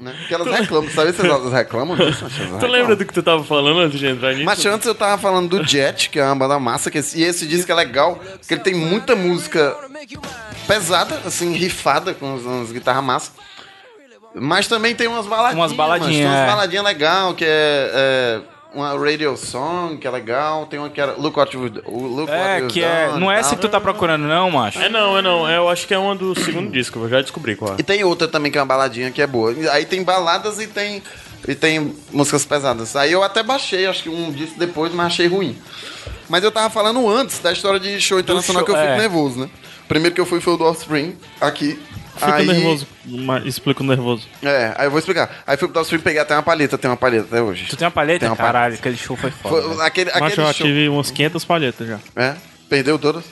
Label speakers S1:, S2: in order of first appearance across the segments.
S1: Né? Porque elas reclamam, sabe se elas reclamam disso? Mas elas
S2: Tu
S1: reclamam.
S2: lembra do que tu tava falando antes de entrar nisso?
S1: Mas antes eu tava falando do Jet, que é uma banda massa, que esse, e esse disco é legal, porque ele tem muita música pesada, assim, rifada, com umas, umas guitarras massa. Mas também tem umas baladinhas.
S3: Umas baladinhas,
S1: Tem
S3: é.
S1: umas baladinhas legal, que é, é, uma radio song, que é legal. Tem uma que era Look What You've Done. Look What
S3: É,
S1: You've
S3: que é.
S1: Done
S3: Não
S1: e
S3: é
S1: tal.
S3: se tu tá procurando, não, macho.
S2: É não, é não. É, eu acho que é uma do segundo disco, eu já descobri qual é.
S1: E tem outra também que é uma baladinha que é boa. E Aí tem baladas e tem, e tem músicas pesadas. Aí eu até baixei, acho que um disco depois, mas achei ruim. Mas eu tava falando antes da história de show internacional
S3: show,
S1: que eu fico
S3: é.
S1: nervoso, né? O primeiro que eu fui foi o do Offspring, aqui.
S4: Fica
S1: aí,
S4: nervoso. ma- Explica o nervoso.
S1: É, aí eu vou explicar. Aí fui pro Offspring peguei até uma palheta, tem uma palheta até hoje.
S3: Tu tem uma palheta?
S1: Tem uma palheta.
S3: Caralho, aquele show foi foda.
S1: Foi-
S3: velho.
S1: aquele aquele
S4: Macho, eu já
S1: show.
S4: tive umas 500 palhetas já.
S1: É? Perdeu todas?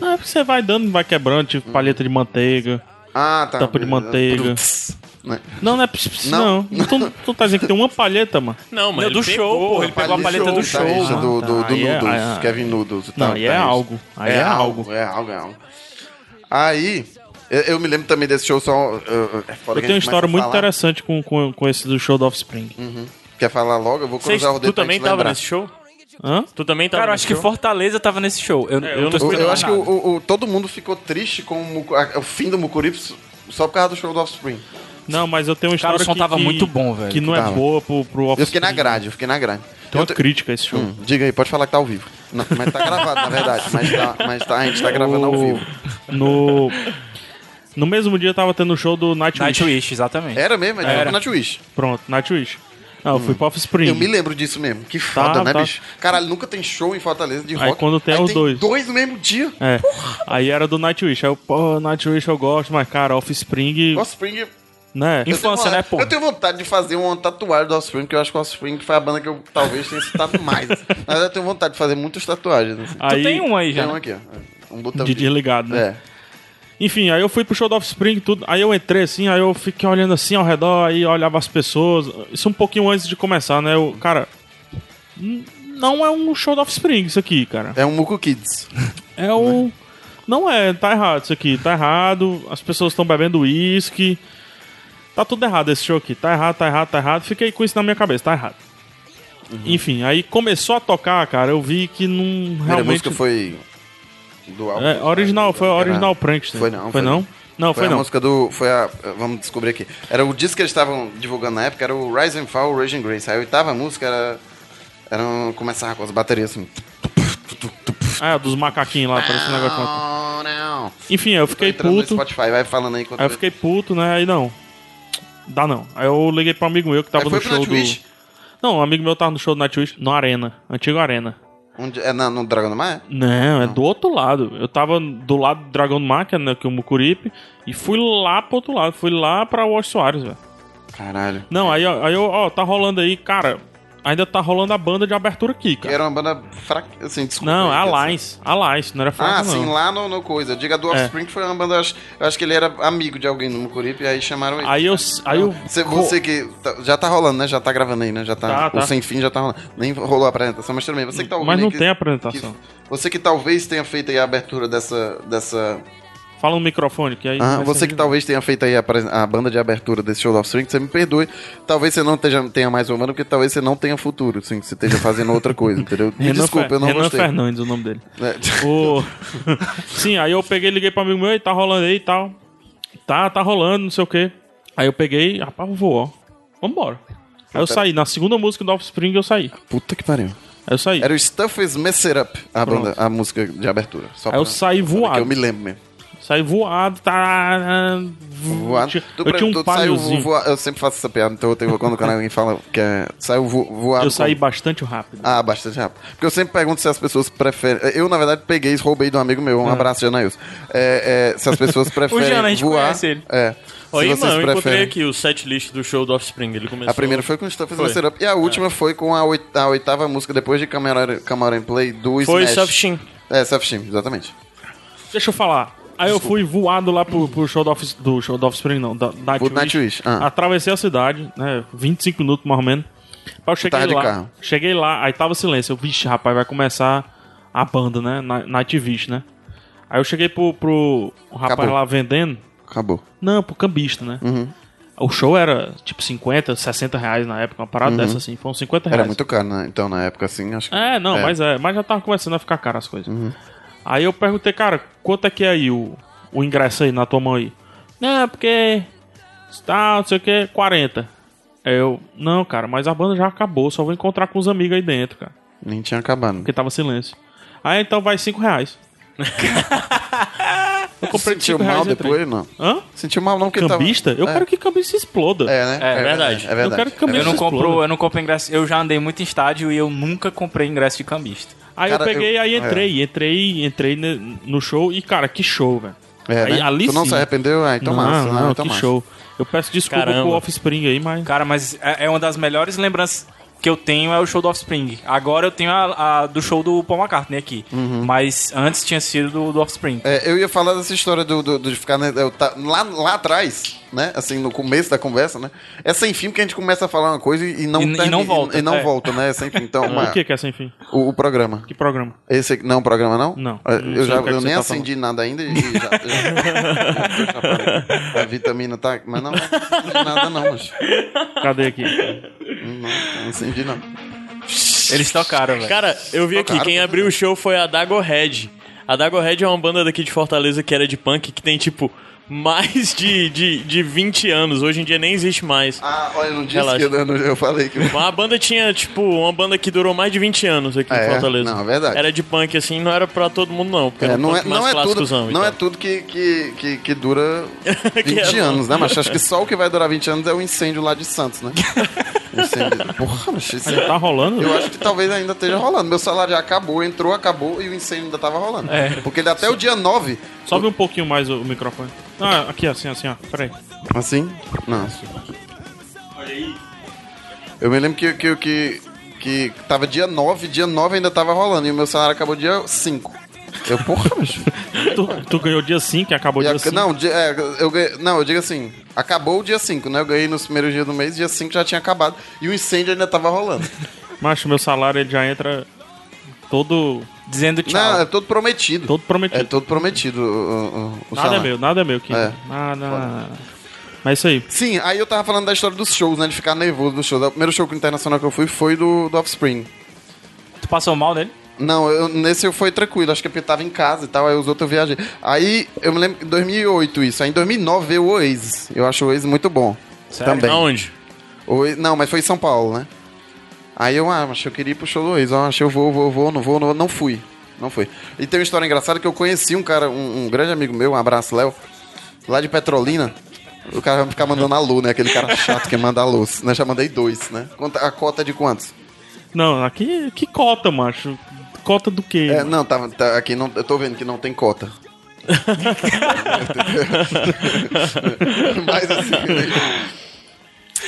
S4: Ah, é porque você vai dando, vai quebrando, tive palheta de manteiga.
S1: Ah, tá.
S4: Tampa de manteiga.
S1: Putz, né?
S4: Não, não é pss, pss,
S1: Não.
S4: não. Tu, tu tá dizendo que tem uma palheta, mano.
S2: Não, mas
S3: Não,
S2: ele
S3: do
S2: pegou,
S3: show, porra, ele pegou a palheta do show.
S1: guitarrista
S3: mano.
S1: tá, do, do, do
S4: Aí é-
S1: Nudos,
S4: aí é-
S1: Kevin Nudos. e
S4: Não,
S1: tal, Tá
S4: aí é
S1: guitarrista.
S4: algo. Aí é, algo.
S1: É algo, é algo. Aí, eu, eu me lembro também desse show só. Eu, eu- é foda
S4: Eu
S1: que a gente
S4: tenho uma história
S1: começa a
S4: muito
S1: falar. Hum.
S4: interessante com, com, com esse do show do Offspring.
S1: Quer falar logo? Eu vou
S2: Vocês-
S1: cruzar o dedo
S2: tu
S1: pra
S2: também
S1: gente
S2: tava
S1: lembrar.
S2: nesse show?
S4: Hã?
S2: Tu também tava
S3: Cara, eu
S2: nesse
S3: acho que
S2: show?
S3: Fortaleza tava nesse show. Eu,
S2: É,
S3: eu
S2: eu
S3: não tô
S2: não fui
S1: Eu,
S3: escutando
S1: eu acho que o,
S3: nada.
S1: o- o- todo mundo ficou triste com o, Mucu- a- o fim do Mucurips só por causa do show do Offspring.
S4: Não, mas eu tenho uma
S3: Cara,
S4: história
S3: o som
S4: que,
S3: tava
S4: que-
S3: muito bom, velho.
S4: Que não é
S1: Tava.
S4: boa pro, pro Offspring.
S1: Eu fiquei na grade, eu fiquei na grade.
S4: Tem
S1: Eu
S4: uma
S1: te-
S4: crítica a esse show.
S1: Hum, diga aí, pode falar que tá ao vivo. Não, mas tá gravado, na verdade. Mas, tá, mas tá, a gente tá gravando ao
S4: Oh.
S1: vivo.
S4: No... No mesmo dia tava tendo o show do Nightwish.
S3: Nightwish, exatamente.
S1: Era mesmo, é tipo
S3: Era.
S1: na Twitch.
S4: Pronto, Nightwish. Não, eu
S3: Hum.
S4: fui pro Offspring.
S1: Eu me lembro disso mesmo. Que foda, né,
S4: tá.
S1: bicho? Caralho, nunca tem show em Fortaleza de
S4: Aí
S1: rock.
S4: quando tem
S1: Aí
S4: os dois.
S1: Dois no mesmo dia.
S4: É. Aí era do Nightwish. Aí eu, pô, Nightwish eu gosto, mas cara, Offspring,
S1: Offspring é
S4: né?
S1: Eu tenho
S3: Infância,
S1: vontade-
S3: né, pô?
S1: Eu tenho vontade de fazer uma tatuagem do Offspring, porque eu acho que o Offspring foi a banda que eu talvez tenha citado mais. Mas eu tenho vontade de fazer muitas tatuagens. Assim.
S3: Tu
S4: Aí,
S3: tem um aí
S1: Tem
S3: já.
S1: um
S3: né?
S1: aqui, ó. Um botão
S4: De
S1: de...
S4: desligado, né?
S1: É.
S4: Enfim, aí eu fui pro show do Offspring e tudo. Aí eu entrei assim, aí eu fiquei olhando assim ao redor, aí eu olhava as pessoas. Isso um pouquinho antes de começar, né? Eu, cara, n- não é um show do Offspring isso aqui, cara.
S1: É um Muco Kids.
S4: É o. Não é, tá errado isso aqui, tá errado. As pessoas estão bebendo uísque. Tá tudo errado esse show aqui, tá errado, tá errado, tá errado. Fiquei com isso na minha cabeça, tá errado.
S1: Uhum.
S4: Enfim, aí começou a tocar, cara. Eu vi que não
S1: A primeira
S4: realmente.
S1: música foi do álbum.
S4: É, original, foi a original Prankster.
S1: Foi não,
S4: Foi
S1: foi
S4: não? Não,
S1: Foi
S4: foi
S1: a
S4: não.
S1: música do. Foi a. Vamos descobrir aqui. Era o disco que eles estavam divulgando na época, era o Rise and Fall Raging Grace. Aí a oitava música era. Era um, começava com as baterias assim.
S4: Ah, dos macaquinhos lá, parece um negócio. com-
S1: Oh, não.
S4: Enfim, eu
S1: Tô
S4: fiquei
S1: entrando no
S4: puto.
S1: Spotify, vai falando aí enquanto
S4: Aí eu fiquei puto, né? Aí não. Dá não. Aí eu liguei pra um amigo meu que tava
S1: Aí foi
S4: no
S1: pro
S4: show do.
S1: Nightwish?
S4: Não, um amigo meu tava no show do Nightwish, no Arena, antigo Arena.
S1: Onde, é na, no Dragão do Mar?
S4: Não, é do outro lado. Eu tava do lado do Dragão do Mar, que é né, que é o Mucuripe, e fui lá pro outro lado, fui lá pra Wash Soares, velho.
S1: Caralho.
S4: Não, aí, ó, aí eu, ó, tá rolando aí, cara, ainda tá rolando a banda de abertura aqui,
S1: Que
S4: cara.
S1: era uma banda fraca, assim, desculpa.
S4: Tá. Não, é
S1: aí,
S4: a
S1: assim.
S4: Lions, a Lions, não era fraca,
S1: Ah, sim,
S4: não. É.
S1: lá no, no coisa. Diga do Offspring que foi uma banda. Eu acho, eu acho que ele era amigo de alguém no Mucuripe, aí chamaram ele.
S4: Aí eu, aí eu
S1: Você, você que. tá- já tá rolando, né? Já tá gravando aí, né? Já tá.
S4: Tá,
S1: O
S4: tá.
S1: sem fim já tá rolando. Nem rolou a apresentação, mas também. Você que tá ouvindo.
S4: Mas não
S1: aí que-
S4: tem apresentação.
S1: que- você que talvez tenha feito aí a abertura dessa. dessa
S4: Fala no microfone, que aí.
S1: Ah,
S4: vai
S1: você
S4: ser
S1: que
S4: melhor.
S1: talvez tenha feito aí a, presen- a banda de abertura desse show do Offspring, você me perdoe. Talvez você não esteja- tenha mais uma banda, porque talvez você não tenha futuro, assim, que você esteja fazendo outra coisa, entendeu? Me
S4: Renan
S1: desculpa,
S4: Fer-
S1: eu não
S4: Renan
S1: gostei.
S4: Fernandes, o nome dele.
S1: É.
S4: O- Sim, aí eu peguei, liguei pro amigo meu, e tá rolando aí e tal. Tá, tá rolando, não sei o quê. Aí eu peguei, rapaz, eu vou, ó. Vambora. Aí eu saí, na segunda música do Offspring eu saí.
S1: Puta que pariu.
S4: Aí eu saí.
S1: Era o Stuff is Mess It Up, a,
S4: Pronto.
S1: banda, a música de abertura. Só
S4: Aí eu um saí
S1: que eu
S4: voado.
S1: me lembro mesmo.
S4: Saí voado, tá.
S1: Voado. Tu,
S4: Eu tinha- eu tinha um
S1: tu saiu
S4: palhozinho.
S1: voa- Eu sempre faço essa piada, então eu tenho quando quando alguém fala que é. Saiu vo- voado.
S4: Eu saí
S1: como?
S4: bastante rápido.
S1: Ah, bastante rápido. Porque eu sempre pergunto se as pessoas preferem. Eu, na verdade, peguei e roubei de um amigo meu. Um abraço, Janails. É, é, se as pessoas preferem.
S3: Jana, a gente
S1: voar,
S3: conhece ele.
S1: É. Se
S2: Aí,
S1: vocês
S2: mano, eu encontrei
S1: preferem.
S2: aqui o setlist do show do Offspring. Ele começou...
S1: A primeira foi com o Stuff
S2: Foi.
S1: is Up. E a última foi com a, oit- a oitava música depois de Camera, Camera Play do
S2: Foi
S1: Smash.
S2: Soft Shin.
S1: É, Self Steam, exatamente.
S4: Deixa eu falar. Aí eu fui voado lá pro, pro show do, Offs- do show do Offspring, não, da da
S1: Pro Nightwish, ah.
S4: Atravessei a cidade, né? 25 minutos mais ou menos. Aí eu cheguei
S1: Tava de
S4: lá.
S1: carro.
S4: Cheguei lá, aí tava silêncio. Eu, vixe, rapaz, vai começar a banda, né? Na- Nightwish, né? Aí eu cheguei pro, pro rapaz
S1: Acabou. Uhum.
S4: lá vendendo.
S1: Acabou.
S4: Não, pro cambista, né? O show era tipo 50, 60 reais na época, uma parada dessa assim. Foram 50 reais.
S1: Uhum. Era muito caro, né? Então, na época, assim, acho que.
S4: É, não,
S1: É.
S4: Mas, é, mas já tava começando a ficar caro as coisas. Aí eu perguntei, cara, quanto é que é aí o, o ingresso aí na tua mão aí? Não, é porque. Tá, não sei o que, 40. Aí eu, não, cara, mas a banda já acabou, só vou encontrar com os amigos aí dentro, cara.
S1: Nem tinha acabado.
S4: Porque tava silêncio. Aí então vai 5 reais. eu comprei de
S1: Sentiu
S4: 5
S1: mal
S4: reais e entrei.
S1: depois, não.
S4: Hã?
S1: Sentiu mal, não, porque tava-
S4: Cambista? Eu
S1: é.
S4: quero que cambista exploda.
S1: É, né?
S3: É,
S2: verdade.
S1: É verdade.
S4: Eu quero que cambista
S3: Eu não
S4: exploda.
S3: compro, eu não compro ingresso. Eu já andei muito em estádio e eu nunca comprei ingresso de cambista.
S4: Aí
S1: Cara,
S4: eu peguei,
S1: eu- é.
S4: aí entrei, entrei, entrei ne- no show e, cara, que show, velho.
S1: É, né?
S4: Aí, ali
S1: tu não
S4: sim.
S1: se arrependeu? Ah, então
S4: não,
S1: massa. né?
S4: não,
S1: então
S4: que
S1: massa.
S4: show. Eu peço desculpa
S2: Caramba.
S4: pro Offspring aí, mas.
S3: Cara, mas é, é uma das melhores lembranças que eu tenho é o show do Offspring. Agora eu tenho a, a do show do Paul McCartney aqui. Mas antes tinha sido do, do Offspring.
S1: É, eu ia falar dessa história do, do- do de ficar né, eu tá- lá, lá atrás, né? Assim, no começo da conversa, né? É sem fim porque a gente começa a falar uma coisa e não,
S3: E- e
S1: termina-
S3: não volta,
S1: E, não
S3: é.
S1: volta, né? É sem fim. Então,
S4: Ah,
S1: uma-
S4: O que que é sem fim?
S1: o, o programa.
S4: Que programa?
S1: Esse aqui- não é um programa, não?
S4: Não.
S1: É,
S4: Não
S1: Eu,
S4: sei
S1: já,
S4: do que é que
S1: eu
S4: você
S1: nem
S4: tá
S1: acendi nada ainda e já. já- já- a vitamina tá. Mas não, não acendi nada não, mas.
S4: Cadê aqui?
S1: Não, não acendi não.
S3: Eles tocaram, velho.
S2: Cara, eu vi aqui,
S1: Tocaram,
S2: quem
S1: Tá pô.
S2: abriu o show foi a Dagohead. A Dagohead é uma banda daqui de Fortaleza que era de punk, que tem, tipo, mais de, de, de 20 anos. Hoje em dia nem existe mais.
S1: Ah, olha, eu não disse
S2: Relaxa.
S1: que eu, não- eu falei que.
S2: Mas a banda tinha, tipo, uma banda que durou mais de 20 anos aqui
S1: É,
S2: em Fortaleza.
S1: não, é verdade.
S2: Era de punk, assim, não era pra todo mundo, não. Porque
S1: É,
S2: era um
S1: não é,
S2: punk mais
S1: não é tudo,
S2: clássicozão e
S1: não é
S4: então.
S2: tal.
S1: tudo que, que, que, que dura 20
S2: Que é bom.
S1: anos, né, macho? Acho que só o que vai durar 20 anos é o incêndio lá de Santos, né? O incêndio. Porra, macho, isso
S4: Ainda
S1: é-
S4: tá rolando?
S1: Eu acho que talvez ainda esteja rolando. Meu salário já acabou, entrou, acabou e o incêndio ainda tava rolando.
S4: É.
S1: Porque ele até o dia 9.
S4: Sobe um pouquinho mais o o microfone. Ah, aqui, assim, assim, ó. Peraí.
S1: Assim? Não. Eu me lembro que, que, que, que tava dia 9, dia 9 ainda tava rolando. E o meu salário acabou dia 5. Eu, porra, macho.
S4: Tu, tu ganhou dia 5, acabou
S1: E
S4: dia
S1: a-
S4: 5.
S1: Não, di- é, eu ganhei- não, eu digo assim, acabou o dia 5, né? Eu ganhei nos primeiros dias do mês, dia 5 já tinha acabado. E o incêndio ainda tava rolando.
S4: Macho, meu salário ele já entra todo,
S3: Dizendo tchau.
S1: Não, é todo prometido.
S4: todo prometido.
S1: É todo prometido o, o- o
S4: nada é
S1: salário.
S4: meu, nada é meu, que
S1: É.
S4: Nada. Mas é isso aí.
S1: Sim, aí eu tava falando da história dos shows, né? De ficar nervoso dos shows. O primeiro show internacional que eu fui foi do, do Offspring.
S3: Tu passou mal nele?
S1: Não, eu- nesse eu fui tranquilo, acho que é porque eu tava em casa e tal, aí os outros eu viajei. Aí, eu me lembro que em 2008 isso, aí em 2009 veio o Oasis. Eu acho o Oasis muito bom.
S3: Sério?
S1: Também.
S2: Aonde?
S1: Oi, não, mas foi em São Paulo, né? Aí eu, ah, mas eu queria ir pro show do Luiz. Ah, achei eu vou, vou, vou, não vou, não, vou, não fui. Não fui. E tem uma história engraçada que eu conheci um cara, um, um grande amigo meu, um abraço, Léo, lá de Petrolina. O cara vai ficar mandando a luz, né? Aquele cara chato que manda a luz. Né? Já mandei dois, né? Quanto- A cota de quantos?
S4: Não, aqui. Que cota, macho? Cota do quê?
S1: É, não, tá, tá aqui, não, eu tô vendo que não tem cota. Mas assim.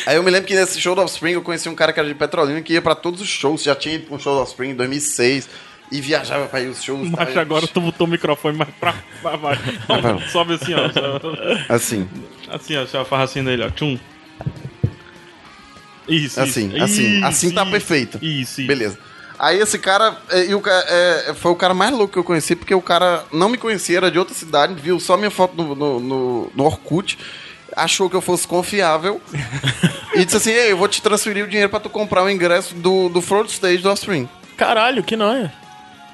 S1: Aí eu me lembro que nesse show do Offspring eu conheci um cara que era de Petrolina que ia pra todos os shows, já tinha ido pra um show do Offspring em 2006 e viajava pra ir os shows.
S4: Macho,
S1: tá?
S4: agora tu botou o microfone mais pra, pra baixo.
S1: vai.
S4: Sobe assim, ó. só-
S1: Assim,
S4: Assim, ó, só farra assim nele, ó. Tchum. Isso,
S1: assim,
S4: isso,
S1: assim,
S4: isso,
S1: assim tá
S4: isso,
S1: perfeito.
S4: Isso, isso.
S1: Beleza. Aí esse cara, é, e o ca- é, foi o cara mais louco que eu conheci, porque o cara não me conhecia, era de outra cidade, viu só minha foto no, no, no, no Orkut, achou que eu fosse confiável e disse assim: Ei, eu vou te transferir o dinheiro pra tu comprar o ingresso do, do front stage do Offspring.
S2: Caralho, que nóia.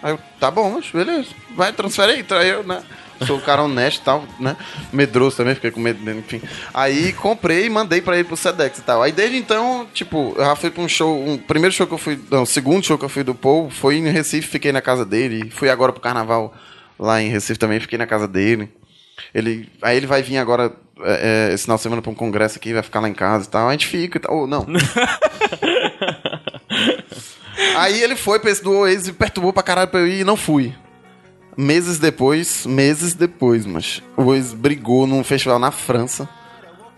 S1: Aí eu, tá bom, mas beleza, vai, transfere aí, trai eu, né? Sou um cara honesto e tal, né? Medroso também, fiquei com medo dele, enfim. Aí comprei e mandei pra ele pro Sedex e tal. Aí desde então, tipo, eu já fui pra um show, um primeiro show que eu fui, não, o segundo show que eu fui do Paul foi em Recife, fiquei na casa dele. Fui agora pro carnaval lá em Recife também, fiquei na casa dele. Ele, aí ele vai vir agora é, é, esse final de semana pra um congresso aqui, vai ficar lá em casa e tal. A gente fica e tal, ou não. Aí ele foi pra esse do Oasis e perturbou pra caralho pra eu ir e não fui. Meses depois, meses depois, mas o Oasis brigou num festival na França.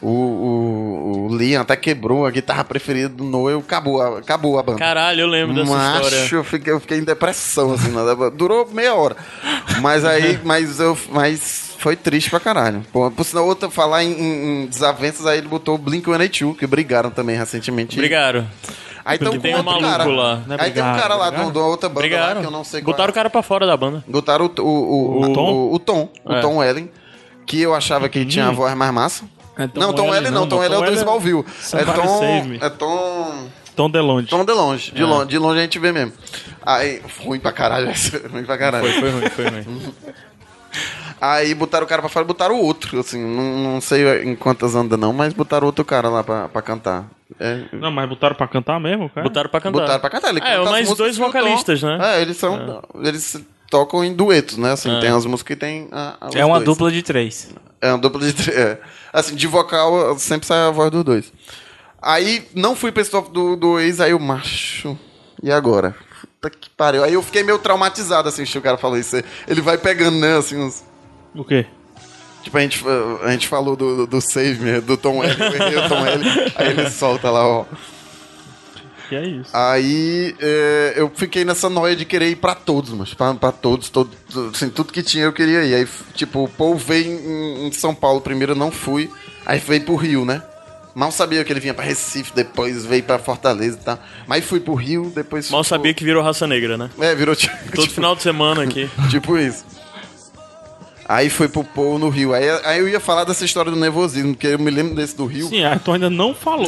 S1: O, o, o Liam até quebrou a guitarra preferida do Noel, acabou a, acabou a banda.
S2: Caralho, eu lembro dessa
S1: Macho,
S2: história.
S1: Eu, fiquei, eu fiquei em depressão, assim, na- durou meia hora. Mas aí, mas eu, mas foi triste pra caralho. Pô, por sinal, outra, falar em, em- em desavenças, aí ele botou o Blink-182, que brigaram também recentemente.
S2: Obrigado.
S1: Aí tão
S2: Tem
S1: com
S2: um
S1: outro
S2: maluco
S1: cara.
S2: lá.
S1: Aí tem um cara lá do, da outra banda lá
S2: Obrigado.
S1: que eu não sei qual
S2: Botaram o
S1: é.
S2: cara pra fora da banda.
S1: Botaram o, o, o,
S4: O
S1: o,
S4: Tom?
S1: o Tom, o
S2: É. Hum.
S1: Tom Ellen, que eu achava que ele tinha a voz mais massa. não, Tom L não, Tom L é o do Smallville. É
S4: Somebody Save
S1: Tom.
S4: Me.
S1: É Tom.
S4: Tom DeLonge.
S1: Tom de longe,
S2: É.
S1: de longe, de longe a gente vê mesmo. Aí, ruim pra caralho essa, ruim pra caralho.
S2: Foi, foi ruim, foi
S1: Uhum.
S2: ruim.
S1: Aí botaram o cara pra fora e botaram outro, assim, não, não sei em quantas anda não, mas botaram outro cara lá pra, pra cantar. É,
S4: Não, mas botaram pra cantar mesmo, cara?
S2: Botaram pra cantar.
S1: botaram pra cantar. Ele
S2: é,
S1: canta as
S2: mais
S1: músicas
S2: dois
S1: que o Tom-
S2: vocalistas, né? É.
S1: É, eles são, eles tocam em duetos, né, assim, tem as músicas que tem a, a- os
S3: É uma
S1: dois.
S3: dupla de três.
S1: É uma dupla de três. é. Assim, de vocal sempre sai a voz dos dois. Aí não fui pra esse top do, do ex, aí eu, macho. E agora? Puta que pariu. Aí eu fiquei meio traumatizado, assim, o cara falou isso. Ele vai pegando, né, assim, uns.
S4: O quê?
S1: Tipo, a gente, a gente falou do, do, do Save Me, do Tom L, eu errei o Tom L. Aí ele solta lá, ó.
S4: Que é isso.
S1: Aí é, eu fiquei nessa noia de querer ir pra todos, mas pra, pra todos, todo, assim, tudo que tinha eu queria ir. Aí, f- tipo, pô, veio em, em São Paulo primeiro, eu não fui. Aí veio pro Rio, né? Mal sabia que ele vinha pra Recife, depois veio pra Fortaleza e tal. Mas fui pro Rio, depois.
S2: Mal sabia que virou raça negra, né?
S1: É, virou tipo,
S2: Todo final de semana aqui.
S1: tipo isso. Aí foi pro Pou no Rio. Aí, aí eu ia falar dessa história do nervosismo, porque eu me lembro desse do Rio.
S4: Sim, ah, tu ainda não falou.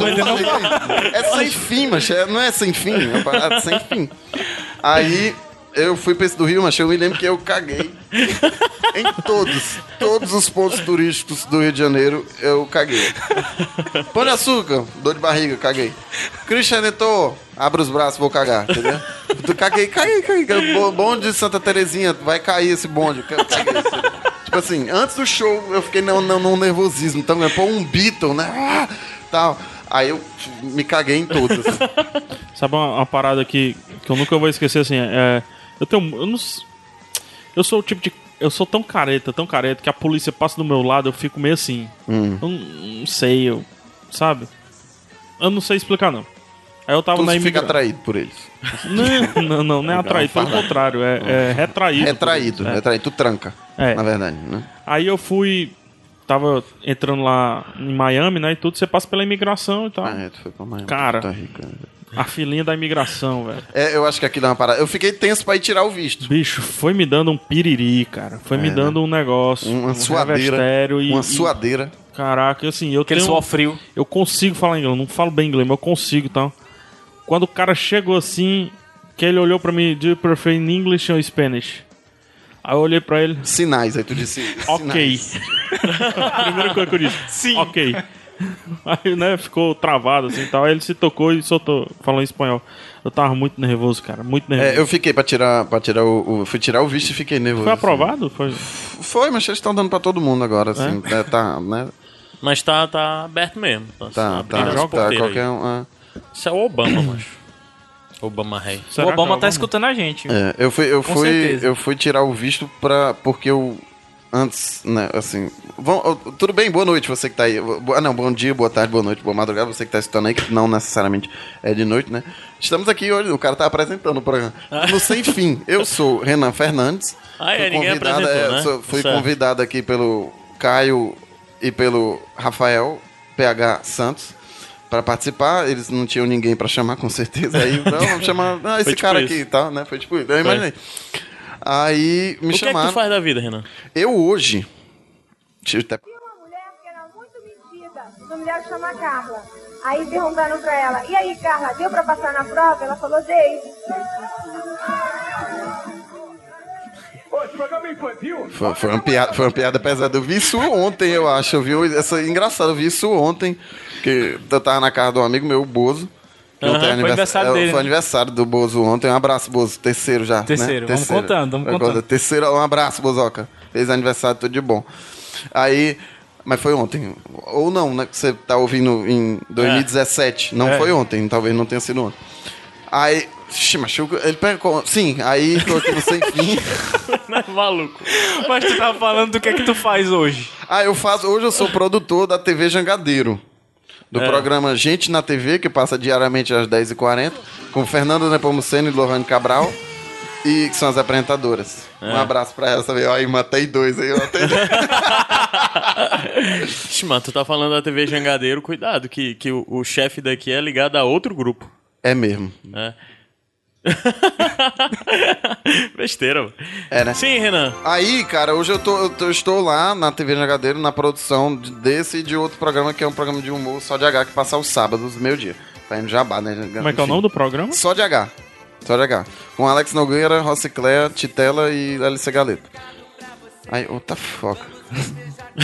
S1: É sem fim, mas não é sem fim, é uma parada sem fim. Aí eu fui pra esse do Rio, mas eu me lembro que eu caguei em todos, todos os pontos turísticos do Rio de Janeiro, eu caguei. Pão de açúcar, dor de barriga, caguei. Christian Neto, abre os braços, vou cagar, entendeu? Tu Caguei, caguei, caguei. Bo- Bonde de Santa Terezinha, vai cair esse bonde. ca- Caguei. Tipo assim, antes do show eu fiquei num, num, num nervosismo. Então, é pô, um Beatle, né? Ah, tal. Aí eu me caguei em todas.
S4: Sabe uma, uma parada que, que eu nunca vou esquecer, assim, é... Eu tenho... Eu não... s- Eu sou o tipo de... Eu sou tão careta, tão careta, que a polícia passa do meu lado, eu fico meio assim...
S1: Hum.
S4: Eu não, não sei, eu... Sabe? Eu não sei explicar, não. Aí eu tava
S1: Tu
S4: na
S1: fica
S4: imigração...
S1: atraído por eles.
S4: Não, não, não, não é atraído, pelo contrário, é, é retraído.
S1: Retraído, né?
S4: É.
S1: retraído. Tu tranca,
S4: É.
S1: na verdade, né?
S4: Aí eu fui. Tava entrando lá em Miami, né? E tudo, você passa pela imigração e tal.
S1: Ah, é, tu foi pra Miami.
S4: Cara.
S1: Tá rica.
S4: A filinha da imigração, velho.
S1: É, eu acho que aqui dá uma parada. Eu fiquei tenso pra ir tirar o visto.
S4: Bicho, foi me dando um piriri, cara. Foi me dando um negócio.
S1: É, né? Uma
S4: um
S1: suadeira.
S4: revestério E,
S1: uma
S4: e-
S1: suadeira.
S4: Caraca, assim, eu
S3: Aquele
S4: tenho.
S2: um-
S4: um,
S3: suor frio.
S4: Eu consigo falar inglês, eu não falo bem inglês, mas eu consigo e tal. Quando o cara chegou assim, que ele olhou pra mim, do you prefer in English ou Spanish? Aí eu olhei pra ele,
S1: Sinais, aí tu disse.
S4: Ok.
S1: sinais.
S4: Primeira coisa que eu disse. Sim. Ok. Aí, né, ficou travado assim e tal. Aí ele se tocou e soltou, falou em espanhol. Eu tava muito nervoso, cara. Muito nervoso.
S1: É, eu fiquei pra tirar, pra tirar o, o- Fui tirar o visto e fiquei nervoso.
S4: Foi
S1: assim.
S4: aprovado? Foi...
S1: Foi, mas eles estão dando pra todo mundo agora, assim. É, tá, né?
S2: Mas tá, tá aberto mesmo. Tá,
S1: Tá,
S2: abrindo as
S1: tá, tá.
S2: porteiras
S1: Qualquer
S2: aí.
S1: um. é.
S2: Isso é o Obama, macho. Obama rei.
S4: Será
S3: o
S4: que
S3: Obama
S4: algum-
S3: tá escutando a gente.
S1: É, eu fui, eu
S3: Com
S1: fui,
S3: certeza.
S1: eu fui tirar o visto pra, porque eu antes, né, assim, vão, ó, tudo bem, boa noite você que tá aí, Bo- ah não, bom dia, boa tarde, boa noite, boa madrugada, você que tá escutando aí, que não necessariamente é de noite, né, estamos aqui hoje, o cara tá apresentando o programa, no Sem Fim, eu sou Renan Fernandes,
S2: Ah, é,
S1: fui
S2: ninguém apresentou, né?
S1: sou- fui
S2: Certo.
S1: convidado aqui pelo Caio e pelo Rafael PH Santos, pra participar, eles não tinham ninguém pra chamar, com certeza. Aí, não, vamos chamar ah, esse
S2: tipo
S1: cara
S2: isso.
S1: aqui e tal, né? Foi tipo isso. Eu imaginei. Aí me
S2: O que é que
S1: chamaram.
S2: tu faz da vida, Renan?
S1: Eu hoje. Deixa eu até-
S5: Tinha uma mulher que era muito metida. O nome dela chama Carla. Aí perguntaram pra ela, e aí Carla, deu pra passar na prova? Ela falou, dei.
S1: Foi, foi, uma piada, foi uma piada pesada. Eu vi isso ontem, eu acho. Eu vi essa engraçado, eu vi isso ontem. Que eu tava na casa de um amigo meu, o Bozo. que ontem é
S3: foi aniversário
S1: é,
S3: dele,
S1: Foi
S3: né?
S1: aniversário do Bozo ontem. Um abraço, Bozo. Terceiro já. né?
S3: Terceiro, vamos contando, vamos
S1: Agora,
S3: contando.
S1: Terceiro, um abraço, Bozoca. Fez aniversário, tudo de bom. Aí. Mas foi ontem. Ou não, né? Que você tá ouvindo em 2017. Não
S3: É.
S1: foi ontem, talvez não tenha sido ontem. Aí. Xixi, machuca. Ele perguntou. Sim, aí tô aqui no sem fim.
S2: Maluco.
S3: Mas tu tava falando do que é que tu faz hoje.
S1: Ah, eu faço. Hoje eu sou produtor da TV Jangadeiro. Do programa Gente na TV, que passa diariamente às 10h40, com Fernando Nepomuceno e Lohane Cabral. E que são as apresentadoras. Um abraço pra elas também. Ó, Aí matei dois aí, eu matei dois.
S2: Ixi, mano, tu tá falando da TV Jangadeiro, cuidado, que, que o, o chefe daqui é ligado a outro grupo.
S1: É mesmo.
S2: né? Besteira, mano.
S1: É, né?
S2: Sim, Renan.
S1: Aí, cara, hoje eu, tô, eu, tô- eu estou lá na TV Jangadeiro, na produção de- desse e de outro programa, que é um programa de humor só de H, que passa aos sábados, meio-dia. Tá indo jabá, né?
S4: Como é que é o nome do programa?
S1: Só de H. Só de H. Com Alex Nogueira, Rocicléa, Titela e LC Galeta. Aí, outra foca.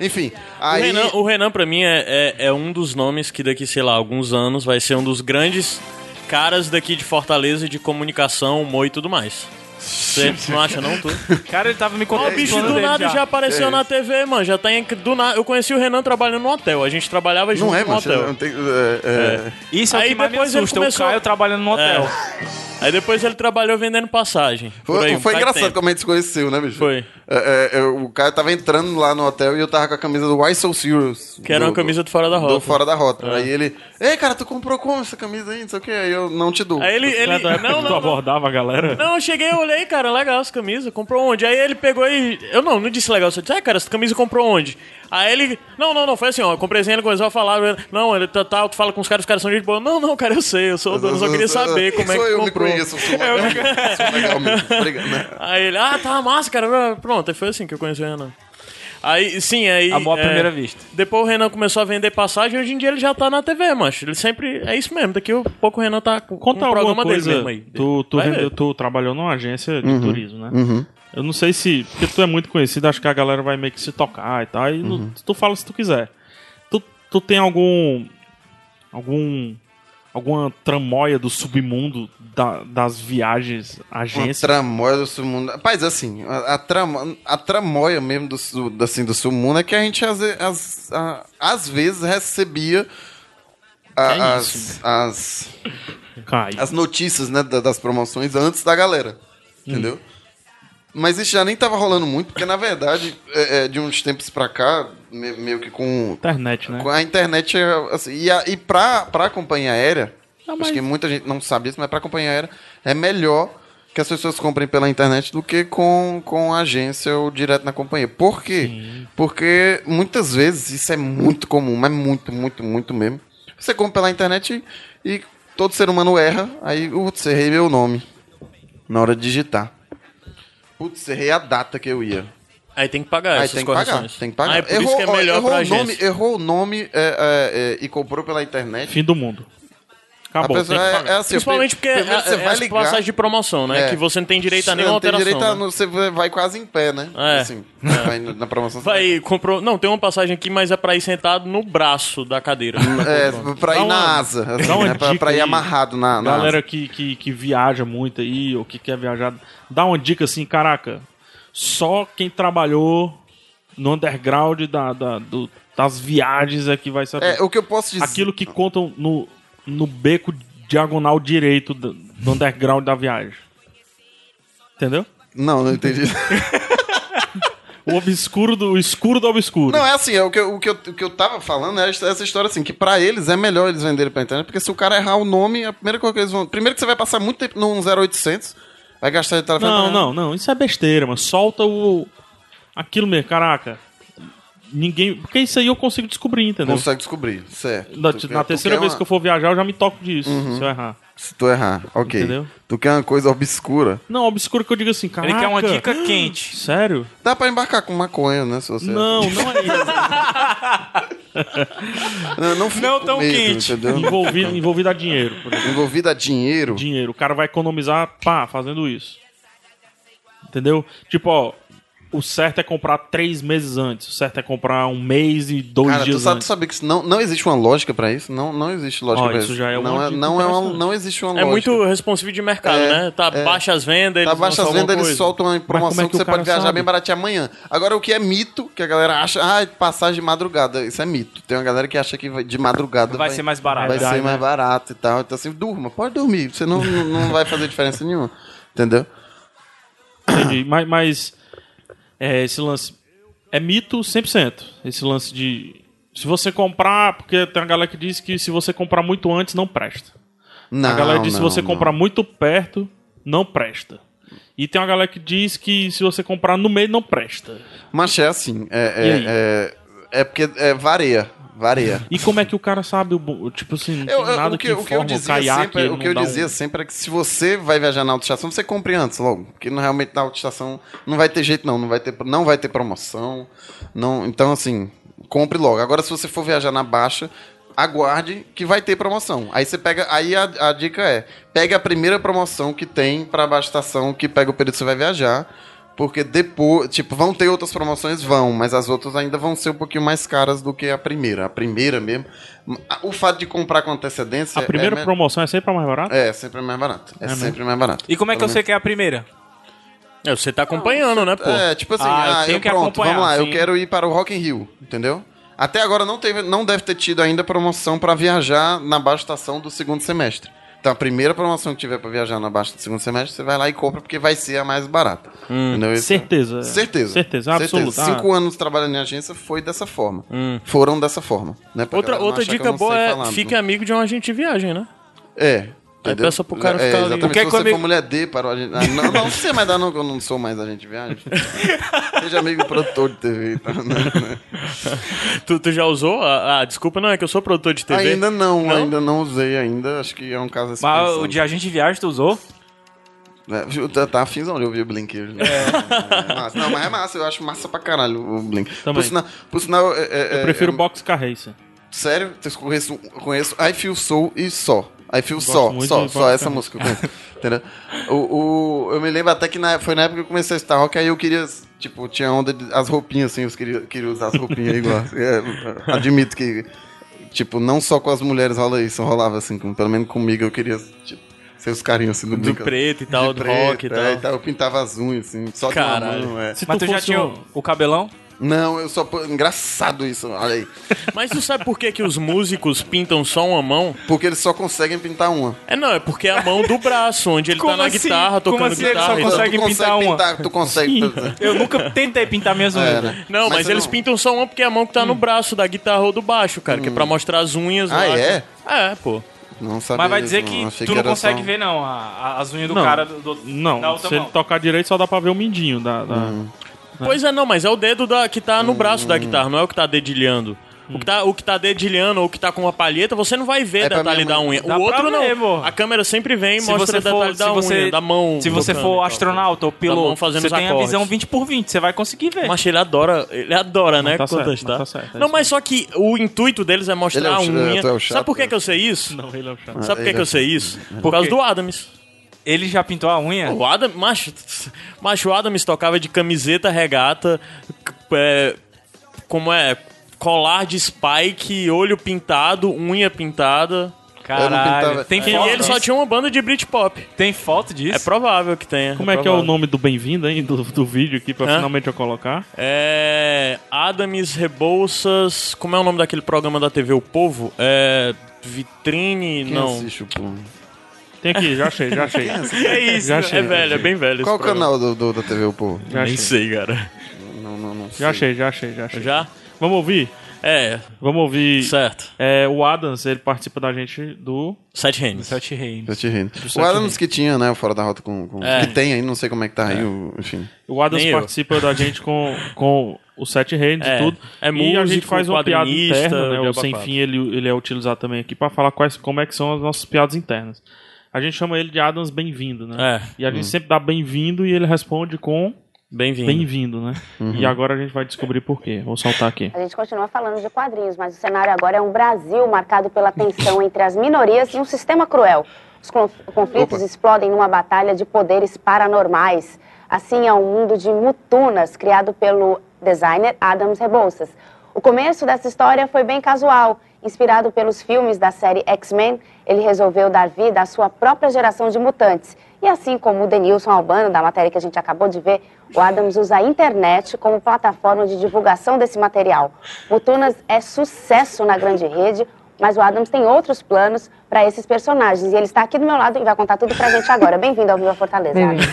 S1: Enfim, aí...
S2: O, Renan, o Renan, pra mim, é, é, é um dos nomes que daqui, sei lá, alguns anos vai ser um dos grandes caras daqui de Fortaleza de comunicação, humor e tudo mais. Você não acha, não, tu?
S3: Cara, ele tava me
S2: Ó,
S3: contando.
S2: o bicho do nada já, apareceu na TV, mano. Já tá em, do nada. Eu conheci o Renan trabalhando no hotel. A gente trabalhava junto
S1: Não é,
S2: no
S1: mano.
S2: hotel.
S1: Não tem, é, é.
S3: Isso é
S2: Aí
S3: o que mais me
S2: depois ele
S3: assusta,
S2: começou-
S3: o Caio trabalhando no hotel.
S2: É. Aí depois ele trabalhou vendendo passagem. Por
S1: Foi,
S2: aí,
S1: foi
S2: faz
S1: engraçado
S2: tempo.
S1: como a gente se conheceu, né, bicho?
S2: Foi.
S1: É, é, eu- o cara tava entrando lá no hotel e eu tava com a camisa do Why So Serious.
S2: Que era
S1: Do-
S2: uma camisa do Fora da
S1: do
S2: Rota. É.
S1: Fora da Rota. Aí ele, ei, cara, tu comprou como essa camisa aí? Não sei o que. Aí eu não te dou.
S2: Aí ele. ele...
S4: Cada época
S2: Não,
S4: que tu
S2: não, não.
S4: abordava a galera.
S2: Não, eu cheguei, eu olhei, cara, legal essa camisa, comprou onde? Aí ele pegou e. Eu não, não disse legal, eu só disse, ah, cara, essa camisa comprou onde? Aí ele. Não, não, não, foi assim, ó, eu comprei assim, ele começou a falar, eu- não, ele tá, tá, tu fala com os caras, os caras são gente boa. Não, não, cara, eu sei, eu sou o dono, só queria saber como é
S1: Sou
S2: que
S1: eu,
S2: comprou. É,
S1: me conheço, sou legal, sou legal mesmo. Obrigado, né?
S2: Aí ele, ah, tá massa, cara, pronto, aí foi assim que eu conheci o Renan. Aí, sim, aí.
S3: Amor à
S2: é,
S3: primeira vista.
S2: Depois o Renan começou a vender passagem, hoje em dia ele já tá na TV, macho. Ele sempre. É isso mesmo, daqui a pouco o Renan tá com com
S4: Conta
S2: o
S4: alguma
S2: programa
S4: coisa.
S2: dele mesmo aí.
S4: Tu, tu,
S2: Vai ver.
S4: vendeu- tu trabalhou numa agência
S1: Uhum.
S4: de turismo, né? Eu não sei se. Porque tu é muito conhecido, acho que a galera vai meio que se tocar e tal. E não-
S1: Uhum.
S4: tu fala se tu quiser. Tu, tu tem algum. algum. alguma tramóia do submundo da- das viagens
S1: Uma
S4: agência?
S1: tramóia do submundo. Rapaz, assim, a, a, tramo- a tramóia mesmo do, su- do- assim, do submundo é que a gente às, ve- às- a- às vezes recebia a- as, as,
S4: Cai.
S1: as notícias né, da- das promoções antes da galera. Entendeu? Mas isso já nem tava rolando muito, porque na verdade, é- é, de uns tempos pra cá, me- meio que com,
S4: Internet, né?
S1: com a internet. é, assim, e, a, e pra, pra companhia aérea, acho que muita gente não sabe isso, mas pra companhia aérea é melhor que as pessoas comprem pela internet do que com, com a agência ou direto na companhia. Por quê? Porque muitas vezes isso é muito comum, mas muito, muito, muito mesmo. Você compra pela internet e, e todo ser humano erra, aí você errei meu nome na hora de digitar. Putz, errei a data que eu ia.
S2: Aí tem que pagar
S1: Aí
S2: É, essas
S1: tem que
S2: correções.
S1: pagar, tem que pagar.
S2: Aí por isso que é
S1: ó,
S2: melhor
S1: errou
S2: pra
S1: o nome,
S2: gente.
S1: Errou o nome é, é, é, e comprou pela internet.
S4: Fim do mundo.
S1: A
S4: Acabou.
S1: pessoa
S4: tem que
S1: é,
S4: pagar.
S1: é assim,
S2: Principalmente porque
S1: primeiro
S2: é, é as passagens de promoção, né?
S1: É.
S2: Que você não tem direito a nenhuma
S1: Não tem
S2: alteração.
S1: direito a-
S2: né?
S1: não- Você vai quase em pé, né?
S2: É.
S1: Assim, vai na promoção. né? você
S2: Vai, comprou. Não, tem uma passagem aqui, mas é pra ir sentado no braço da cadeira.
S1: É, pra ir
S4: Dá
S1: na
S4: uma-
S1: asa. Assim,
S4: dá uma
S1: né? pra,
S4: dica
S1: pra ir
S4: aí.
S1: amarrado na, na
S4: Galera
S1: asa.
S4: que, que, que viaja muito aí, ou que quer viajar, dá uma dica assim, caraca, só quem trabalhou no underground da, da- do- das viagens é que vai saber.
S1: É, o que eu posso dizer.
S4: Aquilo que contam no, no beco diagonal direito do, do underground da viagem. Entendeu?
S1: Não, não entendi.
S4: O obscuro do o escuro do obscuro.
S1: não, é assim, é, o, que, eu- o, que eu, o que eu tava falando era essa história assim, que pra eles é melhor eles venderem pra internet, porque se o cara errar o nome, a primeira coisa que eles vão. Primeiro que você vai passar muito tempo num 0800, vai gastar de telefone.
S4: não,
S1: pra-
S4: não, não, isso é besteira, mano. Solta o. Aquilo mesmo, caraca. Ninguém. Porque isso aí eu consigo descobrir, entendeu?
S1: Consegue descobrir, certo.
S4: Na,
S1: Tu
S4: na
S1: quer-
S4: terceira
S1: tu quer
S4: vez
S1: uma- Uhum.
S4: que eu for viajar, eu já me toco disso, se eu errar.
S1: Se tu errar, ok.
S4: Entendeu?
S1: Tu quer uma coisa obscura.
S4: Não, obscuro que eu digo assim, cara.
S3: Ele quer uma dica quente.
S4: Sério?
S1: Dá pra embarcar com maconha, né? Se você...
S4: Não, não é isso.
S1: Não, não, fica
S3: Não
S4: tá
S1: com
S4: um
S3: tão
S1: medo,
S3: quente.
S1: Entendeu?
S4: envolvido, envolvido a dinheiro. Por exemplo.
S1: Envolvida a dinheiro.
S4: Dinheiro. O cara vai economizar, pá, fazendo isso. Entendeu? Tipo, ó, o certo é comprar três meses antes. O certo é comprar um mês e dois
S1: Cara, tu
S4: dias
S1: sabe, tu
S4: antes.
S1: sabe que isso não, não existe uma lógica pra isso? Não, não existe lógica
S4: Ó,
S1: pra
S4: isso
S1: isso.
S4: já é uma
S1: não, é,
S4: dica
S1: não, é uma,
S4: interessante.
S1: não existe uma
S2: É
S1: lógica.
S2: muito responsivo de mercado,
S1: É,
S2: né? Tá
S1: é.
S2: baixa as vendas,
S1: Tá
S2: eles
S1: baixa as
S2: lançam
S1: vendas,
S2: alguma
S1: eles
S2: coisa.
S1: soltam uma
S4: como
S1: promoção
S4: é
S1: que,
S4: que o
S1: você
S4: cara
S1: pode viajar
S4: sabe?
S1: bem baratinho amanhã. Agora, o que é mito, que a galera acha, ah, passagem de madrugada, isso é mito. Tem uma galera que acha que vai- de madrugada
S3: Vai ser mais barato.
S1: Vai
S4: Verdade,
S1: ser mais
S4: né?
S1: barato e tal. Então, assim, durma, pode dormir, você não, não, não vai fazer diferença nenhuma. Entendeu?
S4: Entendi. Mas, mas, é, esse lance é mito 100%. Esse lance de se você comprar, porque tem uma galera que diz que se você comprar muito antes não presta.
S1: Não,
S4: a galera diz que se
S1: não,
S4: você
S1: não.
S4: comprar muito perto não presta. E tem uma galera que diz que se você comprar no meio não presta.
S1: Mas é assim,
S4: E
S1: é,
S4: aí?
S1: é, é, é porque é, varia. Varia.
S4: E como é que o cara sabe o. bo- Tipo assim, não
S1: Eu-
S4: tem
S1: eu-
S4: nada
S1: o que,
S4: que,
S1: o que eu
S4: informa o
S1: dizia,
S4: caiaque.
S1: sempre,
S4: ele
S1: o
S4: não
S1: que eu
S4: dá um-
S1: dizia sempre é que se você vai viajar na autoestação, você compre antes logo. Porque não- realmente na autoestação não vai ter jeito, não. Não vai ter, não vai ter promoção. Não, então, assim, compre logo. Agora, se você for viajar na baixa, aguarde que vai ter promoção. Aí você pega. Aí a, a dica é: pega a primeira promoção que tem para a baixa estação que pega o período que você vai viajar. Porque depois, tipo, vão ter outras promoções? Vão, mas as outras ainda vão ser um pouquinho mais caras do que a primeira. A primeira mesmo. O fato de comprar com antecedência.
S4: A primeira
S1: é, me-
S4: promoção é sempre a mais barata?
S1: é sempre mais barato. É, sempre mais barato.
S3: E como é que eu
S1: Pelo
S3: sei que é a primeira?
S2: É, você tá acompanhando, né, pô?
S1: menos- É, tipo assim,
S3: Ah, eu
S1: ah, eu
S3: tenho que
S1: pronto,
S3: acompanhar,
S1: vamos lá, eu
S3: sim.
S1: quero ir para o Rock in Rio, entendeu? Até agora não, teve, não deve ter tido ainda promoção para viajar na baixa estação do segundo semestre. Então a primeira promoção que tiver para viajar na baixa do segundo semestre, você vai lá e compra, porque vai ser a mais barata.
S3: Hum.
S1: Entendeu? Isso- é
S2: é.
S4: Certeza.
S1: Certeza.
S4: Certeza,
S2: um
S4: absoluta.
S2: ah.
S1: Cinco anos trabalhando em agência foi dessa forma.
S3: Hum.
S1: Foram dessa forma. Né? Pra
S2: Outra,
S1: galera não
S2: outra
S1: achar que
S2: dica
S1: eu não sei
S2: boa é
S1: falar,
S2: fique
S1: né?
S2: amigo de um agente de viagem, né?
S1: É. entendeu?
S2: peça pro cara
S1: é,
S2: ficar ali.
S1: exatamente.
S2: O
S3: que é
S1: Se
S3: que
S1: você
S3: o amigo-
S1: for mulher D para o agente... Ah, não, não, você mais dá não, que eu não sou mais agente de viagem. Seja amigo do produtor de TV. e tal, né?
S2: Tu, tu já usou? Ah, ah, desculpa, não, é que eu sou produtor de TV.
S1: Ainda não, ainda não usei ainda. Acho que é um caso assim.
S3: Mas Ah, o de agente de viagem tu usou?
S1: Tá, tá afinzão de ouvir o Blink. hoje, né? É massa. Não, mas é massa. Eu acho massa pra caralho o Blink.
S4: Também.
S1: Por sinal... Por sinal é- é-
S4: Eu
S1: é-
S4: prefiro
S1: é-
S4: box car racer.
S1: Sério, eu conheço, eu conheço I Feel Soul e só. I Feel só,
S4: muito
S1: só,
S4: de
S1: só
S4: Bob
S1: essa
S4: Dylan.
S1: música. que eu conheço, Entendeu? O, o- eu me lembro até que na- foi na época que eu comecei a estar rock, aí eu queria, tipo, tinha onda de, as roupinhas, assim, eu queria, queria usar as roupinhas igual. É, admito que, tipo, não só com as mulheres rola isso, rolava assim, com- pelo menos comigo eu queria, tipo, ser os carinhos assim, do,
S2: Do
S1: Blink,
S2: preto e tal,
S1: de
S2: do
S1: preto,
S2: rock e tal.
S1: é, Eu pintava as unhas, assim, só
S2: Caralho.
S1: de uma mão, é.
S4: Se
S3: Mas tu, já
S4: fosse
S3: tinha
S4: um-
S3: o, o cabelão?
S1: Não, eu só. pô- Engraçado isso, olha aí.
S2: Mas tu sabe por que, que os músicos pintam só uma mão?
S1: Porque eles só conseguem pintar uma.
S2: É não, é porque é a mão do braço, onde ele
S3: Como
S2: tá na
S3: assim?
S2: guitarra,
S3: Como
S2: tocando
S3: assim ele
S2: guitarra.
S3: só
S2: e tal.
S1: Então,
S3: consegue
S1: tu
S3: pintar uma.
S1: Tu consegue.
S3: Eu nunca tentei pintar minhas
S1: É,
S3: unhas.
S1: né?
S2: Não, mas,
S1: você
S2: eles
S1: não- Hum.
S2: pintam só uma porque é a mão que tá no braço da guitarra ou do baixo, cara, que é pra mostrar as unhas
S1: Ah,
S2: lá.
S1: é?
S2: É, pô.
S1: Não sabia
S3: Mas vai dizer
S1: disso,
S3: que
S1: não. Achei
S3: tu não
S1: era
S3: consegue
S1: só- um-
S3: ver, não, a- a- as unhas do
S4: Não.
S3: cara do, do-
S4: Não,
S3: da outra
S4: se ele
S3: mão.
S4: tocar direito só dá pra ver o mindinho da. da-
S1: Hum,
S2: Pois é, não, mas é o dedo da, que tá no braço da guitarra, não é o que tá dedilhando. O que, tá, o que tá dedilhando ou o que tá com uma palheta, você não vai ver
S1: É pra
S2: detalhe
S1: minha
S2: da
S1: mãe.
S2: unha.
S3: Dá
S2: o outro
S3: pra
S2: não.
S3: ver, amor.
S2: A câmera sempre vem e
S3: Se
S2: mostra
S3: você for,
S2: detalhe
S3: se
S2: da
S3: você,
S2: unha, da mão.
S3: se você
S2: tocando e
S3: for
S2: tal.
S3: astronauta ou piloto,
S2: mão fazendo
S3: você
S2: os
S3: tem a
S2: acordes.
S3: visão 20 por 20, você vai conseguir ver.
S2: Mas ele adora, ele adora, né?
S4: tá certo,
S2: contestar.
S4: mas tá certo, é
S2: não,
S4: isso
S2: mas só que o intuito deles é
S1: Ele é o
S2: mostrar
S1: ch-
S2: a unha.
S1: tu é o chato,
S2: Sabe por que,
S1: né?
S2: que eu sei isso?
S4: Não, ele é o chato.
S2: Sabe por que,
S1: ele
S2: que
S1: é-
S2: eu sei isso? Por causa
S3: quê?
S2: do Adams.
S3: Ele já pintou a unha?
S2: O Adam, macho, macho, o Adams tocava de camiseta, regata, c- é, como é, colar de spike, olho pintado, unha pintada.
S1: Eu não
S3: Caralho.
S1: pintava-
S3: Tem
S1: É.
S2: E
S3: foto,
S2: ele só
S4: né?
S3: disso?
S2: tinha uma banda de Britpop.
S3: Tem foto
S2: É
S3: disso?
S2: provável que tenha.
S4: Como é que é o
S2: provável.
S4: nome do bem-vindo, hein? Do, do vídeo aqui pra
S2: Hã?
S4: finalmente eu colocar.
S2: É. Adams Rebouças. Como é o nome daquele programa da TV O Povo? É. Vitrine.
S1: Quem
S2: não.
S1: assiste o Pum?
S4: Tem aqui, já achei, já achei.
S2: É isso,
S4: Já achei,
S2: é
S4: já
S2: velho, é bem velho.
S1: Qual o
S2: esse programa.
S1: canal do, do- da TV o Pum?
S4: Já
S2: Nem
S4: achei.
S2: sei, cara.
S1: Não, não, não. sei.
S4: Já achei, já achei, já achei.
S2: Já?
S4: Vamos ouvir?
S2: É,
S4: Vamos ouvir.
S2: certo.
S4: É, o Adams, ele participa da gente do.
S2: Sete Reinos.
S3: Celtic Reigns.
S1: Eu te rindo. O Adams que tinha, né? o Fora da Rota com. com-
S2: É.
S1: Que tem aí, não sei como é que tá aí, o- enfim.
S4: O Adams
S2: Nem eu.
S4: participa da gente com, com o Sete Reinos
S2: É,
S4: e tudo. e
S2: é
S4: a gente
S2: músico,
S4: faz uma piada
S2: quadrinista,
S4: interna, né?
S2: o
S4: O Sem
S2: Diabo
S4: Fim ele, ele é utilizado também aqui pra falar quais, como é que são as nossas piadas internas. A gente chama ele de Adams Bem-vindo, né?
S2: É.
S4: E a gente sempre dá bem-vindo e ele responde com
S2: Bem-vindo.
S4: bem-vindo, né?
S2: Uhum.
S4: E agora a gente vai descobrir por quê. Vou soltar aqui.
S6: A gente continua falando de quadrinhos, mas o cenário agora é um Brasil marcado pela tensão entre as minorias e um sistema cruel. Os conf- conflitos
S1: Opa.
S6: explodem numa batalha de poderes paranormais. Assim é um mundo de mutunas criado pelo designer Adams Rebouças. O começo dessa história foi bem casual. Inspirado pelos filmes da série X-Men, ele resolveu dar vida à sua própria geração de mutantes. E assim como o Denilson Albano, da matéria que a gente acabou de ver, o Adams usa a internet como plataforma de divulgação desse material. Mutunas é sucesso na grande rede, mas o Adams tem outros planos para esses personagens. E ele está aqui do meu lado e vai contar tudo pra gente agora. Bem-vindo ao Viva Fortaleza. Adams.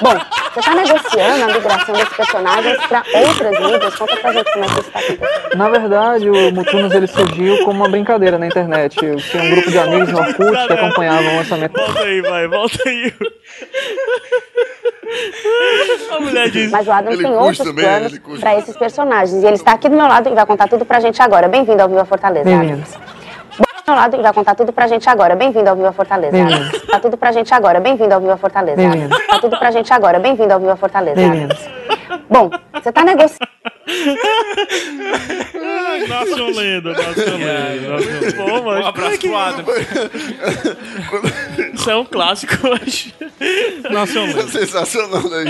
S6: Bom, você está negociando a migração desses personagens para outras mídias. Conta pra gente como é que isso está acontecendo.
S7: Na verdade, o Mutunos ele surgiu como uma brincadeira na internet. Eu tinha um grupo de amigos no Orkut que acompanhavam o lançamento.
S2: Volta aí, vai, volta aí. A mulher diz.
S6: Mas o Adams
S1: Ele
S6: tem
S1: curte
S6: outros
S1: também, ele
S6: planos
S1: curte.
S6: para esses personagens. E ele está aqui do meu lado e vai contar tudo pra gente agora. Bem-vindo ao Viva Fortaleza,
S7: Bem-vindo.
S6: Adams. Bom, Do meu lado e vai contar tudo pra gente agora. Bem-vindo ao Viva Fortaleza,
S7: Bem-vindo.
S6: Adams. Tá tudo pra gente agora. Bem-vindo ao Viva Fortaleza,
S7: Bem-vindo.
S6: Adams. Tá tudo pra gente agora. Bem-vindo ao Viva Fortaleza,
S7: Bem-vindo.
S6: Adams. Bom, você tá negociando.
S4: Nasce uma lenda, nasce uma lenda. nasce uma lenda.
S2: Pô,
S3: Um
S2: mas
S3: abraço pro Adam.
S2: isso é um clássico, eu acho.
S4: Nasce uma lenda.
S1: Sensacional, né?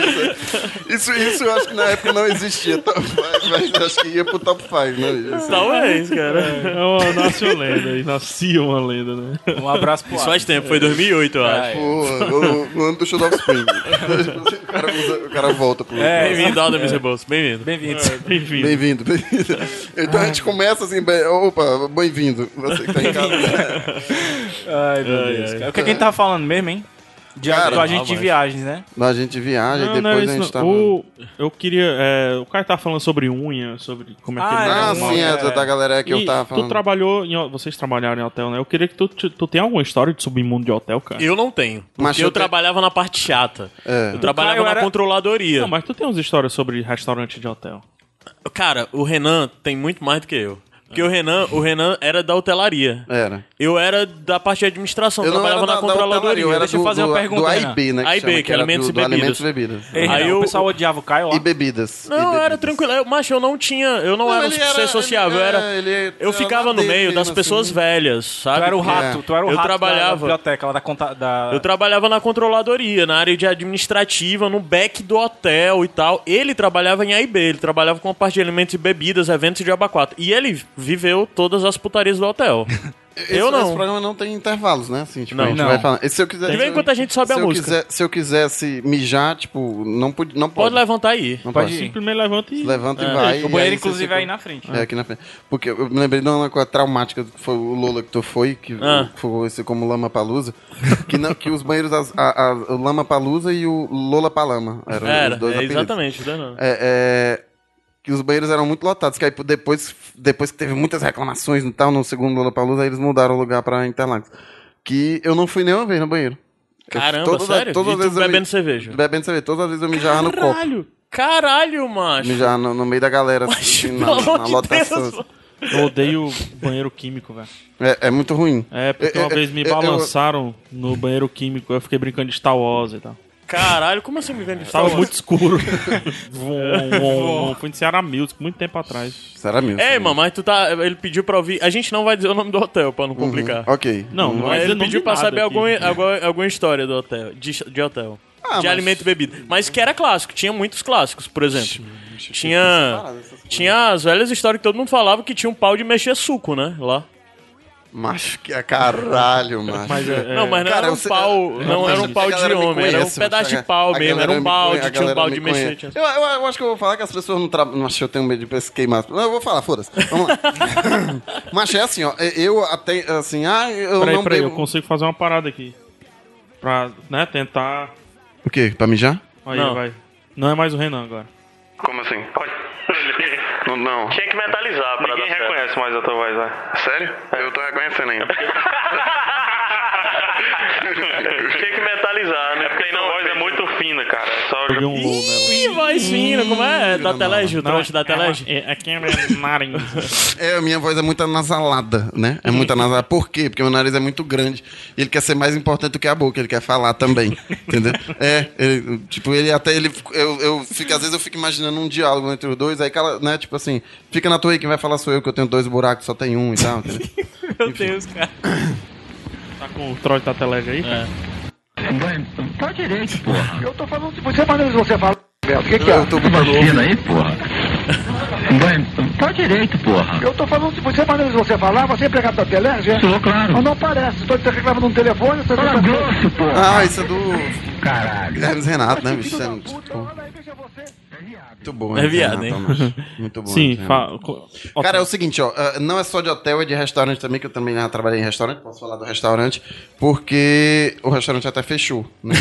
S1: Isso, isso, isso eu acho que na época não existia top 5, mas acho que ia pro top 5, né? Assim,
S2: Talvez, cara.
S4: É uma, nasce uma lenda, e nascia uma lenda, né?
S3: Um abraço pro
S2: Isso
S3: Adam.
S2: faz tempo, foi 2008, eu acho.
S3: É.
S1: Pô, no, no ano do Show of Spring. o, cara usa- o cara volta pro.
S3: É,
S2: Bem-vindo, Alda Rebolso. Bem-vindo.
S3: Bem-vindos.
S4: Enfim.
S1: Bem-vindo, bem-vindo. Então a gente começa assim, bem, opa, bem-vindo. Você que tá em casa.
S3: Ai, meu
S4: Ai,
S3: Deus.
S4: ai.
S3: cara. O que, é que a gente tava falando mesmo, hein? De
S1: Cara,
S3: do agente de
S2: mas-
S3: viagens, né?
S1: A gente viaja e
S4: era
S1: depois a
S4: isso,
S1: gente tá.
S4: O, eu queria. é, o cara tava falando sobre unha, sobre como é que
S3: Ah,
S4: ele
S3: é,
S1: Ah,
S4: tava mal.
S1: sim, é, da- da galera que
S4: E
S1: eu tava
S4: Tu
S1: falando.
S4: trabalhou em. ho- Vocês trabalharam em hotel, né? Eu queria que tu, te- tu tem alguma história de submundo de hotel, cara?
S2: Eu não tenho. Porque
S1: Mas
S2: eu,
S1: eu te-
S2: trabalhava na parte chata.
S1: É.
S2: Eu trabalhava
S3: Caio
S2: na
S3: era-
S2: controladoria.
S4: Não, mas tu tem umas histórias sobre restaurante de hotel.
S2: Cara, o Renan tem muito mais do que eu. Porque o Renan, o Renan era da hotelaria.
S1: Era.
S2: Eu era da parte de administração,
S1: É. Eu não era
S2: trabalhava na
S1: da, da hotelaria,
S2: controladoria.
S1: eu era
S3: Deixa eu
S1: do,
S3: fazer uma
S1: do-
S3: pergunta,
S1: do
S3: Renan.
S1: AIB, né? Que
S2: AIB,
S1: chama,
S2: que é
S1: que era
S2: Alimentos
S1: do,
S2: e
S1: do Alimentos e
S2: Bebidas.
S1: Bebidas.
S3: Ei,
S2: Aí
S3: Renan,
S2: eu-
S3: O pessoal odiava o Caio lá.
S1: E bebidas. e
S2: Não, eu era
S1: bebidas.
S2: tranquilo. Eu, macho, eu não tinha. Eu não, era um
S1: ele era-
S2: ser sociável.
S1: ele-
S2: eu era,
S1: é, ele-
S2: eu
S1: era
S2: ficava
S1: na
S2: no
S1: dele
S2: meio das
S1: mesmo,
S2: pessoas
S1: assim.
S2: velhas, sabe?
S3: Tu era o rato,
S1: É.
S3: tu era o rato da-
S2: Eu
S3: da
S2: trabalhava.
S3: biblioteca lá da conta da
S2: Eu trabalhava na controladoria, na área de administrativa, no back do hotel e tal. Ele trabalhava em AIB, ele trabalhava com a parte de alimentos e bebidas, eventos de abacuato. E ele viveu todas as putarias do hotel.
S1: Esse,
S2: eu
S1: Esse
S2: não.
S1: programa não tem intervalos, né? Assim, tipo,
S2: Não.
S1: a gente
S3: Não.
S1: vai falando. E se eu quiser,
S2: De vez em
S1: se
S2: quando
S1: eu-
S2: a gente sobe
S1: se
S2: a
S1: eu
S2: música.
S1: quiser- se eu quisesse mijar, tipo, não, pude, não pode.
S2: Pode levantar aí.
S1: Não
S3: Pode
S1: pode.
S3: ir.
S4: Primeiro levanta e.
S1: Levanta
S2: É.
S1: e vai. e
S3: O banheiro,
S1: aí você
S3: inclusive,
S1: fica-
S3: é aí na frente.
S1: É, aqui na frente. Porque eu me lembrei de uma coisa traumática que foi o Lola que tu foi, que
S2: Ah.
S1: foi esse como Lama Palusa, que, não- que os banheiros, as- a, a- o Lama Palusa e o Lola Palama. Eram
S2: Era,
S1: os dois
S2: é,
S1: apelidos.
S2: exatamente. Não.
S1: É, é, que os banheiros eram muito lotados, que aí depois, depois que teve muitas reclamações e tal, no segundo Lola Palusa, eles mudaram o lugar pra Interlagos. Que eu não fui nenhuma vez no banheiro. Eu-
S2: Caramba,
S1: todas as-
S2: sério?
S1: todas
S2: E
S1: as
S2: tu
S1: vezes eu
S2: bebendo
S1: me-
S2: cerveja?
S1: Bebendo cerveja. Todas as vezes eu mijava no copo.
S4: Caralho!
S2: Caralho, macho.
S1: Mijar no, no meio da galera, assim, na,
S2: pelo
S1: na
S2: amor de
S1: lotação.
S2: Deus,
S1: assim.
S4: Eu odeio banheiro químico, velho.
S1: É, é muito ruim.
S4: É, porque
S1: Eu-
S4: uma
S1: eu-
S4: vez me
S1: eu- eu-
S4: balançaram no banheiro químico, eu fiquei brincando de Star Wars e tal.
S2: Caralho, como assim me vendo de Star
S4: Tava
S2: Wars?
S4: muito escuro. Vom, vom, vom. Foi de Ceará Music, muito tempo atrás.
S1: Será mesmo?
S2: Ei,
S1: será mesmo.
S2: mano, mas tu tá. Ele pediu pra ouvir. A gente não vai dizer o nome do hotel pra não
S1: Uhum.
S2: complicar.
S1: Ok.
S4: Não, não
S2: Mas
S4: vai dizer
S2: ele
S4: nome
S2: pediu
S4: de
S2: pra
S4: nada aqui.
S2: saber
S4: É,
S2: alguma, alguma, alguma história do hotel, de, de hotel.
S1: Ah, mas-
S2: de alimento e bebida. Mas que era clássico, tinha muitos clássicos, por exemplo. Tinha. Tinha as velhas histórias que todo mundo falava que tinha um pau de mexer suco, né? Lá.
S1: Macho que é caralho, macho.
S4: Mas é, é,
S2: Não, mas não
S1: Cara,
S2: era um
S1: você-
S2: pau.
S1: é,
S2: Não
S1: mas
S2: era um
S1: a
S2: pau de
S1: galera me
S2: homem, era um
S1: conhece, macho.
S2: pedaço de
S1: A-
S2: pau
S1: a
S2: mesmo. Era
S1: galera
S2: um
S1: me
S2: balde,
S1: conhece, a
S2: tinha um balde
S1: galera
S2: de
S1: me
S2: mexer.
S1: conhece. Eu,
S2: tinha-
S1: eu, eu acho que eu vou falar que as pessoas não trabalham. Nossa, eu tenho medo de pessoas queimar. Não, eu vou falar, foda-se. Vamos lá. Mas é assim, ó. Eu até, assim, ah, eu
S4: Peraí,
S1: não
S4: peraí, eu
S1: bebo...
S4: consigo fazer uma parada aqui. Pra, né, tentar.
S1: O quê? Pra mijar?
S4: Aí,
S2: Não.
S4: vai. Não é mais o Renan agora.
S8: Como assim? Pode. Não, não.
S9: Tinha que mentalizar pra
S8: Ninguém
S9: dar certo.
S8: reconhece mais a tua voz, vai.
S9: Sério?
S8: Eu tô reconhecendo ainda.
S9: Tinha que mentalizar, né? Porque
S8: Porque
S9: não
S8: tua voz é muito fina, cara. Só
S4: Peguei um low nela.
S2: Ih, voz fina, como é? tá Da Telege, o trote da Telege.
S4: É, aqui é meu nariz.
S1: É, a minha voz é muito anasalada, né? É muito anasalada. Por quê? Porque meu nariz é muito grande. Ele quer ser mais importante do que a boca, ele quer falar também. entendeu? É, ele- tipo, ele até. Ele, eu, eu fico, às vezes eu fico imaginando um diálogo entre os dois, aí, cala- né, tipo assim, fica na tua aí, quem vai falar sou eu, que eu tenho dois buracos, só tem um e tal. entendeu?
S3: Meu Deus, cara.
S4: Tá com o trote da Telega aí? cara?
S10: Tá direito, porra. Eu tô falando de você, mas você fala. O que, que é?
S1: Eu tô muito louco.
S10: Vira aí, porra. Tá direito, porra. Eu tô falando de você, mas você falar, você é pregado da Telege? é? Sou, claro. Mas não parece. Tô você reclama de um telefone, você Fala grosso, porra.
S1: Ah, isso é do
S10: Caralho.
S1: Guilherme Renato, né, bicho? Isso é, tipo, muito bom.
S2: É
S1: né,
S2: viado, hein?
S1: Renato, macho? Muito bom.
S4: Sim,
S1: né,
S4: fa... co- ó,
S1: Cara, é o seguinte, ó, ah, não é só de hotel, é de restaurante também, que eu também já trabalhei em restaurante, posso falar do restaurante, porque o restaurante até fechou, né?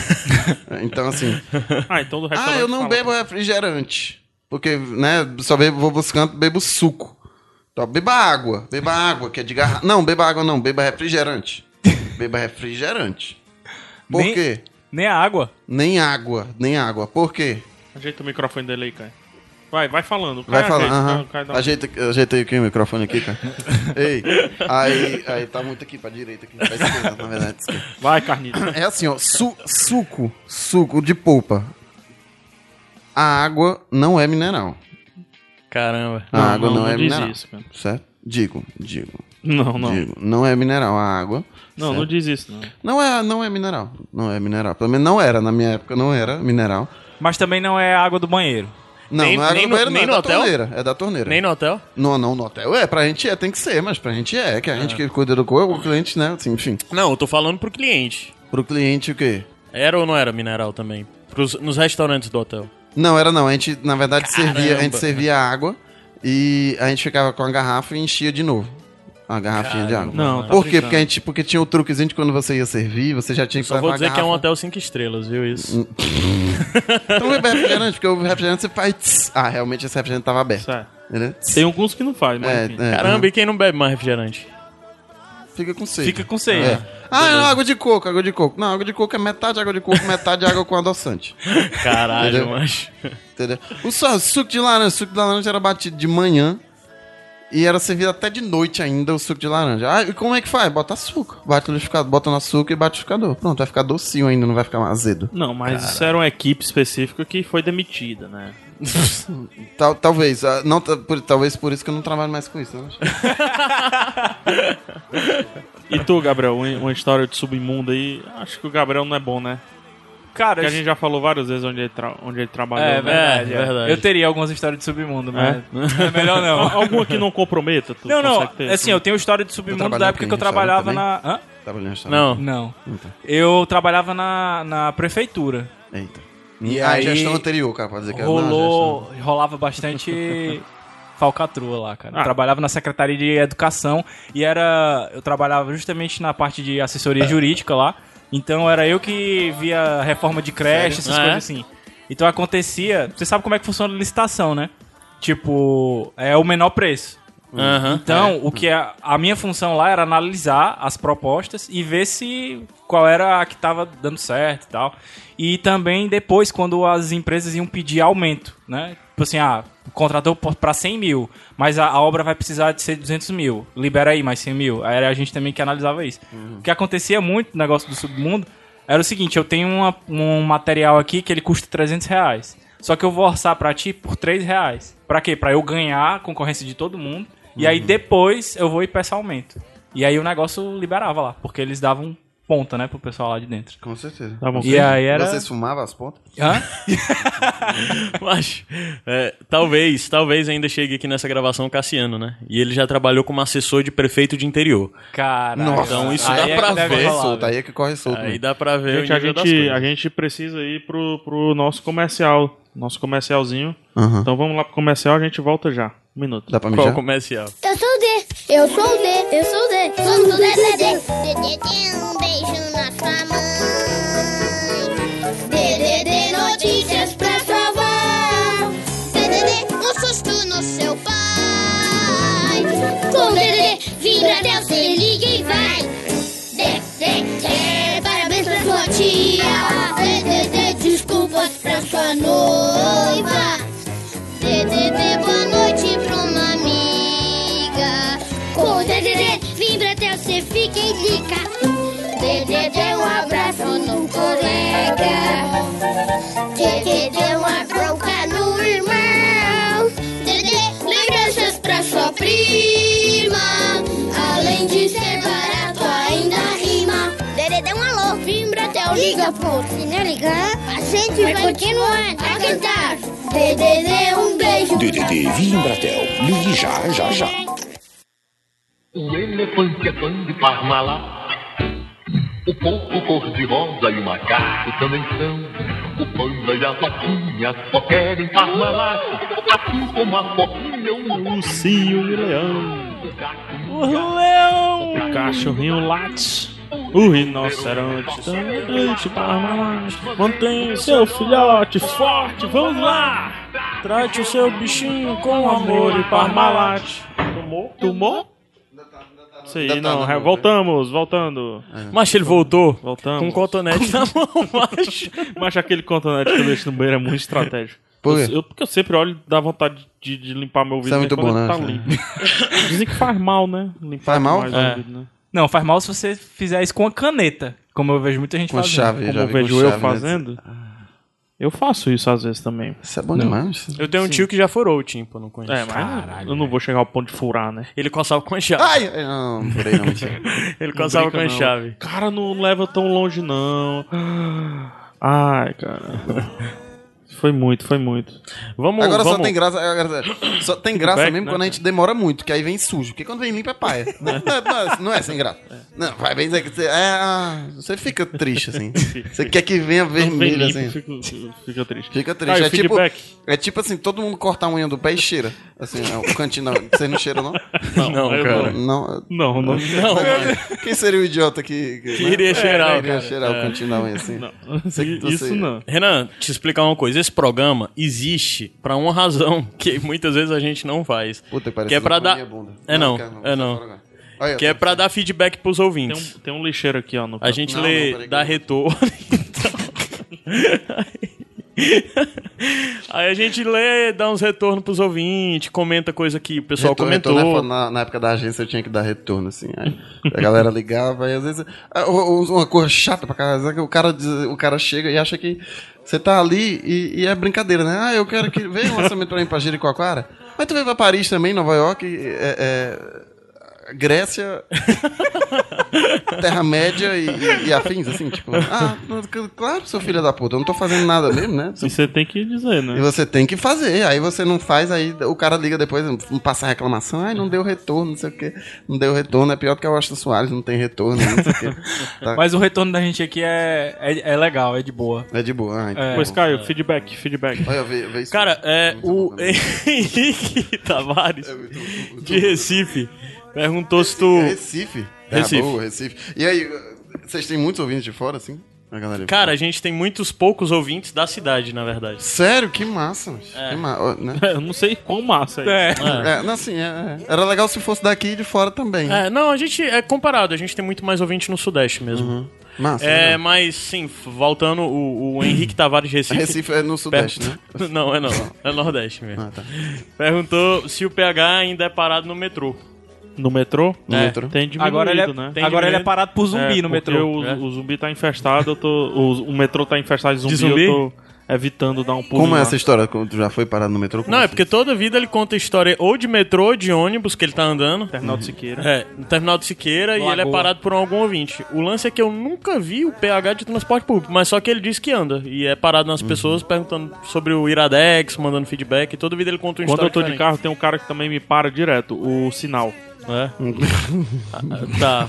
S1: então, assim,
S2: é,
S4: Ah, então do restaurante.
S1: ah, eu não
S4: fala.
S1: bebo refrigerante, porque, né, só bebo, vou buscando, bebo suco. Então, beba água, beba água, que é de garrafa. Não, beba água não, beba refrigerante. Beba refrigerante. Por
S3: Nem-
S1: quê?
S3: Nem a água?
S1: Nem água, nem água. Por quê?
S4: Ajeita o microfone dele aí, cara. Vai, vai falando.
S1: Vai
S4: Caio,
S1: falando,
S4: ajeita,
S1: aham.
S4: Caio, dá um-
S1: Ajeita, ajeitei aqui o microfone aqui, cara. Ei, aí, aí tá muito aqui pra direita, aqui pra esquerda, na verdade. desculpa.
S4: Vai, Carnita.
S1: É assim, ó, su- suco, suco de polpa. A água não é mineral.
S2: Caramba.
S1: A
S4: Não,
S1: água
S4: não,
S1: não,
S4: não
S1: é
S4: diz
S1: mineral.
S4: isso, cara.
S1: certo? Digo, digo.
S4: Não, não.
S1: Digo, não é mineral a água.
S4: Não,
S1: certo?
S4: não diz isso, não.
S1: Não é, não é mineral. Não é mineral. Pelo menos não era, na minha época não era mineral.
S3: Mas também não é água do banheiro.
S1: Não,
S2: Nem-
S1: não é água
S2: nem
S1: do
S2: no-
S1: banheiro, não.
S2: nem
S1: É
S2: no
S1: da
S2: hotel?
S1: torneira. É da torneira.
S2: Nem no hotel?
S1: Não, não, no hotel. É, pra gente é, tem que ser, mas pra gente é. Que a gente que cuida do corpo, o cliente, né? Assim, enfim.
S2: Não, eu tô falando pro cliente.
S1: Pro cliente o quê?
S2: Era ou não era mineral também? Pros- nos restaurantes do hotel.
S1: Não, era não. A gente, na verdade, servia, a gente
S2: Caramba.
S1: servia água e a gente ficava com a garrafa e enchia de novo. A garrafinha de água.
S4: Não, tá
S1: Por quê?
S4: brincando.
S1: Porque, a gente, porque tinha o truquezinho de quando você ia servir, você já tinha que
S2: Só vou
S1: lavar a
S2: dizer que é um
S1: garrafa.
S2: hotel cinco estrelas, viu isso?
S1: Hum, Então bebe refrigerante, porque o refrigerante você faz... tss. Ah, realmente esse refrigerante tava aberto.
S4: Certo.
S1: Entendeu? Tss.
S4: é. Tem alguns que não faz, mas
S1: É,
S4: enfim.
S1: é,
S2: Caramba, e quem não bebe mais refrigerante?
S1: Fica com sede.
S3: Fica com sede.
S1: É. Ah, não, água de coco, água de coco. Não, água de coco é metade água de coco, metade água com adoçante.
S2: Caralho,
S1: Entendeu?
S2: mancho.
S1: Entendeu? O su- suco de laranja, suco de laranja era batido de manhã e era servido até de noite ainda o suco de laranja. Ah, e como é que faz? Bota açúcar. Bate no liquidificador, bota no açúcar e bate no liquidificador. Pronto, vai ficar docinho ainda, não vai ficar azedo.
S4: Não, mas isso era uma equipe específica que foi demitida, né?
S1: Tal- talvez, ah, não, ta- por- talvez por isso que eu não trabalho mais com isso. eu acho.
S4: E tu, Gabriel, um- uma história de submundo aí. Acho que o Gabriel não é bom, né?
S3: Cara,
S4: Porque a
S3: eu-
S4: gente já falou várias vezes onde ele, tra- onde ele trabalhou. né?
S3: é, verdade,
S2: É,
S3: é.
S2: verdade.
S3: Eu teria algumas histórias de submundo, mas é melhor
S4: Al-
S3: não.
S4: Alguma que não comprometa? Tu
S3: não, não.
S4: consegue ter?
S3: Assim, eu tenho história de submundo
S1: trabalhava
S3: da época
S1: em
S3: que eu
S1: restaurante
S3: trabalhava
S1: também? Então.
S3: na... Hã?
S1: Trabalho em restaurante.
S2: Não.
S3: Não. Eu trabalhava na, na prefeitura.
S1: Eita.
S3: E
S1: E a
S3: aí-
S1: gestão anterior, cara, pode dizer que era- não, a gestão-
S3: Rolou, rolava bastante falcatrua lá, cara. Eu
S4: Ah.
S3: trabalhava na Secretaria de Educação e era. Eu trabalhava justamente na parte de assessoria
S2: É.
S3: jurídica lá. Então era eu que via reforma de creche, essas
S2: Ah,
S3: coisas
S2: é?
S3: assim. Então acontecia. Você sabe como é que funciona a licitação, né? Tipo, é o menor preço.
S2: Aham.
S3: Então, o que a, a minha função lá era analisar as propostas e ver se qual era a que estava dando certo e tal. E também depois, quando as empresas iam pedir aumento, né? Tipo assim, ah, contratou para 100 mil, mas a, a obra vai precisar de ser 200 mil. Libera aí mais 100 mil. Aí era a gente também que analisava isso. O que acontecia muito no negócio do submundo era o seguinte, eu tenho uma- um material aqui que ele custa 300 reais. Só que eu vou orçar pra ti por 3 reais. Pra quê? Pra eu ganhar a concorrência de todo mundo. E
S2: Uhum.
S3: aí depois eu vou e peço aumento. E aí o negócio liberava lá, porque eles davam ponta, né, pro pessoal lá de dentro.
S1: Com certeza.
S4: Tá bom.
S3: E aí era...
S1: Vocês fumavam as pontas?
S3: Hã?
S2: Mas, é, talvez, talvez ainda chegue aqui nessa gravação o Cassiano, né? E ele já trabalhou como assessor de prefeito de interior.
S3: Cara,
S2: Então isso
S3: é
S2: dá pra ver.
S1: Corre solto, aí é que corre solto.
S2: Aí
S1: mesmo.
S2: dá pra ver
S4: Gente,
S2: o
S4: a,
S2: nível
S4: gente, a
S2: das coisas.
S4: gente precisa ir pro, pro nosso comercial. Nosso comercialzinho.
S1: Aham.
S4: Então vamos lá pro comercial, a gente volta já. Um minuto.
S1: Dá pra
S2: Qual
S1: mijar?
S2: comercial?
S11: Eu sou o D, eu sou o D, eu sou o D, sou o D, Dedê. Dedê, um beijo na sua mãe. Dedê, notícias pra salvar. Dedê, um susto no seu pai. Com Dedê, vibra Deus, se liga e vai. Dedê, parabéns pra sua tia. Dedê, desculpas pra sua noiva. DDD, boa noite pra uma amiga. Com o DDD, vibra até você fica em dica. DDD, um abraço no colega. DDD, uma bronca no irmão. DDD, lembranças pra sua prima. Além de ser barato, ainda rima. DDD, um alô. Vibra até o liga, pô. Se não ligar, a gente vai, continuar a cantar. DDD, um beijo.
S10: DDD, Vimbratel. Ligue já, já, já.
S9: O elefante é fã de Parmalá. O povo cor-de-rosa e o macaco também são. O panda e a foquinha só querem Parmalá. Assim como a foquinha, o
S3: Um
S4: Ursinho e leão.
S9: o gato
S3: O leão!
S4: O cachorrinho late. O rinoceronte também Mantém o seu filhote forte. Vamos lá!
S2: Trate o seu bichinho com
S4: amor e parmalat.
S2: Tomou?
S4: Tomou? Isso aí, não. re- voltamos, voltando.
S2: Macho, ele voltou
S4: Voltamos.
S2: É. com um cotonete na mão, macho.
S4: Mas aquele cotonete que eu deixo no banheiro é muito estratégico.
S1: Por quê?
S4: Eu, eu- porque eu sempre olho e dá vontade de, de limpar meu ouvido.
S1: Isso é
S4: mesmo
S1: muito
S4: quando
S1: bom,
S4: ele
S1: né?
S4: Tá limpo. Dizem que faz mal, né? Limpar
S1: Faz mal?
S4: demais o
S1: É.
S4: ouvido, né?
S3: Não, faz mal se você fizer isso com a caneta, como eu vejo muita gente
S1: Com a
S3: fazendo.
S1: chave,
S4: Como
S1: já
S4: eu
S1: vi com
S4: vejo eu
S1: chave, né?
S4: fazendo. Eu faço isso às vezes também.
S1: Isso é bom
S4: Não.
S1: demais.
S2: Eu tenho um tio que já furou o tímpano com isso.
S4: É, mas
S3: Caralho,
S4: eu não vou chegar ao ponto de furar, né?
S2: Ele coçava com a chave.
S1: Ai, ai, não, não furei não, mentira.
S2: ele
S4: Não
S2: coçava com
S4: brinca,
S2: a
S4: não.
S2: chave.
S4: Cara, não leva tão longe, não. Ai, cara. Foi muito, foi muito.
S2: Vamos,
S1: Agora
S2: vamos.
S1: só tem graça. agora- só tem graça
S4: Feedback,
S1: mesmo
S4: né,
S1: quando a
S4: cara?
S1: gente demora muito, que aí vem sujo. Porque quando vem limpo é paia. não,
S2: Né?
S1: é- não é, não é sem graça. Não, vai bem dizer que você. é, ah, você fica triste, assim. Você quer que venha vermelho,
S4: Vem
S1: assim.
S4: limpo, fico- fica triste.
S1: Fica
S4: Ah,
S1: triste.
S4: e o
S1: é, tipo,
S4: feedback?
S1: é tipo assim, todo mundo corta a unha do pé e cheira. Assim, é o cantinho. Não, vocês não cheiram, não?
S4: Não,
S2: Não,
S4: eu
S1: Não.
S2: cara.
S4: Não, não.
S2: Não, mano.
S1: Quem seria o idiota que. que né?
S2: iria cheirar,
S1: Iria
S2: cara. É.
S1: cheirar o cantinho da unha, assim. Não. Sei que tu
S4: Isso
S1: sei.
S4: não.
S2: Renan, te explicar uma coisa. Esse programa existe pra uma razão que muitas vezes a gente não faz.
S1: Puta, parece
S2: que é pra
S1: uma
S2: dar.
S1: minha bunda.
S2: É não,
S1: cara,
S2: é
S1: vou
S2: não.
S1: agora. Olha,
S2: Que é pra dar feedback pros
S4: Tem
S2: ouvintes.
S4: um, tem um lixeiro aqui, ó. No
S2: A gente
S1: Não,
S2: lê,
S1: não, peraí que
S2: dá
S1: eu-
S2: retorno. Então... Aí a gente lê, dá uns retornos pros ouvintes, comenta coisa que o pessoal
S1: Retorno,
S2: comentou.
S1: retorno, né? na, na época da agência eu tinha que dar retorno, assim. Aí a galera ligava e às vezes. ah, o- o- Uma coisa chata pra casa, que o cara, diz- o cara chega e acha que você tá ali e, e é brincadeira, né? Ah, eu quero que. Venha um lançamento pra mim pra Jericoacoara. Mas tu veio pra Paris também, Nova York, é, é, Grécia, Terra-média e, e- e afins, assim, tipo. Ah, claro, seu filho é da puta, eu não tô fazendo nada mesmo, né?
S4: E você tem que dizer,
S1: E
S4: né?
S1: você tem que fazer. Aí você não faz, aí o cara liga depois, passa a reclamação. Ai, não deu retorno, não sei o quê. Não deu retorno. É pior do que a Washington Soares, não tem retorno, não sei o quê. Tá.
S3: Mas o retorno da gente aqui é, é, é legal, é de boa.
S1: É de boa. Ai,
S3: É.
S4: Pois, Caio, feedback, feedback.
S1: Olha, vê, vê isso.
S2: Cara, é,
S1: Muito bom
S2: o
S1: também.
S2: Henrique Tavares,
S1: É, eu tô- eu tô-
S2: de Recife, perguntou se tu...
S1: Recife. Recife.
S2: Recife.
S1: Ah, boa, Recife. E aí, vocês têm muitos ouvintes de fora, assim? A galera de
S2: Cara, a
S1: fora?
S2: gente tem muitos poucos ouvintes da cidade, na verdade.
S1: Sério, que massa. mas.
S2: É.
S1: Que ma... ó, né?
S4: Eu não sei quão massa é.
S3: É.
S2: Ah,
S1: É, não, assim, é- é. era legal se fosse daqui e de fora também.
S2: É, não, a gente é comparado, a gente tem muito mais ouvinte no Sudeste mesmo.
S1: Massa.
S2: É,
S1: né?
S2: mas sim, f- voltando, o, o Henrique Tavares de Recife.
S1: Recife é no Sudeste, né?
S2: Pergunta- Não, é não. É Nordeste mesmo.
S1: Ah, tá.
S2: Perguntou se o PH ainda é parado no metrô.
S4: No metrô?
S1: No
S2: É.
S1: metrô.
S4: Tem diminuído,
S3: Agora ele é,
S4: né?
S2: Tem
S3: agora ele é
S2: diminuído.
S3: parado por zumbi
S4: É,
S3: no
S4: porque
S3: metrô.
S4: O,
S2: É.
S4: o zumbi tá infestado, eu tô, o, o metrô tá infestado de zumbi,
S2: De zumbi?
S4: eu tô evitando dar um pulo.
S1: Como é
S4: lá.
S1: essa história? Como Tu já foi parado no metrô? Como
S2: Não, é
S1: assim?
S2: porque toda vida ele conta história ou de metrô ou de ônibus que ele tá andando.
S4: Terminal de Siqueira.
S2: É, no terminal de Siqueira e
S3: Lagoa.
S2: ele é parado por algum ouvinte. O lance é que eu nunca vi o PH de transporte público, mas só que ele diz que anda. E é parado nas pessoas perguntando sobre o Iradex, mandando feedback. E toda vida ele conta uma
S4: Quando eu
S2: história.
S4: tô de carro, tem um cara que também me para direto, o sinal.
S2: de carro. É. tá.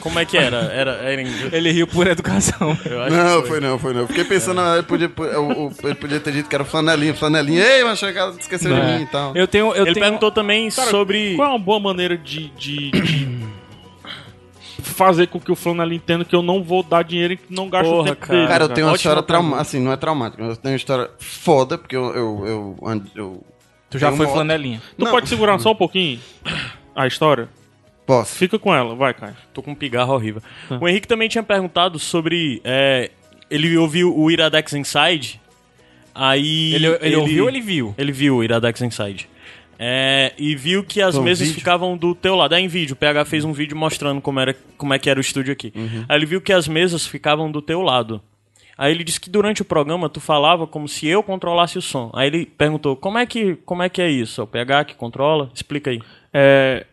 S2: Como é que era? Era, era em-
S3: Ele riu por educação.
S2: eu acho
S1: Não,
S2: que
S1: foi não, foi não. Fiquei pensando, na verdade, podia, o- o- ele podia ter dito que era flanelinha, flanelinha. Ei, mas chegada, esqueceu de mim e tal.
S3: Eu tenho. Eu
S2: Ele
S3: tenho...
S2: perguntou também sobre.
S4: Qual é uma boa maneira de, de- de fazer com que o Flanelli entenda que eu não vou dar dinheiro e que não gasto
S2: Porra,
S4: o tempo
S2: cara.
S4: dele?
S1: Cara, eu tenho uma
S4: né? Ótima
S1: história traumática.
S4: pergunta.
S1: Assim, não é traumática, mas eu tenho uma história foda, porque eu. eu, eu, and- eu-
S3: Tu já
S1: tenho
S3: foi
S1: uma-
S3: flanelinha.
S4: Tu
S1: Não.
S4: pode segurar só um pouquinho a história?
S1: Posso.
S4: Fica com ela, vai, Caio.
S2: Tô com um pigarro horrível.
S3: Ah.
S2: O Henrique também tinha perguntado sobre. é, ele ouviu o Iradex Inside. Aí.
S3: Ele, ele, ouviu ou ele viu?
S2: Ele viu o Iradex Inside. É, e viu que as
S1: Foi um
S2: mesas
S1: vídeo?
S2: ficavam do teu lado. É em vídeo. O PH fez um vídeo mostrando como, era, como é que era o estúdio aqui. Aí ele viu que as mesas ficavam do teu lado. Aí ele disse que durante o programa tu falava como se eu controlasse o som. Aí ele perguntou: como é que, como é, que é isso? É O PH que controla? Explica aí.
S4: É,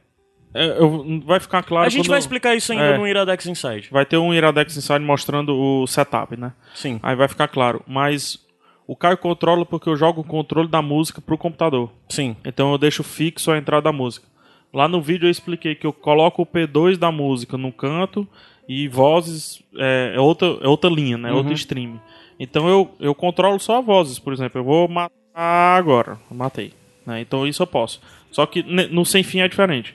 S4: é, eu- vai ficar claro
S2: a gente
S4: quando-
S2: vai explicar isso ainda
S4: É.
S2: no Iradex Inside.
S4: Vai ter um Iradex Inside mostrando o setup, né?
S2: Sim.
S4: Aí vai ficar claro. Mas o Caio controla porque eu jogo o controle da música pro computador.
S2: Sim.
S4: Então eu deixo fixo a entrada da música. Lá no vídeo eu expliquei que eu coloco o P2 da música no canto e vozes é, é outra, é outra linha, né? É
S2: Uhum.
S4: Outro stream. Então eu, eu controlo só vozes, por exemplo. Eu vou matar agora. Eu Matei. né? Então isso eu posso. Só que ne- no sem fim é diferente.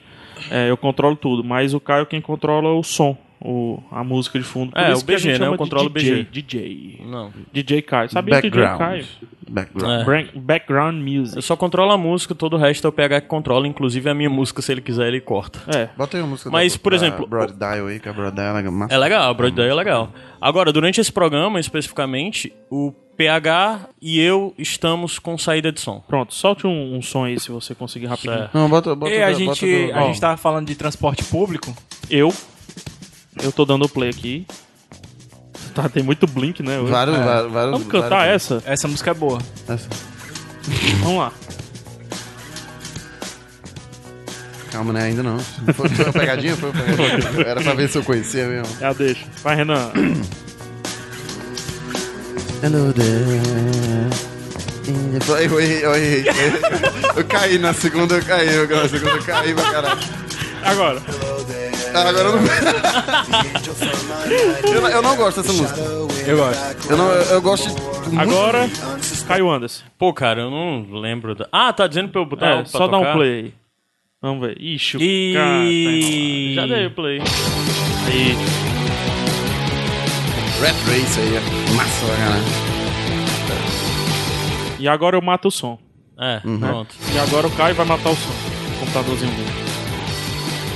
S4: É, eu controlo tudo, mas o Caio quem controla é o som. o, a música de fundo. Por
S2: É,
S4: isso
S2: o
S4: que a
S2: BG,
S4: gente
S2: né?
S4: chama
S2: Eu controlo o
S4: de DJ,
S2: BG.
S4: DJ.
S2: Não.
S4: DJ Caio. Sabia que DJ
S2: Background.
S4: Caio?
S1: Background.
S2: É.
S4: Bran- Background music.
S2: Eu só controlo a música, todo o resto é o PH que controla, inclusive a minha música, se ele quiser, ele corta.
S4: É.
S1: Bota aí uma música
S2: Mas,
S1: da-
S2: por
S1: da
S2: exemplo,
S1: Broad Dial aí, que a Broad Dial é legal. massa.
S2: É legal, a Broadway é legal. Agora, durante esse programa, especificamente, o PH e eu estamos com saída de som.
S4: Pronto, solte um, um som aí se você conseguir rapidinho.
S2: Certo.
S1: Não, bota, bota,
S3: E
S1: da-
S3: a
S1: bota
S3: gente,
S1: do-
S3: a
S1: ó,
S3: gente tá- tava falando de transporte público.
S4: Eu. Eu tô dando play aqui. Tá, tem muito blink, né? hoje?
S1: Vários,
S4: É.
S1: vários, vários-
S4: Vamos cantar
S1: vários-
S4: essa?
S3: Essa música é boa.
S1: essa.
S4: Vamos lá.
S1: Calma, né? Ainda não. Foi, foi uma pegadinha? Foi uma pegadinha. Era pra ver se eu conhecia mesmo.
S4: Já É deixa. Vai, Renan.
S1: Hello there. Eu errei, eu errei. Eu caí na segunda, eu caí. Eu, na segunda eu caí pra caralho.
S4: Agora.
S1: Ah, Agora eu não. eu, não- eu não gosto dessa música.
S3: Eu gosto.
S1: Eu, não, eu, eu gosto. de-
S4: Agora, Caio Anderson.
S2: Pô, cara, eu não lembro da... Ah, tá dizendo pra eu botar
S4: É,
S2: alto pra
S4: só dá um
S2: tocar?
S4: play aí. Vamos ver. Ixi, o
S3: E-
S4: cara tá enrolado. Já dei o play. Aí.
S1: Red Race aí é massa pra caralho.
S4: E agora eu mato o som.
S2: É,
S4: Uhum.
S2: pronto.
S4: E agora o Caio vai matar o som. O computadorzinho dele.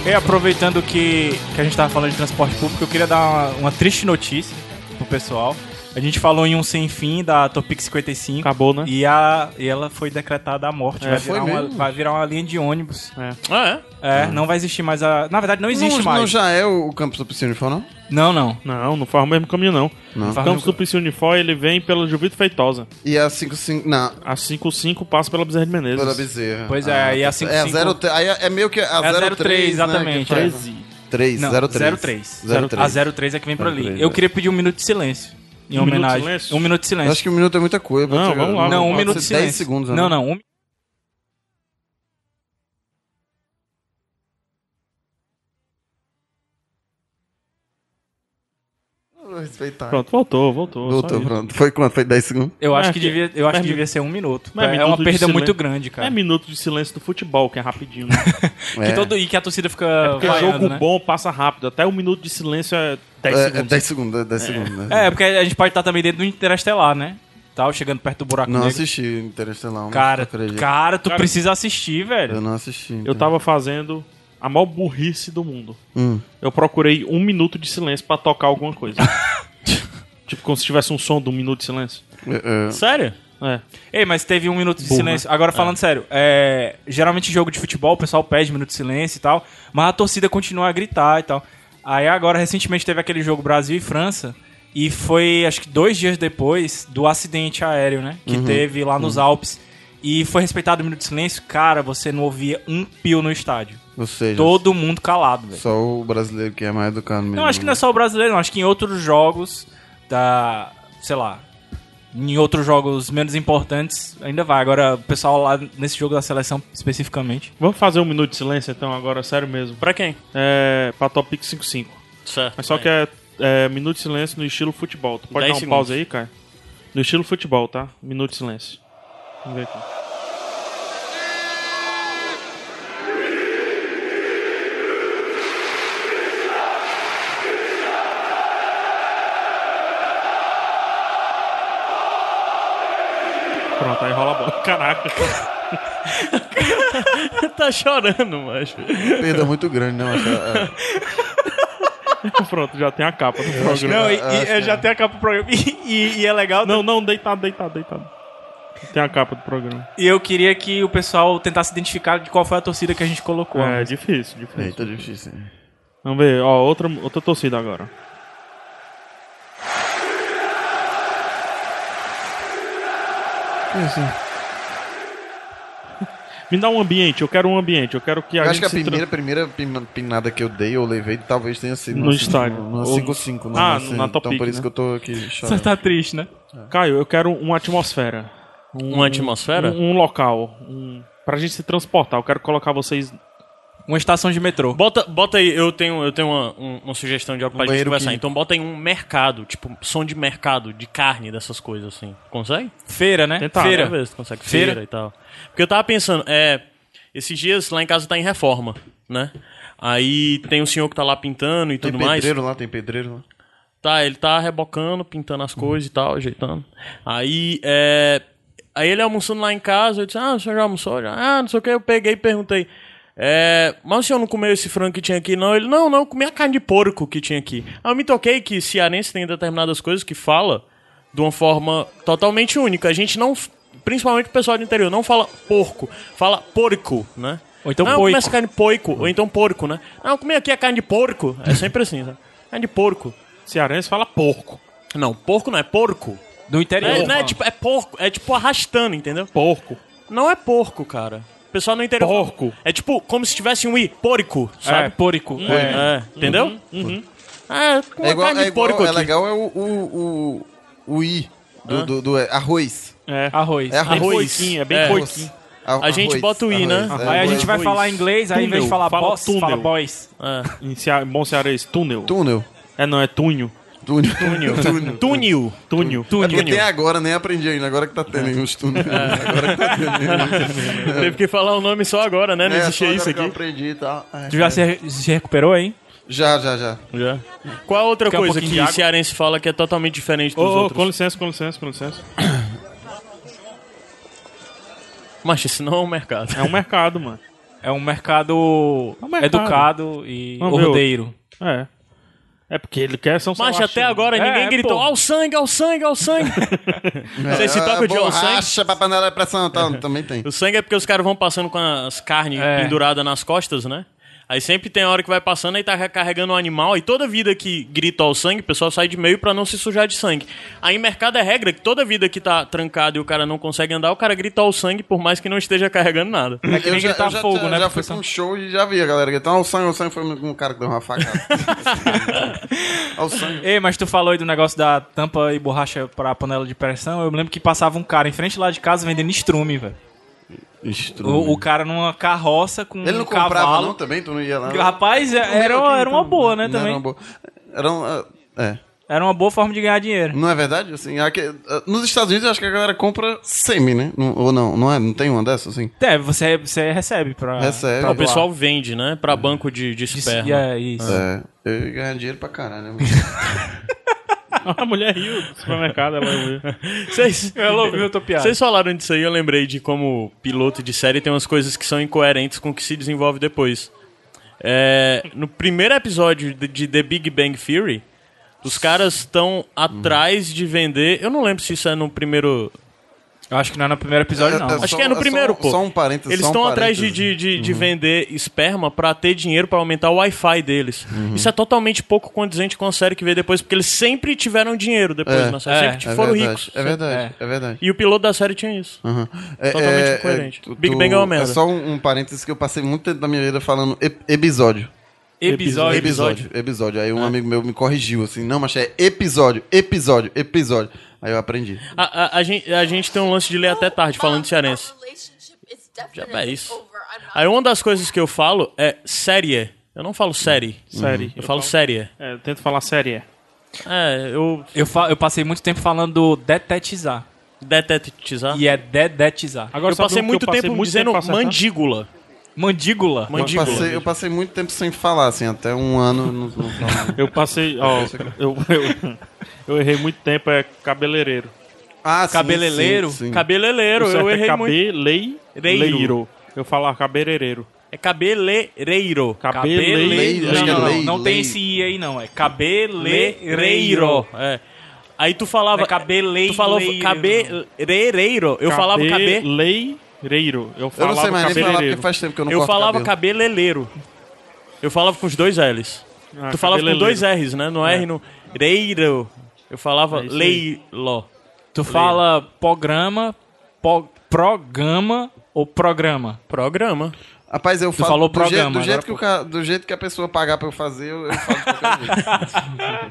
S3: E aproveitando que, que a gente tava falando de transporte público, eu queria dar uma, uma triste notícia pro pessoal. A gente falou em um sem fim da Topic 55.
S4: Acabou, né?
S3: E, a, e ela foi decretada a morte. vai,
S1: Ah. É, foi
S3: virar uma,
S1: mesmo?
S3: vai virar uma linha de ônibus.
S2: Ah,
S3: É,
S2: é?
S3: não vai existir mais a. Na verdade, não existe
S1: Não,
S3: mais.
S1: não já é o, o Campus Opção de não?
S3: Não, não.
S4: Não, não faz o mesmo caminho, não.
S1: Não.
S4: O Campos do Pici Unifói, ele vem pela Juvito Feitosa.
S1: E a 55. Não,
S4: A 5-5 passa pela Bezerra de Menezes.
S1: pela Bezerra.
S3: Pois é, aí a
S1: tá certo. É, a
S3: 55
S1: zero, tre- aí é é meio que a
S3: É a
S1: 03,
S3: 03,
S1: né,
S3: exatamente. é.
S1: que faz.
S4: 13.
S1: 3,
S3: Não,
S1: 03.
S3: 03.
S1: 03.
S3: A 03 é que vem por ali.
S1: 03,
S3: eu
S1: é.
S3: queria pedir um minuto de silêncio. Em
S4: Um minuto de
S3: homenagem.
S4: silêncio?
S3: Um minuto de
S1: Eu
S3: silêncio.
S1: acho que um minuto é muita coisa.
S4: Não,
S1: pode ser-
S4: vamos lá,
S3: Não, um
S1: pode
S3: minuto
S1: ser
S3: de silêncio.
S1: 10 segundos. né?
S3: Não, não. Um...
S1: Vou respeitar.
S4: Pronto, voltou, voltou.
S1: Voltou,
S4: só isso.
S1: pronto. Foi quanto? Foi 10 segundos?
S3: Eu acho
S4: É,
S3: que
S4: que-
S3: devia, eu acho
S4: mas
S3: que
S4: mi-
S3: devia ser um minuto.
S4: mas
S3: é
S4: minuto
S3: uma
S4: de
S3: perda muito
S4: silêncio.
S3: grande, cara.
S4: É minuto de silêncio do futebol, que é rapidinho. Né?
S1: É.
S3: Que todo, e que a torcida fica.
S4: É Porque
S3: vaiando,
S4: jogo
S3: né?
S4: bom passa rápido. Até um minuto de silêncio é 10
S1: É, é
S4: segundos.
S1: 10 segundos, é 10 segundos. né?
S3: É, porque a gente pode estar também dentro do Interestelar, né? Tal, chegando perto do buraco
S1: Não
S3: negro.
S1: assisti Interestelar. mas
S3: É, Cara,
S1: acredito.
S3: cara, tu
S4: Cara,
S3: precisa assistir,
S1: Eu
S3: velho.
S1: não assisti.
S4: Eu
S1: então.
S4: tava fazendo a maior burrice do mundo.
S1: Hum.
S4: Eu procurei um minuto de silêncio pra tocar alguma coisa. tipo, como se tivesse um som de um minuto de silêncio.
S1: É, é.
S2: Sério?
S4: É.
S3: Ei, mas teve um minuto de
S4: Burro,
S3: silêncio. Agora, falando sério, é, geralmente jogo de futebol, o pessoal pede minuto de silêncio e tal, mas a torcida continua a gritar e tal. Aí agora, recentemente, teve aquele jogo Brasil e França, e foi, acho que dois dias depois, do acidente aéreo, né? Que teve lá nos Alpes. E foi respeitado o minuto de silêncio. Cara, você não ouvia um pio no estádio.
S1: Ou seja,
S3: Todo mundo calado, velho.
S1: só o brasileiro que é mais educado mesmo.
S3: Não, acho que não é só o brasileiro, não. Acho que em outros jogos da. sei lá. Em outros jogos menos importantes, ainda vai. Agora, o pessoal lá nesse jogo da seleção especificamente.
S4: Vamos fazer um minuto de silêncio então, agora, sério mesmo.
S2: Pra quem?
S4: É, pra Topic 55.
S2: Certo.
S4: Mas só que é, é minuto de silêncio no estilo futebol. Tu pode
S2: 10
S4: dar um
S2: segundos.
S4: pause aí, cara? No estilo futebol, tá? Minuto de silêncio. Vamos ver aqui. Pronto, aí rola a bola. Caraca.
S2: tá chorando, macho.
S1: uma perda muito grande, né? Mas, é, é.
S4: Pronto, já tem a capa do programa.
S3: Não, e,
S1: eu acho
S3: e- eu
S1: que
S3: já
S1: é.
S3: tem a capa pro programa. E, e- e é legal.
S4: Não, não, deitado, deitado, deitado. Tem a capa do programa.
S3: E eu queria que o pessoal tentasse identificar de qual foi a torcida que a gente colocou.
S4: É difícil, difícil.
S1: Eita, tá difícil. hein?
S4: Vamos ver, ó, outra, outra torcida agora. é Me dá um ambiente, eu quero um ambiente, eu quero que é a
S1: Eu acho
S4: gente
S1: que a
S4: se
S1: primeira, primeira pin- pinada que eu dei ou levei talvez tenha sido
S4: No
S1: numa-
S4: estádio.
S1: numa
S4: Ou-
S1: 5-5. não,
S4: Ah,
S1: assim,
S4: na
S1: Então
S4: Topic,
S1: por isso
S4: né?
S1: que eu tô aqui
S3: Você
S1: chorando.
S3: tá triste, né?
S4: tra- Caio, eu quero uma atmosfera. Um-
S2: Uma atmosfera?
S4: Um, um local. Um, pra gente se transportar. Eu quero colocar vocês.
S3: Uma estação de metrô.
S2: Bota, bota aí, eu tenho, eu tenho uma, um- uma sugestão de algo pra gente
S1: banheiro
S2: conversar.
S1: químico.
S2: Então bota aí um mercado, tipo, som de mercado, de carne, dessas coisas assim. Consegue?
S3: Feira, né?
S4: Tentar,
S3: Feira.
S2: Vamos ver se tu consegue.
S3: Feira.
S2: Feira. e tal. Porque eu tava pensando, é, esses dias lá em casa tá em reforma, né? Aí tem o senhor que tá lá pintando e
S1: Tem
S2: tudo mais.
S1: pedreiro lá, tem pedreiro lá.
S2: Tá, ele tá rebocando, pintando as coisas e tal, ajeitando. Aí, é... Aí ele almoçando lá em casa, eu disse, ah, o senhor já almoçou? Já? Ah, não sei o que, eu peguei e perguntei, é... mas o senhor não comeu esse frango que tinha aqui, não? Ele, não, não, eu comi a carne de porco que tinha aqui. Aí eu me toquei que cearense tem determinadas coisas que fala de uma forma totalmente única. A gente não, principalmente o pessoal do interior, não fala porco, fala porco, né?
S3: Ou então
S2: não, eu comi
S3: poico.
S2: essa carne poico, ou então porco, né? Não, eu comi aqui a carne de porco, é sempre assim, sabe? Carne de porco.
S4: Cearense fala porco. né?
S2: Não, porco não, é porco.
S3: Do interior.
S2: Não é, não é tipo, é porco, é tipo arrastando, entendeu?
S4: Porco.
S2: Não é porco, cara. O pessoal no interior.
S4: Porco.
S2: É tipo como se tivesse um i, porco, sabe?
S3: É, porico.
S2: É, entendeu? Ah, com
S1: É igual,
S2: carne
S1: é,
S2: de porco
S1: igual, é
S2: aqui.
S1: legal é o, o, o, o I do, do, do- é, arroz.
S4: É.
S3: Arroz.
S1: É arroz.
S2: Arroz.
S4: Coiquinho, é bem
S2: É.
S4: coiquinho.
S1: Ar-
S2: A gente bota o I, né?
S1: arroz,
S3: Aí a
S1: arroz.
S3: gente vai
S2: Boys.
S3: falar inglês, aí em vez
S4: é, Túnel.
S3: de falar
S4: Fala
S3: boss,
S4: túnel.
S3: fala boys.
S2: É.
S4: Em cea- bom cearense, túnel.
S1: Túnel.
S4: É, não, é túnel.
S1: Túnel.
S2: Túnel. É. Túnel.
S4: Túnel.
S1: É porque tem agora, nem aprendi ainda. Agora que tá tendo aí uns túneis. Agora que tá tendo.
S2: Teve que falar o nome só agora, né? Não
S1: É, só
S2: existia isso
S1: agora que eu
S2: aqui.
S1: aprendi e tal. É.
S3: Tu já se, re- se recuperou aí?
S1: Já, já, já.
S2: Já. Qual a outra
S3: Quer um
S2: coisa
S3: pouquinho de
S2: que
S3: água?
S2: cearense fala que é totalmente diferente
S4: Ô,
S2: dos
S4: ô, com
S2: outros?
S4: licença, com licença, com licença.
S2: Mas isso não é um mercado.
S4: É um mercado, mano.
S3: É um mercado,
S4: É um mercado.
S3: educado e
S4: Vamos ver
S3: ordeiro.
S4: É. É porque ele quer São
S2: Mas até
S4: Sebastião.
S2: agora
S3: É,
S2: ninguém
S3: é,
S2: gritou
S3: pô.
S2: ao sangue, ao sangue, ao sangue. Você se toca
S1: É,
S2: de ao sangue?
S1: Borracha pra panela de pressão. Tá, também tem.
S2: O sangue é porque os caras vão passando com as carnes
S3: É.
S2: penduradas nas costas, né? Aí sempre tem a hora que vai passando aí tá recarregando um animal. E toda vida que grita ao sangue, o pessoal sai de meio pra não se sujar de sangue. Aí em mercado é regra que toda vida que tá trancado e o cara não consegue andar, o cara grita ao sangue por mais que não esteja carregando nada.
S3: É que nem gritar fogo,
S1: já,
S3: né?
S1: já fui
S3: professor?
S1: pra um show e já vi a galera gritando. Ó, o sangue, o sangue foi um cara que deu uma facada. Ó, o sangue.
S3: Ei, mas tu falou aí do negócio da tampa e borracha pra panela de pressão. Eu me lembro que passava um cara em frente lá de casa vendendo estrume, velho. O, o cara numa carroça com
S1: Uhum. Ele
S3: um
S1: não comprava não
S3: cavalo.
S1: também? Tu não ia lá?
S3: Rapaz, é- era, era uma boa, né,
S1: Não era
S3: também.
S1: uma boa. Era um, ah, é.
S3: Era uma boa forma de ganhar dinheiro.
S1: Não é verdade? Assim, é que, ah, nos Estados Unidos, eu acho que a galera compra semi, né? Não- ou não, não, é, não tem uma dessas, assim? É
S3: É, você, você recebe pra...
S1: Recebe.
S3: Ah, pra
S1: O
S2: O
S3: doar.
S2: pessoal vende, né? Pra banco de, de
S3: Isso,
S2: esperma.
S3: é, isso.
S1: É. Eu ia ganhar dinheiro pra caralho. né?
S4: A mulher riu do supermercado, ela
S3: é-
S4: riu.
S2: Vocês,
S3: Ela ouviu a tua piada.
S2: Vocês falaram disso aí, eu lembrei de como piloto de série tem umas coisas que são incoerentes com o que se desenvolve depois. É, no primeiro episódio de, de The Big Bang Theory, os caras
S1: Uhum.
S2: estão atrás de vender. Eu não lembro se isso é no primeiro.
S3: Eu acho que não é no primeiro episódio, não.
S1: É, é
S3: mas-
S2: Acho que é no
S1: só-
S2: primeiro, pô.
S1: Só um parênteses.
S2: Eles
S1: só um
S2: estão atrás de,
S1: parênteses. Uhum.
S2: de, de- de vender esperma pra ter dinheiro pra aumentar o Wi-Fi deles.
S1: Uhum.
S2: Isso é totalmente pouco condizente com a série que veio depois, porque eles sempre tiveram dinheiro depois,
S1: É,
S2: na série.
S3: é,
S2: sempre
S1: É
S2: foram
S1: verdade,
S2: ricos.
S1: É verdade, é verdade.
S2: E o piloto da série tinha isso.
S1: Aham. É,
S2: Totalmente incoerente.
S1: tu-
S2: Big
S1: tu-
S2: Bang é uma merda.
S1: É só um, um parênteses que eu passei muito tempo da minha vida falando ep- episódio.
S3: Episódio. É.
S1: Episódio. Episódio. Aí um amigo meu me corrigiu assim: não, mas é episódio, episódio, episódio. Aí eu aprendi.
S2: A, a- a gente, a gente tem um lance de ler até tarde, falando de cearense. Já é isso. Aí uma das coisas que eu falo é série. Eu não falo série.
S4: É. Série.
S2: Uhum. Eu falo série.
S4: É, eu tento falar série.
S2: É, eu
S3: Eu, fa- eu passei muito tempo falando do detetizar.
S2: detetizar.
S3: E é dedetizar.
S4: Agora
S2: um
S4: um
S2: eu passei muito tempo dizendo mandígula.
S3: Mandígula.
S1: Eu
S2: Mandígula.
S1: passei, eu passei muito tempo sem falar, assim, até um ano. Não, não falava.
S4: Eu passei, ó, eu, eu, eu errei muito tempo, é cabeleireiro.
S1: ah, sim,
S3: Cabeleireiro,
S1: sim, sim.
S2: Cabeleleiro,
S4: O certo
S2: eu
S4: é
S2: errei muito.
S4: Cabeleireiro. Eu falo cabeleireiro.
S2: É cabeleireiro.
S4: Cabeleireiro.
S1: Acho
S3: Não,
S1: que é
S3: não,
S1: lei,
S3: não, não tem
S1: lei.
S3: esse I aí, não. É
S2: Cabeleireiro.
S3: cabeleireiro.
S2: É. Aí tu falava.
S3: É cabeleireiro.
S2: Tu falou cabeleireiro. Eu falava cabe.
S4: cabeleireiro. Eu
S1: Eu
S4: falava
S1: não sei mais nem falar porque
S4: cabeleireiro.
S1: faz tempo que eu não
S2: Eu
S1: corto
S2: falava
S1: cabelo.
S2: cabeleireiro. Eu falava com os dois L's.
S4: Ah,
S2: tu falava com
S4: cabeleireiro.
S2: dois R's, né? No R, no Reiro. Eu falava
S4: isso aí.
S2: Leilo.
S3: Tu fala programa, po- programa ou programa?
S2: Programa.
S1: Rapaz, eu falo
S3: falou
S1: do, jeito-
S3: programa,
S1: do jeito,
S3: agora
S1: que o ca- do jeito que a pessoa pagar pra eu fazer, eu, eu falo de qualquer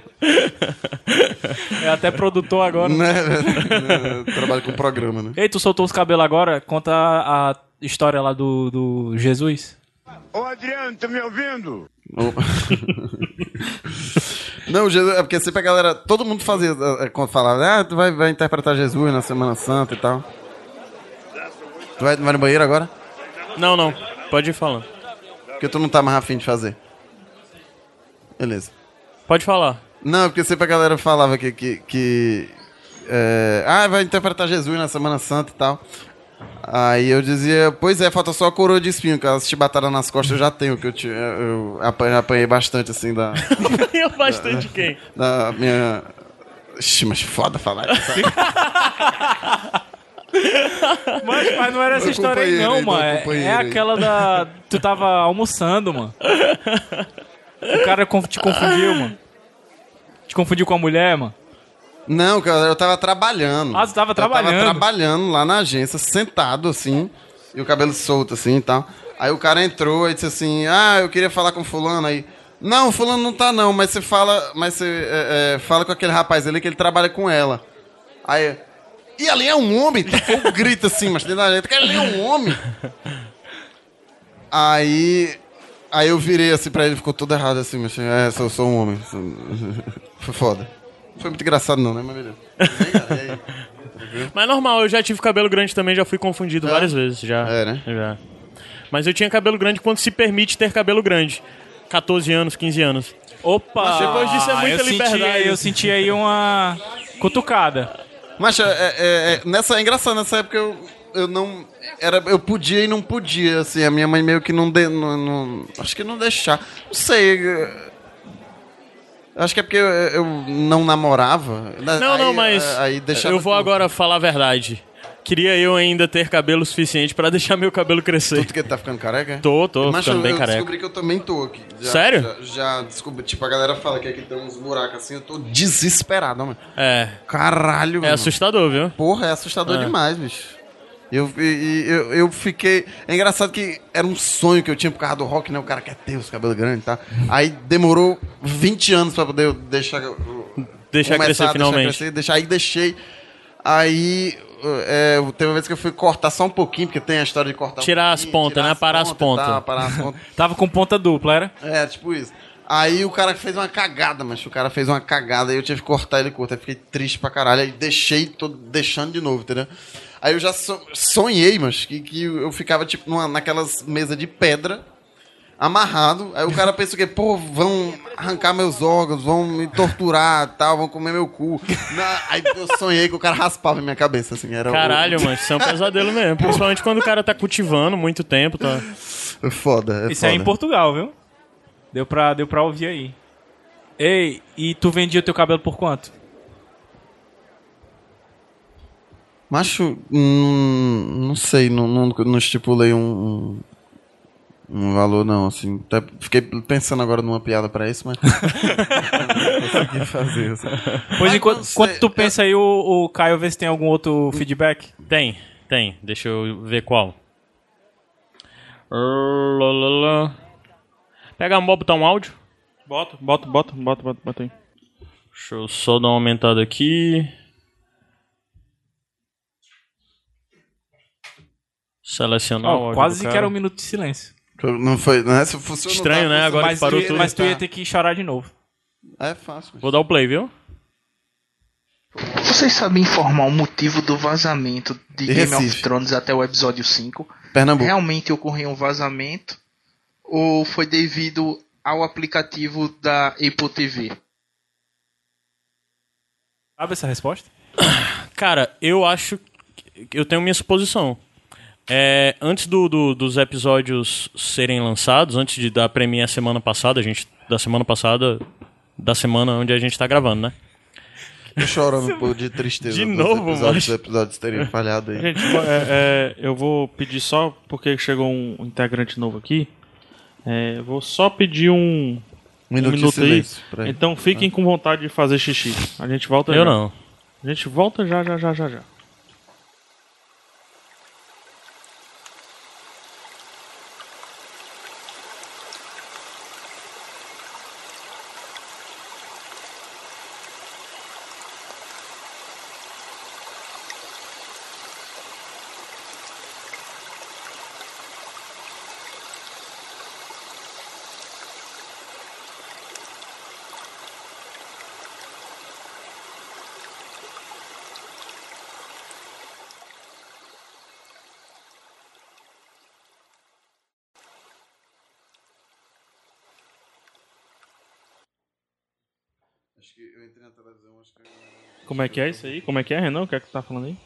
S1: jeito.
S3: É até produtor agora.
S1: Não é- eu trabalho com programa, né?
S3: Ei, tu soltou os cabelos agora? Conta a a história lá do, do Jesus.
S1: Não, Jesus, é porque sempre a galera, todo mundo fazia, eh, eh, quando falava, ah, tu vai, vai interpretar Jesus na Semana Santa e tal. Tu vai, vai no banheiro agora?
S2: Não, não. Pode ir falando.
S1: Porque tu não tá mais afim de fazer. Beleza.
S2: Pode falar.
S1: Não, porque sempre a galera falava que. que, que é, ah, vai interpretar Jesus na Semana Santa e tal. Aí eu dizia, pois é, falta só a coroa de espinho, que as chibatadas nas costas eu já tenho, que eu, tinha- eu apanhei, apanhei bastante assim da,
S2: Eu bastante quem?
S1: da minha. Ixi, mas foda falar isso.
S3: Mas, mas não era essa
S2: Do
S3: história aí,
S2: companheiro
S3: não,
S2: aí, do
S3: mano. É- É
S2: companheiro aí.
S3: aquela da. Tu tava almoçando, mano. O cara conf- te confundiu, mano. Te confundiu com a mulher, mano.
S1: Não, cara, eu tava trabalhando.
S3: Ah, tu tava
S1: Eu
S3: trabalhando.
S1: tava trabalhando lá na agência, sentado assim, e o cabelo solto assim e tal. Aí o cara entrou e disse assim: Ah, eu queria falar com fulano aí. Não, fulano não tá não, mas você fala, mas você é, é, fala com aquele rapaz ali que ele trabalha com ela. Aí, e ali é um homem? Tacou um grito assim, mas dentro da gente, cara, ali é um homem. Aí. Aí eu virei assim pra ele, ficou todo errado assim, mas é, sou, sou um homem. Sou- Foi foda. Não foi muito engraçado não, né, mas beleza.
S2: Mas normal, eu já tive cabelo grande também, já fui confundido várias vezes já.
S1: É, né?
S2: Já. Mas eu tinha cabelo grande quando se permite ter cabelo grande. 14 anos, 15 anos.
S3: Opa!
S2: Mas depois disso é
S3: Ah,
S2: muita
S3: eu senti
S2: liberdade.
S3: aí- eu senti aí uma cutucada.
S1: Mas é, é- é- nessa, é engraçado, nessa época eu, eu não. Era, eu podia e não podia, assim, a minha mãe meio que não, de, não, não- Acho que não deixar. Não sei. eh, Acho que é porque eu, eu não namorava.
S2: Não,
S1: Aí- é,
S2: não, mas
S1: Aí deixava.
S2: eu vou agora falar a verdade. Queria eu ainda ter cabelo suficiente pra deixar meu cabelo crescer.
S1: Tu que tá ficando careca?
S2: Tô, tô
S1: Mas
S2: ficando
S1: eu,
S2: bem
S1: eu
S2: careca.
S1: descobri que eu também tô aqui. Já-
S2: Sério?
S1: Já, já descobri. Tipo, a galera fala que aqui tem uns buracos assim, eu tô desesperado, mano.
S2: É.
S1: Caralho,
S2: É
S1: mano.
S2: assustador, viu?
S1: Porra, é assustador
S2: É.
S1: demais, bicho. Eu, e- e- eu, eu fiquei. É engraçado que era um sonho que eu tinha por causa do rock, né? O cara quer ter os cabelos grandes e tá? tal. Aí demorou 20 anos pra poder eu deixar.
S2: Deixar
S1: começar
S2: crescer
S1: a
S2: finalmente.
S1: Deixar crescer, deixar, aí deixei. Aí é, teve uma vez que eu fui cortar só um pouquinho, porque tem a história de cortar um
S2: Tirar as pontas, né? Parar as pontas.
S1: e tal, parar as pontas.
S3: Tava com ponta dupla, era?
S1: É, tipo isso. Aí o cara fez uma cagada, mas o cara fez uma cagada e eu tive que cortar ele curto. Aí fiquei triste pra caralho. Aí deixei, tô deixando de novo, entendeu? Aí eu já so- sonhei, mas que, que eu ficava tipo numa, naquelas mesas de pedra, amarrado. Aí o cara pensa o quê? Pô, vão arrancar meus órgãos, vão me torturar tal, vão comer meu cu. Na- aí eu sonhei que o cara raspava minha cabeça, assim. Era o-
S2: Caralho, mano, isso é um pesadelo mesmo. Principalmente quando o cara tá cultivando muito tempo, tá?
S1: Foda, é
S3: Isso é em
S1: foda.
S3: Portugal, viu? Deu pra, deu pra ouvir aí. Ei, e tu vendia teu cabelo por quanto?
S1: Macho, hum, não sei, não, não, não estipulei um, um, um valor, não, assim. Até fiquei pensando agora numa piada pra isso, mas. não consegui fazer. Assim.
S3: Pois enquanto, enquanto tu pensa aí, o, o Caio vê se tem algum outro feedback.
S2: Tem, tem. Deixa eu ver qual. Lalalá. Pega a mão, botar um áudio.
S4: Bota, bota, bota, bota, bota, bota aí.
S2: Deixa eu só dar uma aumentada aqui. Selecionar o
S3: Ó,
S2: áudio do
S3: quase
S2: cara.
S3: que era um minuto de silêncio.
S1: Não foi, né? Se fosse, eu não
S2: Estranho,
S1: tava
S2: né? Agora
S3: mas,
S2: que parou
S3: tu,
S2: tudo. tá.
S3: mas tu ia ter que chorar de novo.
S1: É fácil.
S2: Vou dar o play, viu?
S12: Vocês sabem informar o motivo do vazamento de
S1: De
S12: Game
S1: Recife.
S12: of Thrones até o episódio 5?
S1: Pernambuco.
S12: Realmente ocorreu um vazamento? Ou foi devido ao aplicativo da Apple TV?
S3: Sabe essa resposta?
S2: Cara, eu acho. que- Eu tenho minha suposição. É, antes do, do- dos episódios serem lançados, antes de, da premiere semana passada, a gente. Da semana passada. Da semana onde a gente tá gravando, né?
S1: Tô chorando por- de tristeza.
S2: De
S1: dos
S2: novo,
S1: episódios,
S2: mano.
S1: Os episódios terem falhado aí.
S4: Gente, bo- é, é, eu vou pedir só, porque chegou um integrante novo aqui. É, eu vou só pedir um, um
S1: minuto de silêncio pra ele.
S4: Então fiquem com vontade de fazer xixi. A gente volta já.
S2: Eu não.
S4: A gente volta já, já, já, já, já.
S1: Acho que eu entrei na televisão, acho que.
S4: Como é que é isso aí? Como é que é, Renan? O que é que tu tá falando aí?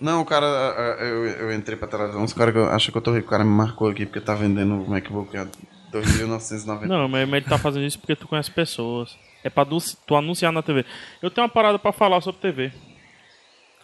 S1: Não, o cara, a- a- eu, eu entrei pra televisão, os caras que eu- acham que eu tô rico, o cara me marcou aqui porque tá vendendo o MacBook a 2.990.
S4: Não, mas, mas ele tá fazendo isso porque tu conhece pessoas. É pra tu, tu anunciar na TV. Eu tenho uma parada pra falar sobre TV.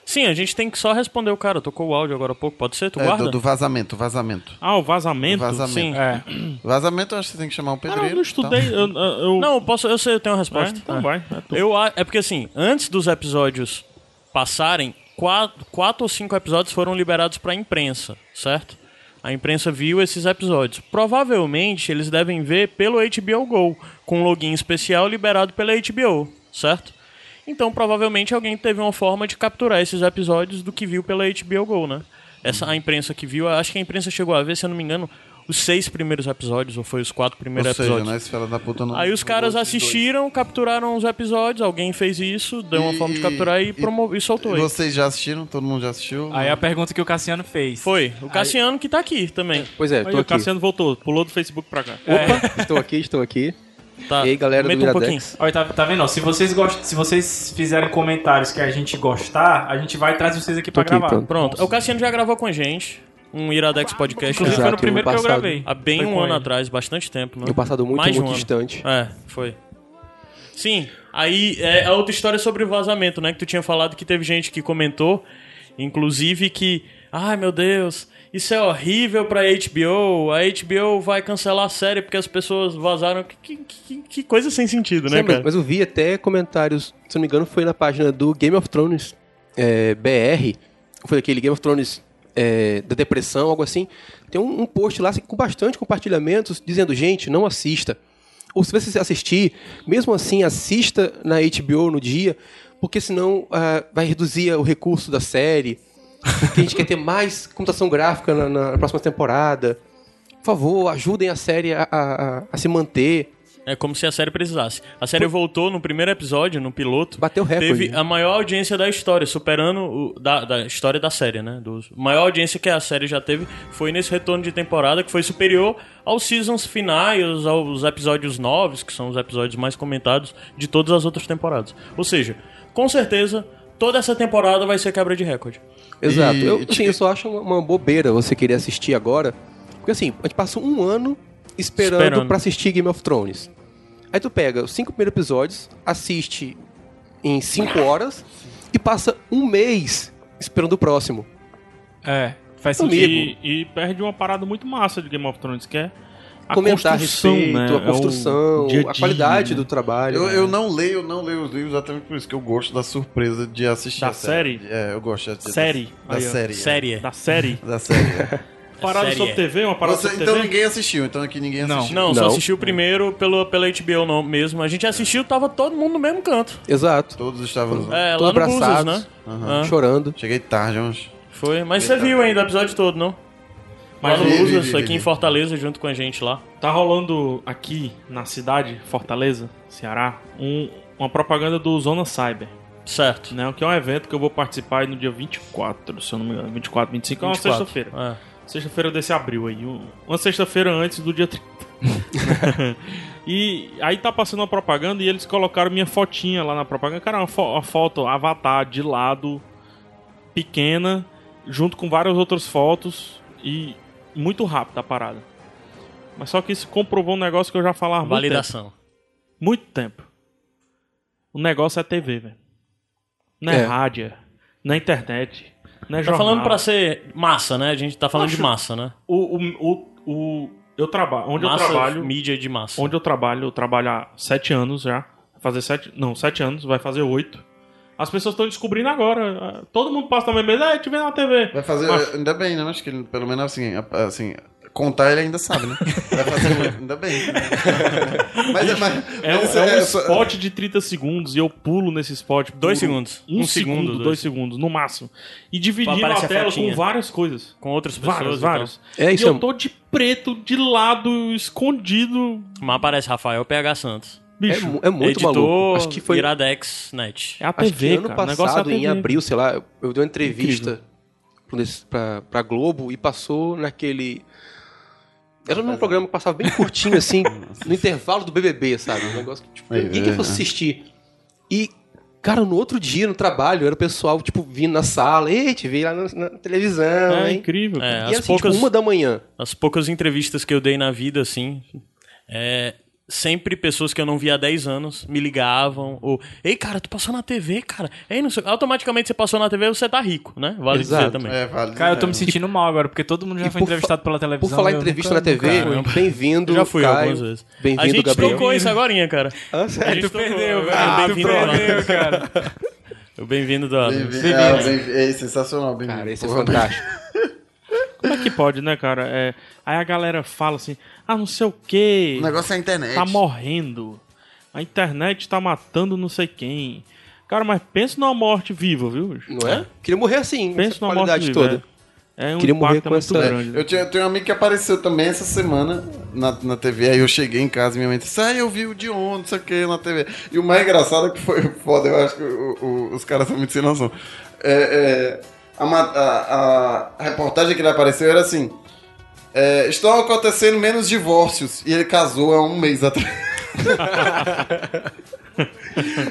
S2: Sim, a gente tem que só responder o cara. Tocou o áudio agora há pouco, pode ser? Tu
S1: é,
S2: guarda?
S1: do, do vazamento, vazamento.
S4: Ah, o vazamento? Ah,
S1: Vazamento.
S2: Sim.
S1: Vazamento, eu acho que você tem que chamar o pedreiro.
S2: eu não estudei,
S1: então.
S2: eu- Não, eu posso, eu sei, eu tenho uma resposta.
S4: É?
S2: Tá.
S4: Então vai, é
S2: eu, a- é porque assim, antes dos episódios passarem, quatro, quatro ou cinco episódios foram liberados pra imprensa, certo? A imprensa viu esses episódios. Provavelmente eles devem ver pelo HBO Go, com um login especial liberado pela HBO, certo? Então provavelmente alguém teve uma forma de capturar esses episódios do que viu pela HBO Go, né? Essa, a imprensa que viu, acho que a imprensa chegou a ver, se eu não me engano, os seis primeiros episódios, ou foi os quatro primeiros
S1: Ou seja,
S2: episódios.
S1: né, esse fela da puta não.
S2: Aí os caras assistiram, capturaram os episódios, alguém fez isso, deu uma forma de capturar e, promo- e soltou
S1: E
S2: ele.
S1: Vocês já assistiram? Todo mundo já assistiu?
S3: Aí é a pergunta que o Cassiano fez.
S2: Foi. O Cassiano que tá aqui também.
S13: Pois é,
S2: Aí,
S13: tô
S2: o
S13: aqui.
S2: Cassiano
S4: voltou, pulou do Facebook pra cá.
S3: É.
S13: Opa, estou aqui, estou aqui.
S2: tá?
S13: e aí, galera do
S3: Aumenta
S2: um
S13: Miradex.
S3: Olha, tá, tá vendo? ó? Se vocês, gostam, se vocês fizerem comentários que a gente gostar, a gente vai e traz vocês aqui pra
S2: aqui,
S3: gravar.
S2: pronto. Pronto. O Cassiano já gravou com a gente um Iradex Podcast.
S3: Inclusive, foi no Exato, primeiro no que eu passado. gravei.
S2: Há bem
S3: Foi
S2: um
S3: com
S2: ano
S3: ele.
S2: atrás, bastante tempo, né?
S13: No passado muito,
S2: Mais de
S13: muito
S2: um ano.
S13: distante.
S2: É, foi. Sim, aí é a outra história sobre o vazamento, né? Que tu tinha falado que teve gente que comentou, inclusive que, ai meu Deus, isso é horrível pra HBO, a HBO vai cancelar a série porque as pessoas vazaram. Que, que- que- que coisa sem sentido, né,
S13: Sim, mas-
S2: cara?
S13: Mas eu vi até comentários, se eu não me engano, foi na página do Game of Thrones é, BR, foi aquele Game of Thrones é, da depressão, algo assim. Tem um, um post lá assim, com bastante compartilhamentos dizendo, gente, não assista. Ou se você assistir, mesmo assim assista na HBO no dia, porque senão ah, vai reduzir o recurso da série. Porque a gente quer ter mais computação gráfica na, na próxima temporada. Por favor, ajudem a série a- a- a- a se manter.
S2: É como se a série precisasse. A série voltou no primeiro episódio, no piloto. Bateu
S13: recorde,
S2: Teve
S13: né?
S2: a maior audiência da história, superando o, da, da história da série, né? Dos- a maior audiência que a série já teve foi nesse retorno de temporada, que foi superior aos seasons finais, aos episódios novos, que são os episódios mais comentados de todas as outras temporadas. Ou seja, com certeza, toda essa temporada vai ser quebra de recorde.
S13: Exato. eu, assim, eu só acho uma, uma bobeira você querer assistir agora. Porque assim, a gente passa um ano esperando,
S2: Esperando.
S13: pra assistir Game of Thrones. Aí tu pega os cinco primeiros episódios, assiste em cinco horas e passa um mês esperando o próximo.
S3: É, faz
S4: E, e perde uma parada muito massa de Game of Thrones, que é a
S13: Comentar a
S4: construção,
S13: respeito,
S4: né?
S13: a construção,
S4: É o dia
S13: a
S4: dia,
S13: qualidade
S4: né?
S13: do trabalho.
S1: Eu,
S2: é.
S13: né?
S1: eu não leio, eu não leio os livros exatamente por isso, que eu gosto da surpresa de assistir.
S4: Da
S1: a
S4: série?
S1: É, eu gosto. de-
S4: Série.
S1: Da,
S4: Aí, ó.
S1: série. é.
S4: Série. Da série?
S1: Da série. é.
S4: Parada
S2: Série.
S4: sobre TV,
S13: é.
S4: uma parada
S1: Você-
S4: sobre
S1: então
S4: TV.
S1: ninguém assistiu, então aqui ninguém assistiu.
S2: Não, só assistiu primeiro pelo, pela HBO não, mesmo. A gente assistiu, tava todo mundo no mesmo canto.
S13: Exato.
S1: Todos estavam
S2: É,
S13: Todos
S2: lá no Búzios,
S13: abraçados,
S2: né? Aham.
S13: Chorando.
S1: Cheguei tarde, mas...
S2: Foi, mas você viu ainda o episódio todo, não?
S4: Mas
S2: lá no
S4: vi, vi,
S2: Luzas,
S4: vi,
S2: aqui
S4: vi.
S2: em Fortaleza, junto com a gente lá.
S4: Tá rolando aqui na cidade, Fortaleza, Ceará, um- uma propaganda do Zona Cyber.
S2: Certo.
S4: Né, que é um evento que eu vou participar aí no dia 24, se eu não me engano. 24, 25 é uma
S2: 24,
S4: sexta-feira. Sexta-feira desse abril aí. um- Uma sexta-feira antes do dia 30. e aí tá passando uma propaganda e eles colocaram minha fotinha lá na propaganda. Cara, uma, fo- uma foto avatar de lado, pequena, junto com várias outras fotos e muito rápida a parada. Mas só que isso comprovou um negócio que eu já falava há muito tempo.
S2: Validação.
S4: Muito tempo. O negócio é TV, velho. Não é,
S2: É.
S4: rádio, não é internet, não é
S2: tá
S4: jornal.
S2: falando pra ser massa, né? A gente tá falando
S4: Acho-
S2: de massa, né?
S4: O, o, o, o- eu trabalho, onde
S2: Massa,
S4: eu trabalho,
S2: mídia de massa.
S4: onde eu trabalho, eu trabalho há sete anos já, Vai fazer sete, não, sete anos, vai fazer oito. As pessoas estão descobrindo agora. ah, Todo mundo passa na mesma, ah, eu te vendo na TV.
S1: Vai fazer...
S4: Mas-
S1: Ainda bem, né? Acho que ele, pelo menos assim, a- assim... Contar ele ainda sabe, né? Vai fazer... um- ainda bem. mas, mas,
S4: É,
S1: mas isso
S4: é um
S1: só-
S4: spot de 30 segundos e eu pulo nesse spot. Pulo
S2: Dois segundos.
S4: Um,
S2: Um
S4: segundo,
S2: segundo,
S4: dois,
S2: dois.
S4: segundos, no máximo. E dividindo a
S2: Aparece a
S4: tela
S2: fotinha.
S4: com várias coisas.
S2: Com outras pessoas.
S4: Vários,
S2: e
S4: vários.
S2: tal.
S13: É,
S4: e eu tô de preto, de lado, escondido.
S2: Mas aparece Rafael PH Santos.
S4: Bicho, É mu-
S13: é muito
S2: Editor,
S13: maluco. Acho que foi-
S2: Iradex Net.
S4: É a
S13: Acho que ano
S2: um
S13: passado, em abril, sei lá, eu- eu dei uma
S2: Incrível.
S13: entrevista pra um desses- pra, pra Globo e passou naquele. Era num programa que passava bem curtinho, assim, no intervalo do BBB, sabe? Um negócio que tipo,
S1: Aí,
S13: ninguém que
S1: é,
S13: fosse
S1: é.
S13: assistir. E, cara, no outro dia, no trabalho, era o pessoal, tipo, vindo na sala, ei, te vi lá na, na televisão.
S2: É,
S13: hein?
S2: incrível, cara. É,
S13: e
S2: as
S13: assim,
S2: poucas-
S13: tipo, uma da manhã.
S2: As poucas entrevistas que eu dei na vida, assim, é, sempre pessoas que eu não via há 10 anos me ligavam, ou, ei, cara, tu passou na TV, cara. Ei, não sei- Automaticamente você passou na TV, você tá rico, né? Vale dizer
S13: Exato.
S2: também.
S13: É, vale
S3: Cara, eu tô
S13: dizer.
S3: me sentindo mal agora, porque todo mundo já
S13: E
S3: foi
S13: por fa-
S3: entrevistado pela televisão.
S13: Por falar
S4: né?
S13: em
S3: eu
S13: entrevista
S3: nunca-
S13: na TV,
S3: nunca fui.
S13: bem-vindo.
S2: Eu já fui
S13: Caio,
S2: algumas vezes. a
S13: Bem-vindo,
S2: gente
S13: Gabriel.
S2: trocou isso agorinha, cara.
S13: Ah,
S2: A
S13: sério?
S2: gente
S13: Tu
S2: trocou.
S13: perdeu,
S2: É,
S13: velho. Tu
S2: Bem-vindo,
S13: perdeu,
S3: cara.
S2: O bem-vindo da.
S1: Bem-vindo. Ah, bem- é sensacional, bem-vindo.
S13: Cara, esse é
S1: Porra,
S13: fantástico.
S4: Como é que pode, né, cara? É, aí a galera fala assim, ah, não sei o quê.
S13: Um
S1: O negócio é a internet.
S4: Tá morrendo. A internet tá matando não sei quem. Cara, mas pensa numa morte viva, viu? bicho?
S13: Não é? Queria morrer assim, com
S4: Pensa
S13: essa
S4: numa morte
S13: qualidade
S4: viva,
S13: toda.
S4: É, é um
S13: Queria
S4: impacto
S13: morrer com
S4: muito
S13: essa-
S4: grande. né?
S1: Eu, tinha, eu tenho um amigo que apareceu também essa semana na, na TV. Aí eu cheguei em casa e minha mãe disse: Ah, eu vi o de ontem, não sei o que, na TV. E o mais engraçado é que foi foda, eu acho que o- o- os caras são muito sem noção. É, é, a, ma- a- a reportagem que ele apareceu era assim: é, Estão acontecendo menos divórcios. E ele casou há um mês atrás.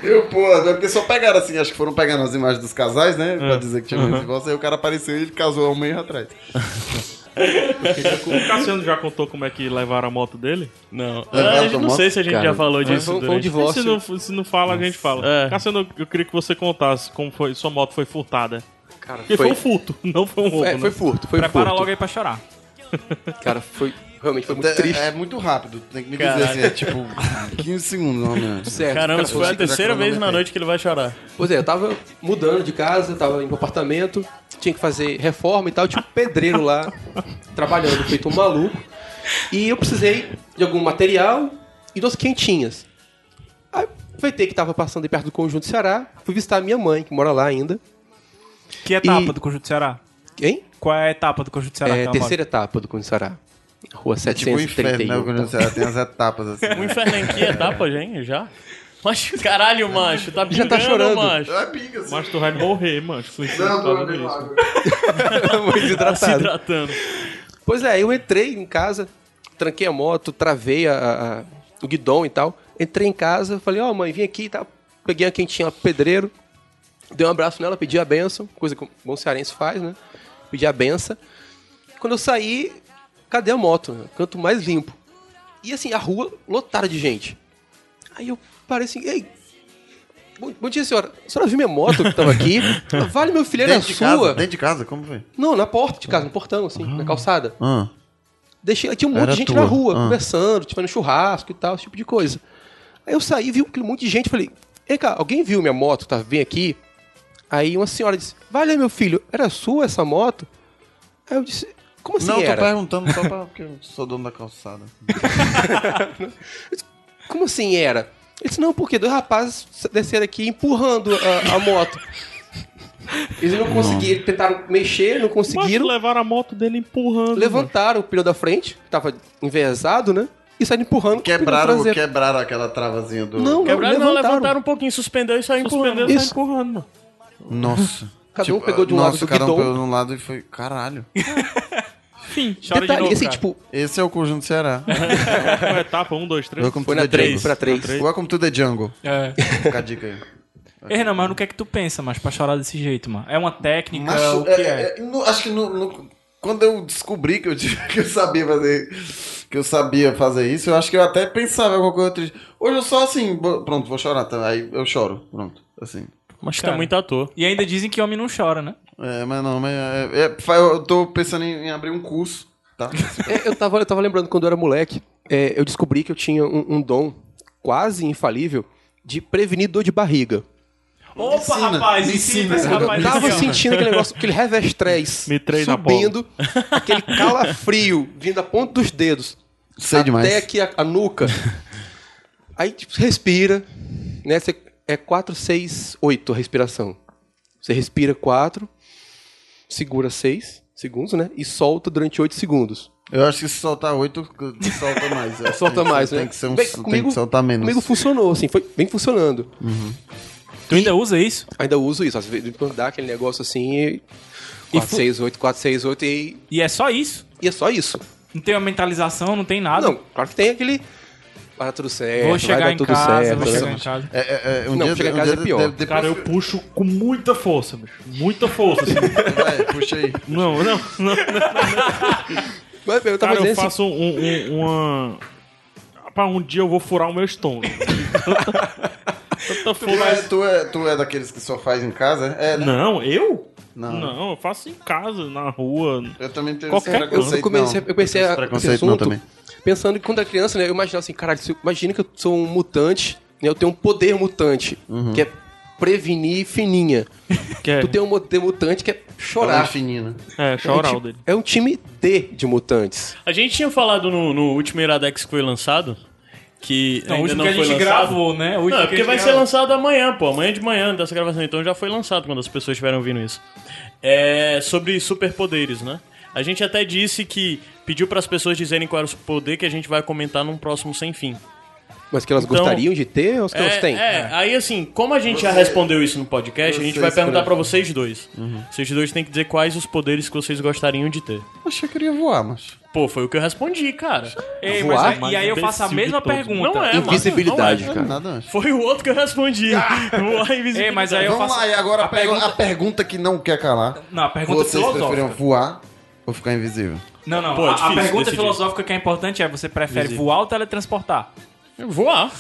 S1: Eu, pô, é porque só pegaram assim, acho que foram pegando as imagens dos casais, né? Pra dizer que tinha menos divórcio, aí o cara apareceu e ele casou há um mês atrás.
S4: O Cassiano já contou como é que levaram a moto dele?
S3: É,
S2: Não.
S1: Levaram
S2: Ah, a gente
S1: a
S2: não
S1: moto?
S2: sei se a gente
S1: Cara,
S2: já falou
S1: mas
S2: disso.
S1: foi- foi um
S2: durante-
S1: divórcio.
S4: Se não, se não fala, a gente fala.
S2: É.
S4: Cassiano, eu queria que você contasse como foi sua moto foi furtada.
S13: Cara,
S4: Porque foi...
S13: foi-
S4: um furto, não foi um roubo.
S13: É,
S4: né?
S13: foi furto, foi
S3: Prepara
S13: furto.
S3: logo aí pra chorar.
S13: Cara, foi. Realmente foi muito
S1: É,
S13: triste.
S1: é muito rápido, tem que me
S2: Caralho.
S1: dizer assim, é tipo 15 segundos, não, né?
S13: Certo.
S2: Caramba,
S13: cara,
S2: isso foi a
S13: consegui
S2: terceira vez na
S13: cronometrar.
S2: noite que ele vai chorar.
S13: Pois é, eu tava mudando de casa, eu tava indo pro apartamento, tinha que fazer reforma e tal, tinha um pedreiro lá, trabalhando feito um maluco. E eu precisei de algum material e de umas quentinhas. Aí aproveitei que tava passando aí perto do Conjunto do Ceará, fui visitar a minha mãe, que mora lá ainda.
S3: Que etapa
S13: E-
S3: do Conjunto Ceará?
S13: Quem?
S3: Qual é a etapa do Conjunto Ceará? que
S13: É,
S3: ela
S13: terceira etapa do Conjunto do Ceará. Rua
S1: É tipo um inferno, né? Quando
S13: 731.
S1: você tem as etapas assim.
S2: O inferno em que etapa, gente? Já? Macho, caralho, macho, tá
S13: Já
S2: pingando,
S13: tá chorando.
S2: macho.
S1: É pinga, assim.
S4: Mas tu vai morrer, mano. Foi
S1: Não,
S4: furtado
S1: não, não,
S4: mesmo.
S1: não.
S13: Muito
S2: Tá se
S13: hidratado.
S2: hidratando.
S13: Pois é, eu entrei em casa, tranquei a moto, travei a- a- a- o guidão e tal. Entrei em casa, falei, ó mãe, vim aqui e tal. Peguei uma quentinha lá pro pedreiro, dei um abraço nela, pedi a benção, coisa que um bom cearense faz, né? Pedi a benção. Quando eu saí, cadê a moto? né? Canto mais limpo. E assim, a rua lotada de gente. Aí eu parei assim, ei, bom, bom dia senhora, a senhora viu minha moto que tava aqui? Ela, Vale, meu filho, era
S1: Dentro de casa?
S13: sua.
S1: Dentro de casa? Como foi?
S13: Não, na porta de casa, no portão, assim, na calçada.
S1: Ah,
S13: Deixei, tinha um monte
S1: Era
S13: de gente
S1: tua.
S13: na rua,
S1: Ah.
S13: conversando, tipo, no churrasco e tal, esse tipo de coisa. Aí eu saí, vi aquele monte de gente, falei, ei, cara, alguém viu minha moto, tá, vem aqui? Aí uma senhora disse, vale, meu filho, era sua essa moto? Aí eu disse, como assim
S1: não, eu tô
S13: era?
S1: perguntando só pra, porque eu sou dono da calçada.
S13: Como assim era? Ele disse, não, porque dois rapazes desceram aqui empurrando a, a moto. Eles não conseguiram, tentaram mexer, não
S4: Mas
S13: conseguiram.
S4: levaram a moto dele empurrando. mano.
S13: Levantaram o pneu da frente, que tava envezado, né? E saíram empurrando. o pneu
S1: Quebraram,
S13: traseiro.
S1: quebraram aquela travazinha do.
S13: Não,
S2: Quebraram, não,
S13: não, levantaram.
S2: levantaram um pouquinho, suspendeu e saiu
S4: Suspendeu
S2: empurrando.
S4: e
S13: Isso.
S4: saiu empurrando, mano.
S1: Nossa.
S13: Cada um pegou de um
S1: nossa,
S13: lado do
S1: cada um
S13: guidão.
S1: pegou de um lado e foi. Caralho.
S4: Enfim,
S3: Chora de
S13: Detalhe,
S3: novo,
S13: assim,
S3: cara.
S13: tipo,
S1: Esse é o conjunto do Ceará.
S4: Foi uma etapa, um, dois, três.
S1: Welcome
S13: foi
S1: to
S13: na
S1: the
S13: 3,
S1: jungle.
S13: pra 3.
S1: Welcome to the jungle.
S3: É.
S1: Fica a dica aí. tipo-
S3: Hernan, mas no que é que tu pensa, mas pra chorar desse jeito, mano? É uma técnica?
S1: Macho,
S3: o que
S1: é,
S3: é?
S1: é, no- acho que no- no- quando eu descobri que eu, tive- que eu sabia fazer que eu sabia fazer isso, eu acho que eu até pensava em alguma coisa triste. Hoje eu só assim, bo- pronto, vou chorar, tá? aí eu choro, pronto, assim.
S2: Mas tá
S3: Cara.
S2: muito à toa.
S3: E ainda dizem que homem não chora, né?
S1: É, mas não, mas é, é, fa- eu tô pensando em, em abrir um curso, tá?
S13: É, eu, tava, eu tava lembrando quando eu era moleque, é, eu descobri que eu tinha um, um dom quase infalível de prevenir dor de barriga.
S3: Opa,
S1: Ensina,
S3: rapaz, ensina esse
S1: ensina.
S3: rapaz.
S13: Eu tava
S3: assim, ó.
S13: sentindo aquele negócio, aquele revestrez
S4: Me treina,
S13: subindo, aquele calafrio vindo da ponta dos dedos
S1: Sei
S13: até
S1: demais.
S13: aqui a, a nuca. Aí tipo, você respira, né? Você, é 4, 6, 8 a respiração. Você respira 4, segura 6 segundos, né? E solta durante 8 segundos.
S1: Eu acho que se soltar oito, c- solta mais. Eu acho
S13: Solta
S1: que
S13: mais,
S1: tem
S13: né?
S1: Que ser um,
S13: Bem,
S1: tem
S13: comigo-
S1: que soltar menos.
S13: Comigo funcionou, assim, foi bem funcionando.
S3: Tu ainda usa isso?
S13: Ainda uso isso, às vezes quando dá aquele negócio assim, 468, 468 e,
S3: E é só isso?
S13: e é só isso. Ah,
S3: Não tem uma mentalização, não tem nada?
S13: Não, claro que tem aquele Vai dar tudo certo.
S3: Vou chegar
S13: É, vai dar
S3: em
S13: tudo
S3: casa,
S13: certo,
S3: vou
S13: né?
S3: chegar em casa.
S1: É, é, é, um
S13: não,
S1: dia-
S13: chegar em
S1: um
S13: casa
S1: dia
S13: é pior.
S1: de- de-
S4: Cara, eu puxo com muita força, bicho. Muita força, assim.
S1: Vai, puxa aí.
S4: Não, não, não.
S13: Mas eu
S4: Cara,
S13: tava
S4: eu
S13: dizendo assim-
S4: faço um, um- uma. Rapaz, um dia eu vou furar o meu estômago.
S1: Tu é, tu, é, tu é daqueles que só faz em casa? É, né?
S4: Não, eu?
S1: Não.
S4: Não, eu faço em casa, na rua.
S1: Eu também tenho
S4: Qualquer
S1: esse
S13: Eu
S1: preconceito.
S13: comecei,
S1: não.
S13: eu pensei
S1: Esse
S13: a esse
S1: preconceito
S13: assunto,
S1: não também.
S13: pensando que quando era criança, né, eu imaginava assim, caralho, se- imagina que eu sou um mutante, né, eu tenho um poder mutante, que é prevenir fininha. Tu tem um poder mutante que é chorar.
S1: Chorar fininho, né?
S4: É, chorar
S13: um
S3: tipo,
S4: o
S13: ti-
S4: dele.
S13: é um time D de mutantes.
S2: A gente tinha falado no, no último Iradex que foi lançado. Que
S3: Não, o
S2: ainda
S3: último
S2: não
S3: que a
S2: foi
S3: gente
S2: lançado.
S3: gravou, né? O último
S2: Não, é
S3: que
S2: porque
S3: a gente
S2: vai ser
S3: gravou.
S2: lançado amanhã, pô. Amanhã de manhã dessa gravação. Então já foi lançado quando as pessoas estiveram ouvindo isso. É sobre superpoderes, né? A gente até disse que pediu para as pessoas dizerem qual era o poder que a gente vai comentar num próximo sem fim.
S13: Mas que elas
S2: Então,
S13: gostariam de ter ou os que elas
S2: é,
S13: têm? Ah.
S2: é, aí assim, como a gente já
S13: Você-
S2: respondeu isso no podcast, a gente
S13: Você
S2: vai perguntar
S13: escreve.
S2: pra vocês dois. Vocês dois têm que dizer quais os poderes que vocês gostariam de ter.
S1: Achei que eu queria voar, mas.
S2: Pô, foi o que eu respondi, cara.
S3: Ei, mas Voar? aí- e aí eu faço a mesma pergunta.
S2: Não é, mano.
S13: Invisibilidade,
S2: Não é.
S13: cara.
S1: Nada.
S2: Foi o outro que eu respondi. Voar e invisibilidade.
S3: Ei, mas aí eu
S1: Vamos
S3: faço
S1: lá, e agora
S3: a
S1: a, pergu-
S3: pergunta-
S1: a pergunta que não quer calar.
S3: Não, a pergunta
S1: Vocês preferiam
S3: filosófica.
S1: voar ou ficar invisível?
S3: Não, não.
S2: Pô, é
S3: a, a
S2: difícil
S3: pergunta
S2: decidir.
S3: filosófica que é importante é: você prefere
S2: Invisível.
S3: voar ou teletransportar?
S2: Voar.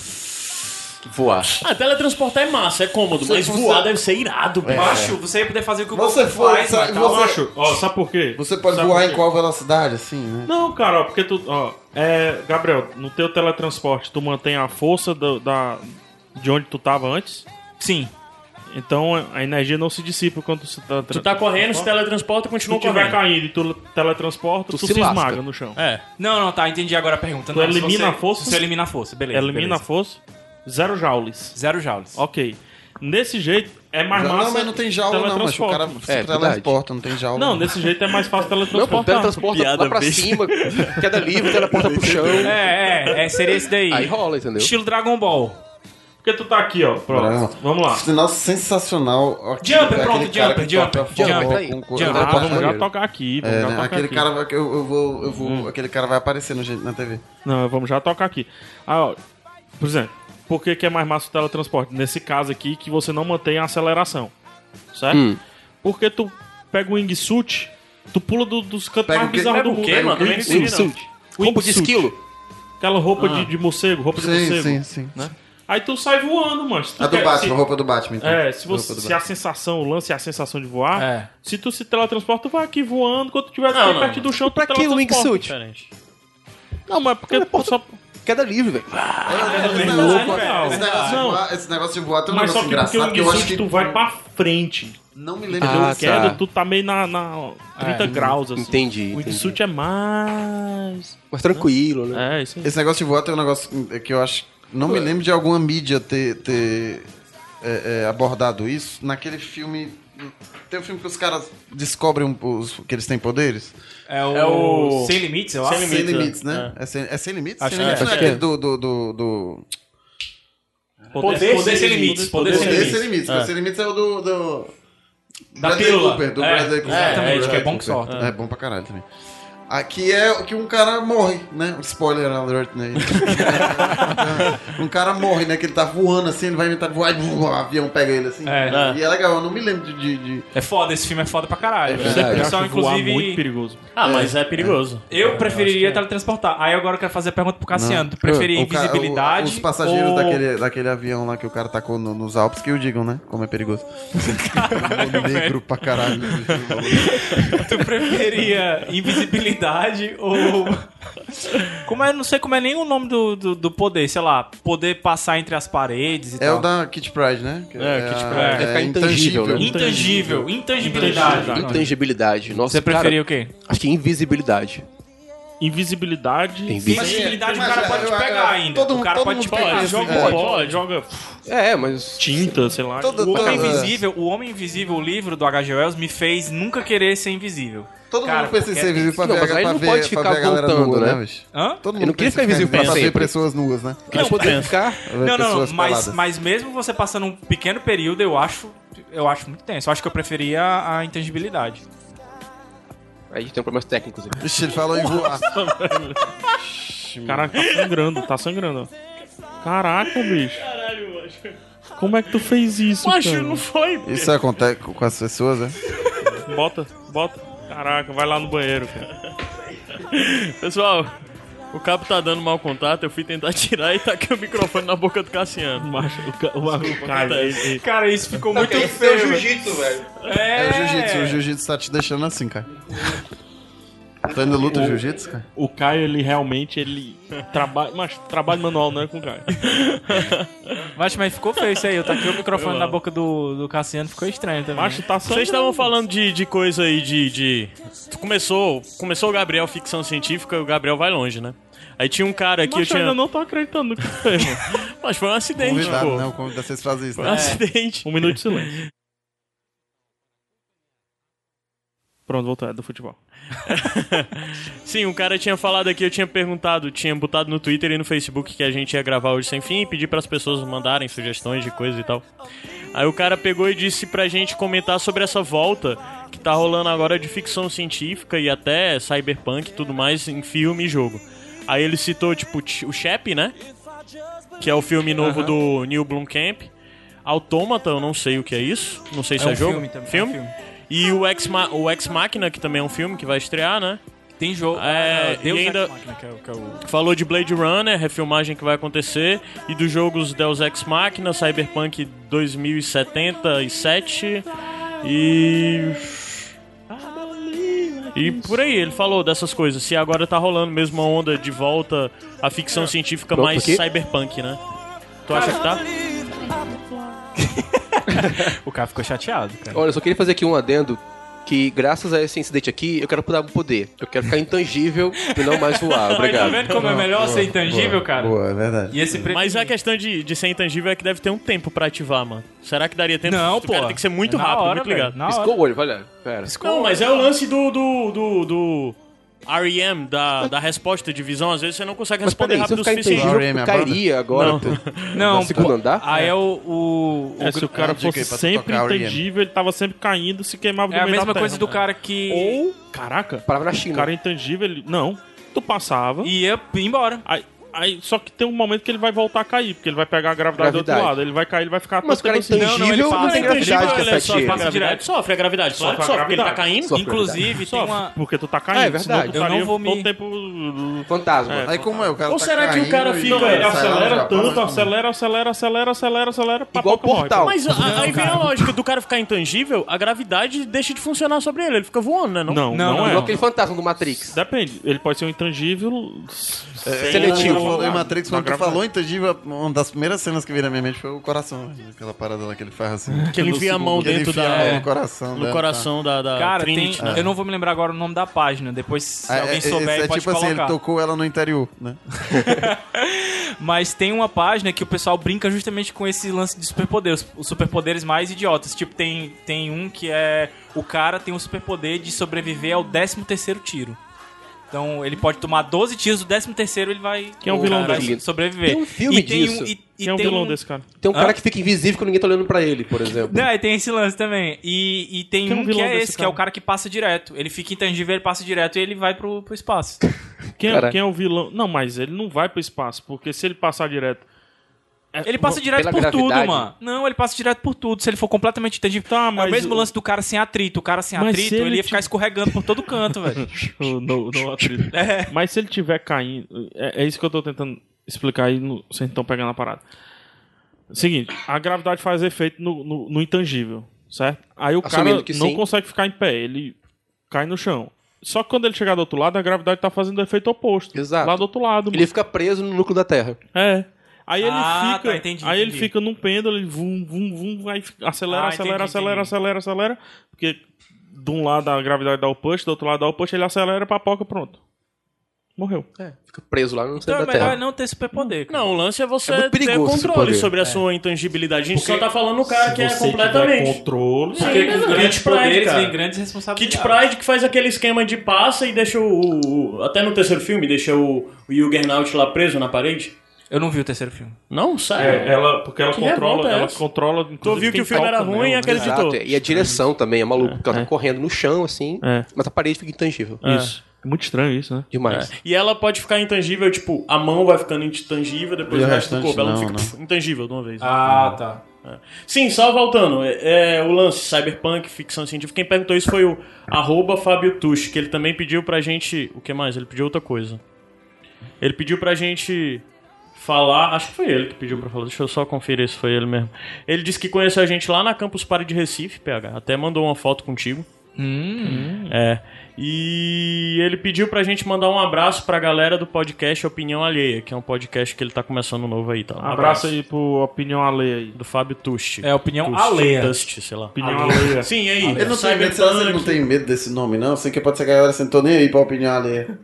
S14: Voar.
S2: Ah, teletransportar é massa, é cômodo,
S1: Você
S2: mas
S1: consegue-
S2: voar deve ser irado, bicho.
S3: Macho, você ia poder fazer o é que o
S1: Você
S3: Goku
S1: foi,
S3: faz,
S1: sabe,
S3: mas
S1: você-
S3: tá-
S4: Macho, ó, sabe por quê?
S1: Você pode
S4: Sabe
S1: voar
S4: por
S1: em
S4: quê?
S1: qual velocidade, assim, né?
S4: Não, cara, ó, porque tu. Ó, é, Gabriel, no teu teletransporte, tu mantém a força do- da, de onde tu tava antes?
S3: Sim.
S4: Então a- a energia não se dissipa quando tu se teletransporta.
S2: Tu tá correndo, se teletransporta e continua
S4: tu tiver
S2: correndo.
S4: caindo e tu teletransporta, tu, se, esmaga no chão.
S2: É.
S3: Não, não, tá, entendi agora a pergunta.
S4: Tu
S3: Não, se
S4: elimina
S3: você-
S4: a força?
S3: se Você elimina a força, beleza.
S4: Elimina
S3: beleza.
S4: a força, zero joules.
S3: Zero joules.
S4: Ok. Nesse jeito é mais
S1: Não,
S4: massa.
S1: mas não tem jaula, não, mas o
S4: teletransporte,
S1: cara
S4: mano.
S1: se teletransporta, não tem jaula.
S4: Não, desse jeito é mais fácil
S13: Não, pô,
S4: teletransportar.
S13: teletransporta lá pra cima, queda livre, teleporta pro chão.
S3: É, é, é, seria esse daí.
S13: Aí rola, entendeu?
S3: Estilo Dragon Ball.
S4: Porque tu tá aqui, ó. Pronto.
S1: Pronto.
S4: Vamos lá.
S1: Sinal sensacional. Aquele-
S3: Jumper, pronto,
S1: aquele cara
S3: jumper,
S1: que toca
S3: jumper,
S1: forró
S3: jumper.
S1: com-
S3: Aí,
S1: com-
S3: jumper.
S1: Ah,
S4: Ah, vamos
S1: maneiro.
S4: já tocar aqui. Vamos
S1: É,
S4: já
S1: né?
S4: tocar
S1: aquele
S4: aqui.
S1: cara vai- eu, eu vou, eu vou,
S3: Hum.
S1: aquele cara vai aparecer no jeito na TV.
S4: Não, vamos já tocar aqui. Ah, ó, por exemplo, por que, que é mais massa o teletransporte? Nesse caso aqui, que você não mantém a aceleração. Certo?
S13: Hum.
S4: Porque tu pega o wingsuit, tu pula do- dos cantos
S1: Pega
S4: mais
S1: o quê?
S4: bizarros
S1: Pega
S4: do
S1: o
S4: mundo.
S1: quê, mano? Não entendi, não.
S4: Wingsuit.
S13: Roupa de
S4: Wingsuit.
S13: esquilo?
S4: Aquela roupa
S2: Ah.
S4: de, de morcego, roupa de
S1: Sim,
S4: morcego.
S1: sim, sim.
S4: né? Aí tu sai voando, mano. Se tu
S1: A do
S4: quer-
S1: Batman,
S4: se-
S1: a roupa do Batman. então.
S4: É, se,
S1: Roupa
S4: você,
S1: do
S4: se
S1: Batman.
S4: a sensação, o lance é a sensação de voar,
S3: É.
S4: se tu se teletransporta, tu vai aqui voando. Quando tu tiver
S2: Não,
S4: aqui
S2: não.
S4: perto do chão, tu
S13: Pra que o
S4: teletransporta.
S13: wingsuit?
S2: Diferente.
S4: Não, mas porque só...
S13: Queda livre, velho.
S1: Esse
S4: é
S1: negócio
S4: louco,
S1: de voar-
S4: velho.
S1: esse negócio de
S4: Não.
S1: voar- Esse negócio de voar
S3: Então,
S1: tem um
S3: é
S4: Mas só
S1: negócio
S4: que porque o
S1: engraçado que eu acho
S4: wingsuit
S1: que
S4: tu vai pra frente.
S1: Não me lembro. um
S4: Entendeu?
S13: Ah,
S4: Ah, queda,
S13: tá.
S4: tu tá meio na, na 30
S3: É.
S4: graus, assim.
S13: Entendi,
S4: O
S13: entendi.
S4: wingsuit é mais...
S13: Mas tranquilo, né?
S4: É, isso aí.
S1: Esse negócio de voar tem um negócio que eu acho. Não me lembro de alguma mídia ter, ter é, é, abordado isso. Naquele filme. Tem um filme que os caras descobrem um, os, que eles têm poderes? Ah,
S3: É o,
S2: É o-
S3: Sem Limites, eu
S2: Sem
S3: acho.
S1: Sem
S2: Limites,
S1: limites,
S2: é.
S1: né? É, sem, é sem limites?
S3: Acho
S1: sem
S3: que
S1: limites
S3: é.
S1: não é
S3: Acho
S1: aquele do. do, do, do...
S3: Poder,
S4: Poder
S3: poder
S4: sem
S3: sem limites.
S4: limites,
S3: Poder
S4: poder
S3: sem
S1: Poder
S3: limites.
S1: sem limites.
S2: É.
S1: É. Sem limites é o do. do...
S3: Da
S1: Bradley
S3: pílula.
S1: Cooper, do
S3: É,
S1: Bradley Cooper.
S3: exatamente,
S1: do
S3: que é
S1: Bradley
S3: bom que
S1: Cooper.
S3: solta.
S1: É bom pra caralho também. Aqui é que um cara morre, né? Um spoiler alert, né? um cara morre, né? Que ele tá voando assim, ele vai inventar voar e o avião pega ele assim.
S3: É,
S1: E é legal, eu não me lembro de. de- de-
S3: É foda, esse filme é foda pra caralho.
S13: verdade.
S3: O pessoal,
S4: acho voar muito
S3: inclusive,
S4: perigoso.
S2: Ah, mas é perigoso.
S3: eu é. preferiria teletransportar. Aí agora eu quero fazer a pergunta pro Cassiano. Tu preferia
S1: O cara- o-
S3: invisibilidade
S1: os passageiros
S3: ou...
S1: daquele, daquele avião lá que o cara tacou no- nos Alpes que o digam, né? Como é perigoso. negro pra caralho.
S3: Tu preferia invisibilidade ou. Como é, não sei como é nem o nome do, do, do poder, sei lá, poder passar entre as paredes e
S1: É
S3: tal.
S1: o da Kit Pride, né? Que
S3: É, Kitty
S1: a-
S3: Pryde.
S13: É ficar intangível, né?
S3: Intangível, intangibilidade.
S2: É.
S13: Intangibilidade. Nossa,
S3: Você
S13: cara,
S3: preferia o quê?
S13: Acho que invisibilidade.
S4: Invisibilidade.
S13: Invisibilidade.
S3: Invisibilidade o
S1: Mas,
S3: cara
S1: é,
S3: pode te
S1: eu- eu-
S3: pegar ainda.
S1: todo
S3: o
S1: mundo-
S3: cara
S1: todo
S3: pode te
S1: mundo pode,
S3: pegar.
S1: assim,
S4: Joga,
S1: É.
S4: pó, joga
S13: É, mas.
S4: tinta, sei lá.
S1: Todo-
S4: O
S1: todo-
S3: O Homem
S1: Ah.
S3: Invisível, o Homem Invisível, o livro do H.G. Wells me fez nunca querer ser invisível.
S1: Todo
S3: Cara,
S1: mundo pensa em
S3: porque-
S1: ser visível pra
S13: Não,
S1: ver,
S13: mas aí
S1: pra
S13: não
S1: ver,
S13: pode
S1: pra
S13: ficar
S1: ver a galera
S13: voltando,
S1: nua,
S13: né?
S1: bicho?
S3: Hã?
S1: Todo
S13: não queria
S1: pensa
S13: ficar
S1: em
S13: visível pra
S1: ver
S13: sempre.
S1: pessoas nuas, né?
S13: Mas poder
S2: pensa.
S13: ficar.
S1: Pra ver
S3: Não, não,
S1: pessoas
S3: não. Mas,
S1: peladas.
S3: mas mesmo você passando um pequeno período, eu acho. Eu acho muito tenso. Eu acho que eu preferia a intangibilidade.
S13: Aí tem problemas técnicos aqui.
S1: Vixe, ele falou em voar.
S4: Vixe, Caraca, tá sangrando, tá sangrando, ó. Caraca, bicho.
S2: Caralho, macho.
S4: Como é que tu fez isso,
S2: Macho,
S4: cara?
S2: não foi.
S1: Isso acontece com as pessoas, né?
S4: Bota, bota. Caraca, vai lá no banheiro, cara.
S2: Pessoal, o Capo tá dando mau contato, eu fui tentar tirar e taquei o microfone na boca do Cassiano.
S4: Macho, o, ca... o é-
S2: cara, ele-
S3: Cara, isso ficou muito
S2: Cara, esse
S3: feio.
S2: é o
S3: velho.
S2: jiu-jitsu, velho.
S1: É,
S3: É,
S1: o jiu-jitsu. O jiu-jitsu tá te deixando assim, cara. Tá indo luta
S4: O-
S1: jiu-jitsu, cara?
S4: O Caio, ele realmente, ele trabalha... Mas trabalho manual não é com o Caio.
S3: Macho, mas ficou feio isso aí. Eu taquei o microfone
S2: Eu
S3: na
S2: não.
S3: boca do, do Cassiano, ficou estranho também.
S2: Macho, tá Vocês estavam falando de, de coisa aí de, de. Tu começou. Começou o Gabriel ficção científica e o Gabriel vai longe, né? Aí tinha um cara aqui, eu
S4: Macho, eu
S2: tinha.
S4: ainda não tô acreditando no que tu fez, mano.
S2: Mas foi um acidente,
S1: Convidado,
S2: pô.
S1: né? O convidado vocês fazem isso,
S2: Foi
S1: né?
S2: um acidente.
S4: Um minuto de silêncio. Pronto, voltou. É do futebol.
S2: Sim, um cara tinha falado aqui, eu tinha perguntado, tinha botado no Twitter e no Facebook que a gente ia gravar hoje sem fim e pedir pras pessoas mandarem sugestões de coisa e tal. Aí o cara pegou e disse pra gente comentar sobre essa volta que tá rolando agora de ficção científica e até cyberpunk e tudo mais em filme e jogo. Aí ele citou, tipo, o Shep, né? Que é o filme novo
S3: Aham.
S2: do Neil Blomkamp. Automata, eu não sei o que é isso. Não sei
S3: É
S2: se é
S3: um
S2: jogo.
S3: filme também, é um
S2: Filme?
S3: filme.
S2: E o Ex, Ma o Ex Machina, que também é um filme que vai estrear, né?
S3: Tem jogo.
S2: É,
S3: Ah,
S2: e
S3: Deus
S2: ainda
S3: Ex Machina, que é o- que é o-
S2: falou de Blade Runner, refilmagem que vai acontecer, e dos jogos Deus Ex Machina, Cyberpunk 2077 e... E por aí, ele falou dessas coisas. Se agora tá rolando mesmo a onda de volta à ficção científica
S13: Pronto
S2: mais
S13: aqui?
S2: cyberpunk, né? Tu acha que tá?
S3: O cara ficou chateado, cara.
S13: Olha, eu só queria fazer aqui um adendo que graças a esse incidente aqui, eu quero dar um poder. Eu quero ficar intangível e não mais voar.
S3: Aí,
S13: Obrigado.
S3: tá vendo como é melhor ser intangível, cara?
S1: Boa, é verdade.
S3: E esse pre...
S2: Mas a questão de, de ser intangível é que deve ter um tempo pra ativar, mano. Será que daria tempo?
S3: Não,
S2: Tu, cara,
S3: pô. É
S2: Tem que ser é muito
S3: Na
S2: rápido,
S3: hora,
S2: muito
S3: velho,
S2: ligado.
S3: na
S13: Piscou o olho, olha. Pera.
S2: Não, mas é o lance do. do. do. do REM, da, da resposta de visão, às vezes você não consegue
S13: Mas
S2: responder
S13: peraí, se eu
S2: rápido o
S13: ficar
S2: suficiente.
S13: intangível, eu cairia agora.
S2: Não.
S13: tu-
S3: Não,
S13: no segundo
S3: pô,
S13: andar?
S3: Aí é o. o, o
S4: É, se o cara
S1: Ah, dica
S4: fosse
S1: aí pra tu
S4: sempre
S1: tocar, Ariane.
S4: intangível, ele tava sempre caindo, se queimava no
S3: É a
S4: meio da
S3: mesma
S4: terra.
S3: coisa do cara que.
S4: Ou, caraca,
S13: Parava na
S4: o
S13: China.
S4: cara é intangível, ele... Não, tu passava,
S3: Ia embora.
S4: aí, aí- só que tem um momento que ele vai voltar a cair, porque ele vai pegar a gravidade, do
S13: Gravidade.
S4: outro lado, ele vai cair, ele vai ficar... assim,
S13: Mas o cara é
S4: tocando
S13: intangível
S4: Não, não, ele
S13: não
S4: passa.
S2: é
S13: tem
S4: Cara
S13: gravidade,
S4: intangível,
S13: que
S4: ele
S13: essa é
S4: sofre
S13: tia.
S4: a
S2: A gravidade
S4: gravidade.
S2: sofre, a gravidade, claro
S4: Sofre
S2: que
S4: a
S2: sofre, porque ele tá
S4: gravidade.
S2: caindo.
S13: Sofre a
S3: Inclusive, tem
S4: Sofre,
S3: uma.
S4: porque tu tá
S13: Ah, é
S4: caindo, senão tu
S13: verdade.
S3: Eu não
S4: estaria
S3: vou me-
S4: todo tempo...
S13: Fantasma.
S1: Aí como é? O cara
S2: Ou
S1: tá
S2: será que o
S1: caindo
S2: cara
S1: e-
S2: fica-
S4: Não, ele
S1: é, sai lá,
S4: acelera
S1: já
S4: tanto,
S1: passa.
S4: acelera, acelera, acelera, acelera, acelera, pra
S13: Igual
S4: pouco morre.
S13: portal.
S2: Mas a- aí vem a lógica do cara ficar intangível, a gravidade deixa de funcionar sobre ele, ele fica voando, né?
S4: Não,
S2: Não,
S3: Não,
S4: não
S3: não,
S13: Igual
S4: é.
S13: aquele fantasma do Matrix.
S4: Depende, ele pode ser um intangível.
S1: É,
S4: sem um
S1: quando
S13: Seletivo.
S1: eu falei
S4: o-
S1: em Matrix,
S4: na
S1: quando tu
S4: gravidade.
S1: falou intangível, uma das primeiras cenas que veio na minha mente foi o coração. né? Aquela parada lá que ele faz assim.
S2: Que ele enfia a mão
S1: Que ele
S2: dentro
S1: enfia
S2: da.
S1: a mão no coração.
S2: no
S1: né?
S2: coração da, da
S3: Cara,
S2: Trinity,
S3: tem,
S2: né?
S3: eu não vou me lembrar agora o nome da página. Depois, se
S1: Ah,
S3: alguém
S1: é,
S3: souber,
S1: esse é
S3: pode
S1: tipo
S3: colocar.
S1: assim, ele tocou ela no interior, né?
S3: Mas tem uma página que o pessoal brinca justamente com esse lance de superpoderes. Os superpoderes mais idiotas. Tipo, tem, tem um que é... O cara tem o superpoder de sobreviver ao 13º tiro. Então, ele pode tomar 12 tiros, do 13º ele vai...
S4: Quem é o vilão
S3: cara vai
S13: dele?
S3: sobreviver.
S13: Tem um filme
S3: e tem
S13: disso.
S3: Um, e, e
S4: Quem é o
S3: tem
S4: vilão
S3: um-
S4: desse cara?
S13: Tem um
S3: Hã?
S13: cara que fica invisível que ninguém tá olhando pra ele, por exemplo.
S3: Não, e tem esse lance também. E, e tem
S4: Quem é o
S3: um que
S4: vilão
S3: é
S4: desse
S3: esse, que é
S4: cara?
S3: o cara que passa direto. Ele fica intangível, ele passa direto e ele vai pro, pro espaço.
S4: Quem, é,
S13: Caraca.
S4: quem é o vilão? Não, mas ele não vai pro espaço, porque se ele passar direto. É,
S3: Ele passa direto
S13: pela
S3: por tudo,
S13: gravidade?
S3: mano. Não, ele passa direto por tudo. Se ele for completamente intangível.
S4: Tá,
S3: é
S4: mas
S3: o mesmo
S4: o-
S3: lance do cara sem atrito. O cara sem
S4: Mas
S3: atrito,
S4: se
S3: ele,
S4: ele
S3: ia ficar
S4: ti-
S3: escorregando por todo canto, velho.
S4: no, no, no atrito.
S3: É.
S4: Mas se ele tiver caindo. É, é isso que eu tô tentando explicar aí, no, vocês estão pegando a parada. Seguinte, a gravidade faz efeito no, no- no intangível, certo? Aí o
S13: Assumindo
S4: cara
S13: que
S4: não
S13: sim.
S4: consegue ficar em pé, ele cai no chão. Só que quando ele chegar do outro lado, a gravidade tá fazendo o efeito oposto.
S13: Exato.
S4: Lá do outro lado, mano.
S13: Ele fica preso no núcleo da Terra.
S4: É. Aí ele
S3: Ah,
S4: fica.
S3: tá, entendi,
S4: aí ele
S3: entendi.
S4: fica num pêndulo, ele vum, vum, vum, aí fica- acelera,
S3: Ah,
S4: acelera,
S3: entendi,
S4: acelera,
S3: entendi.
S4: acelera, acelera. Porque de um lado a gravidade dá o push, do outro lado dá o push, ele acelera, papoca, pronto. Morreu.
S13: É, fica preso lá no
S3: Então
S13: centro
S3: é
S13: da
S3: melhor
S13: Terra.
S3: não ter superpoder. cara.
S2: Não, o lance é você
S13: É muito
S2: ter
S13: perigoso esse
S2: controle
S13: poder. É.
S2: sobre a sua intangibilidade. A gente só tá falando o cara que é
S4: você tiver
S2: completamente.
S4: controle.
S2: Sim,
S3: Porque
S2: mas
S3: com
S2: não,
S3: grandes
S2: Kit Pride,
S3: poderes
S2: cara.
S3: vem grandes
S2: Kit
S3: responsabilidades.
S2: Pride que faz aquele esquema de passa e deixa o. o- até no terceiro filme, deixa o, o Juggernaut lá preso na parede.
S3: Eu não vi o terceiro filme.
S2: Não, sério.
S4: É, ela, porque ela
S2: Que
S4: controla,
S2: revolta é
S4: ela
S2: essa?
S4: controla. inclusive,
S2: viu que
S4: quem
S2: o filme era
S4: toca,
S2: ruim e
S4: né?
S2: aquele-
S13: Exato, é. E a direção também é maluco. Ela tá correndo no chão, assim,
S4: É.
S13: mas a parede fica intangível.
S4: É. Isso. É muito estranho isso, né?
S13: Demais.
S3: É.
S2: E ela pode ficar intangível, tipo, a mão vai ficando intangível, depois
S4: E o
S2: o resto do
S4: restante
S2: corpo. Ela não,
S4: não,
S2: fica
S4: né?
S2: pf, intangível de uma vez. né?
S3: Ah, tá.
S2: É. Sim, só voltando, é, é, o lance cyberpunk, ficção científica. Quem perguntou isso foi o arroba Fábio Tush, que ele também pediu pra gente. O que mais? Ele pediu outra coisa. Ele pediu pra gente falar. Acho que foi ele que pediu pra falar. Deixa eu só conferir se foi ele mesmo. Ele disse que conheceu a gente lá na Campus Party de Recife, PH. Até mandou uma foto contigo.
S3: Hum.
S2: É. E ele pediu pra gente mandar um abraço pra galera do podcast Opinião Alheia, que é um podcast que ele tá começando novo aí, tá? Um
S4: Abraço, aí pro Opinião Alheia aí.
S2: Do Fábio Tusti.
S3: É, Opinião
S2: Tusti,
S3: Alheia.
S2: Dust, sei lá.
S4: Opinião Alheia.
S2: Sim, aí. É
S1: Ele não tem
S2: Cyberpunk.
S1: medo, será que tá ele não tem medo desse nome, não? Eu sei que pode ser que a galera sentou nem aí pra opinião alheia.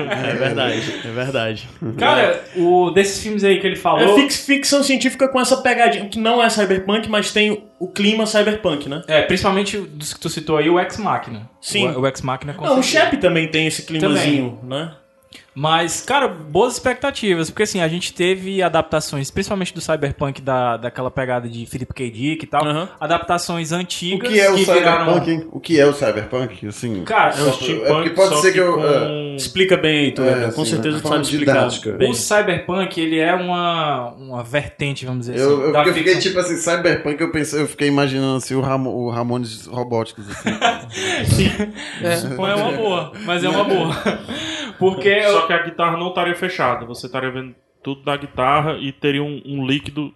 S2: É verdade, é verdade.
S3: Cara, o, desses filmes aí que ele
S2: É
S3: falou.
S2: fix- ficção científica com essa pegadinha, que não é cyberpunk, mas tem o clima cyberpunk, né?
S3: É, principalmente dos que tu citou aí, o Ex Machina.
S2: Sim.
S3: O, o Ex Machina com
S2: Não, o
S3: certeza.
S2: Shep também tem esse climazinho, né?
S3: Mas, cara, boas expectativas, porque assim, a gente teve adaptações, principalmente do Cyberpunk, da, daquela pegada de Philip K. Dick e tal, adaptações
S1: O
S3: antigas
S1: que é o
S3: viraram-
S1: cyberpunk, hein? O que é o cyberpunk? Assim,
S3: Cara,
S1: só pra- é porque pode ser que eu. é.
S2: Explica bem aí, tu,
S1: É,
S2: Everton. com
S1: sim,
S2: certeza
S1: de
S2: tu
S1: forma
S2: sabe explicar.
S1: didática.
S2: Bem.
S3: O Cyberpunk, ele é uma, uma vertente, vamos dizer assim.
S1: Eu, eu,
S3: da
S1: porque eu fiquei
S3: ficção-
S1: tipo assim, cyberpunk, eu pensei, eu fiquei imaginando assim o, Ramo, o Ramones robóticos. Assim.
S3: É, pô, é uma boa, mas é uma boa. Porque
S4: Só
S3: É, eu-
S4: que a guitarra não estaria fechada. Você estaria vendo tudo da guitarra e teria um, um líquido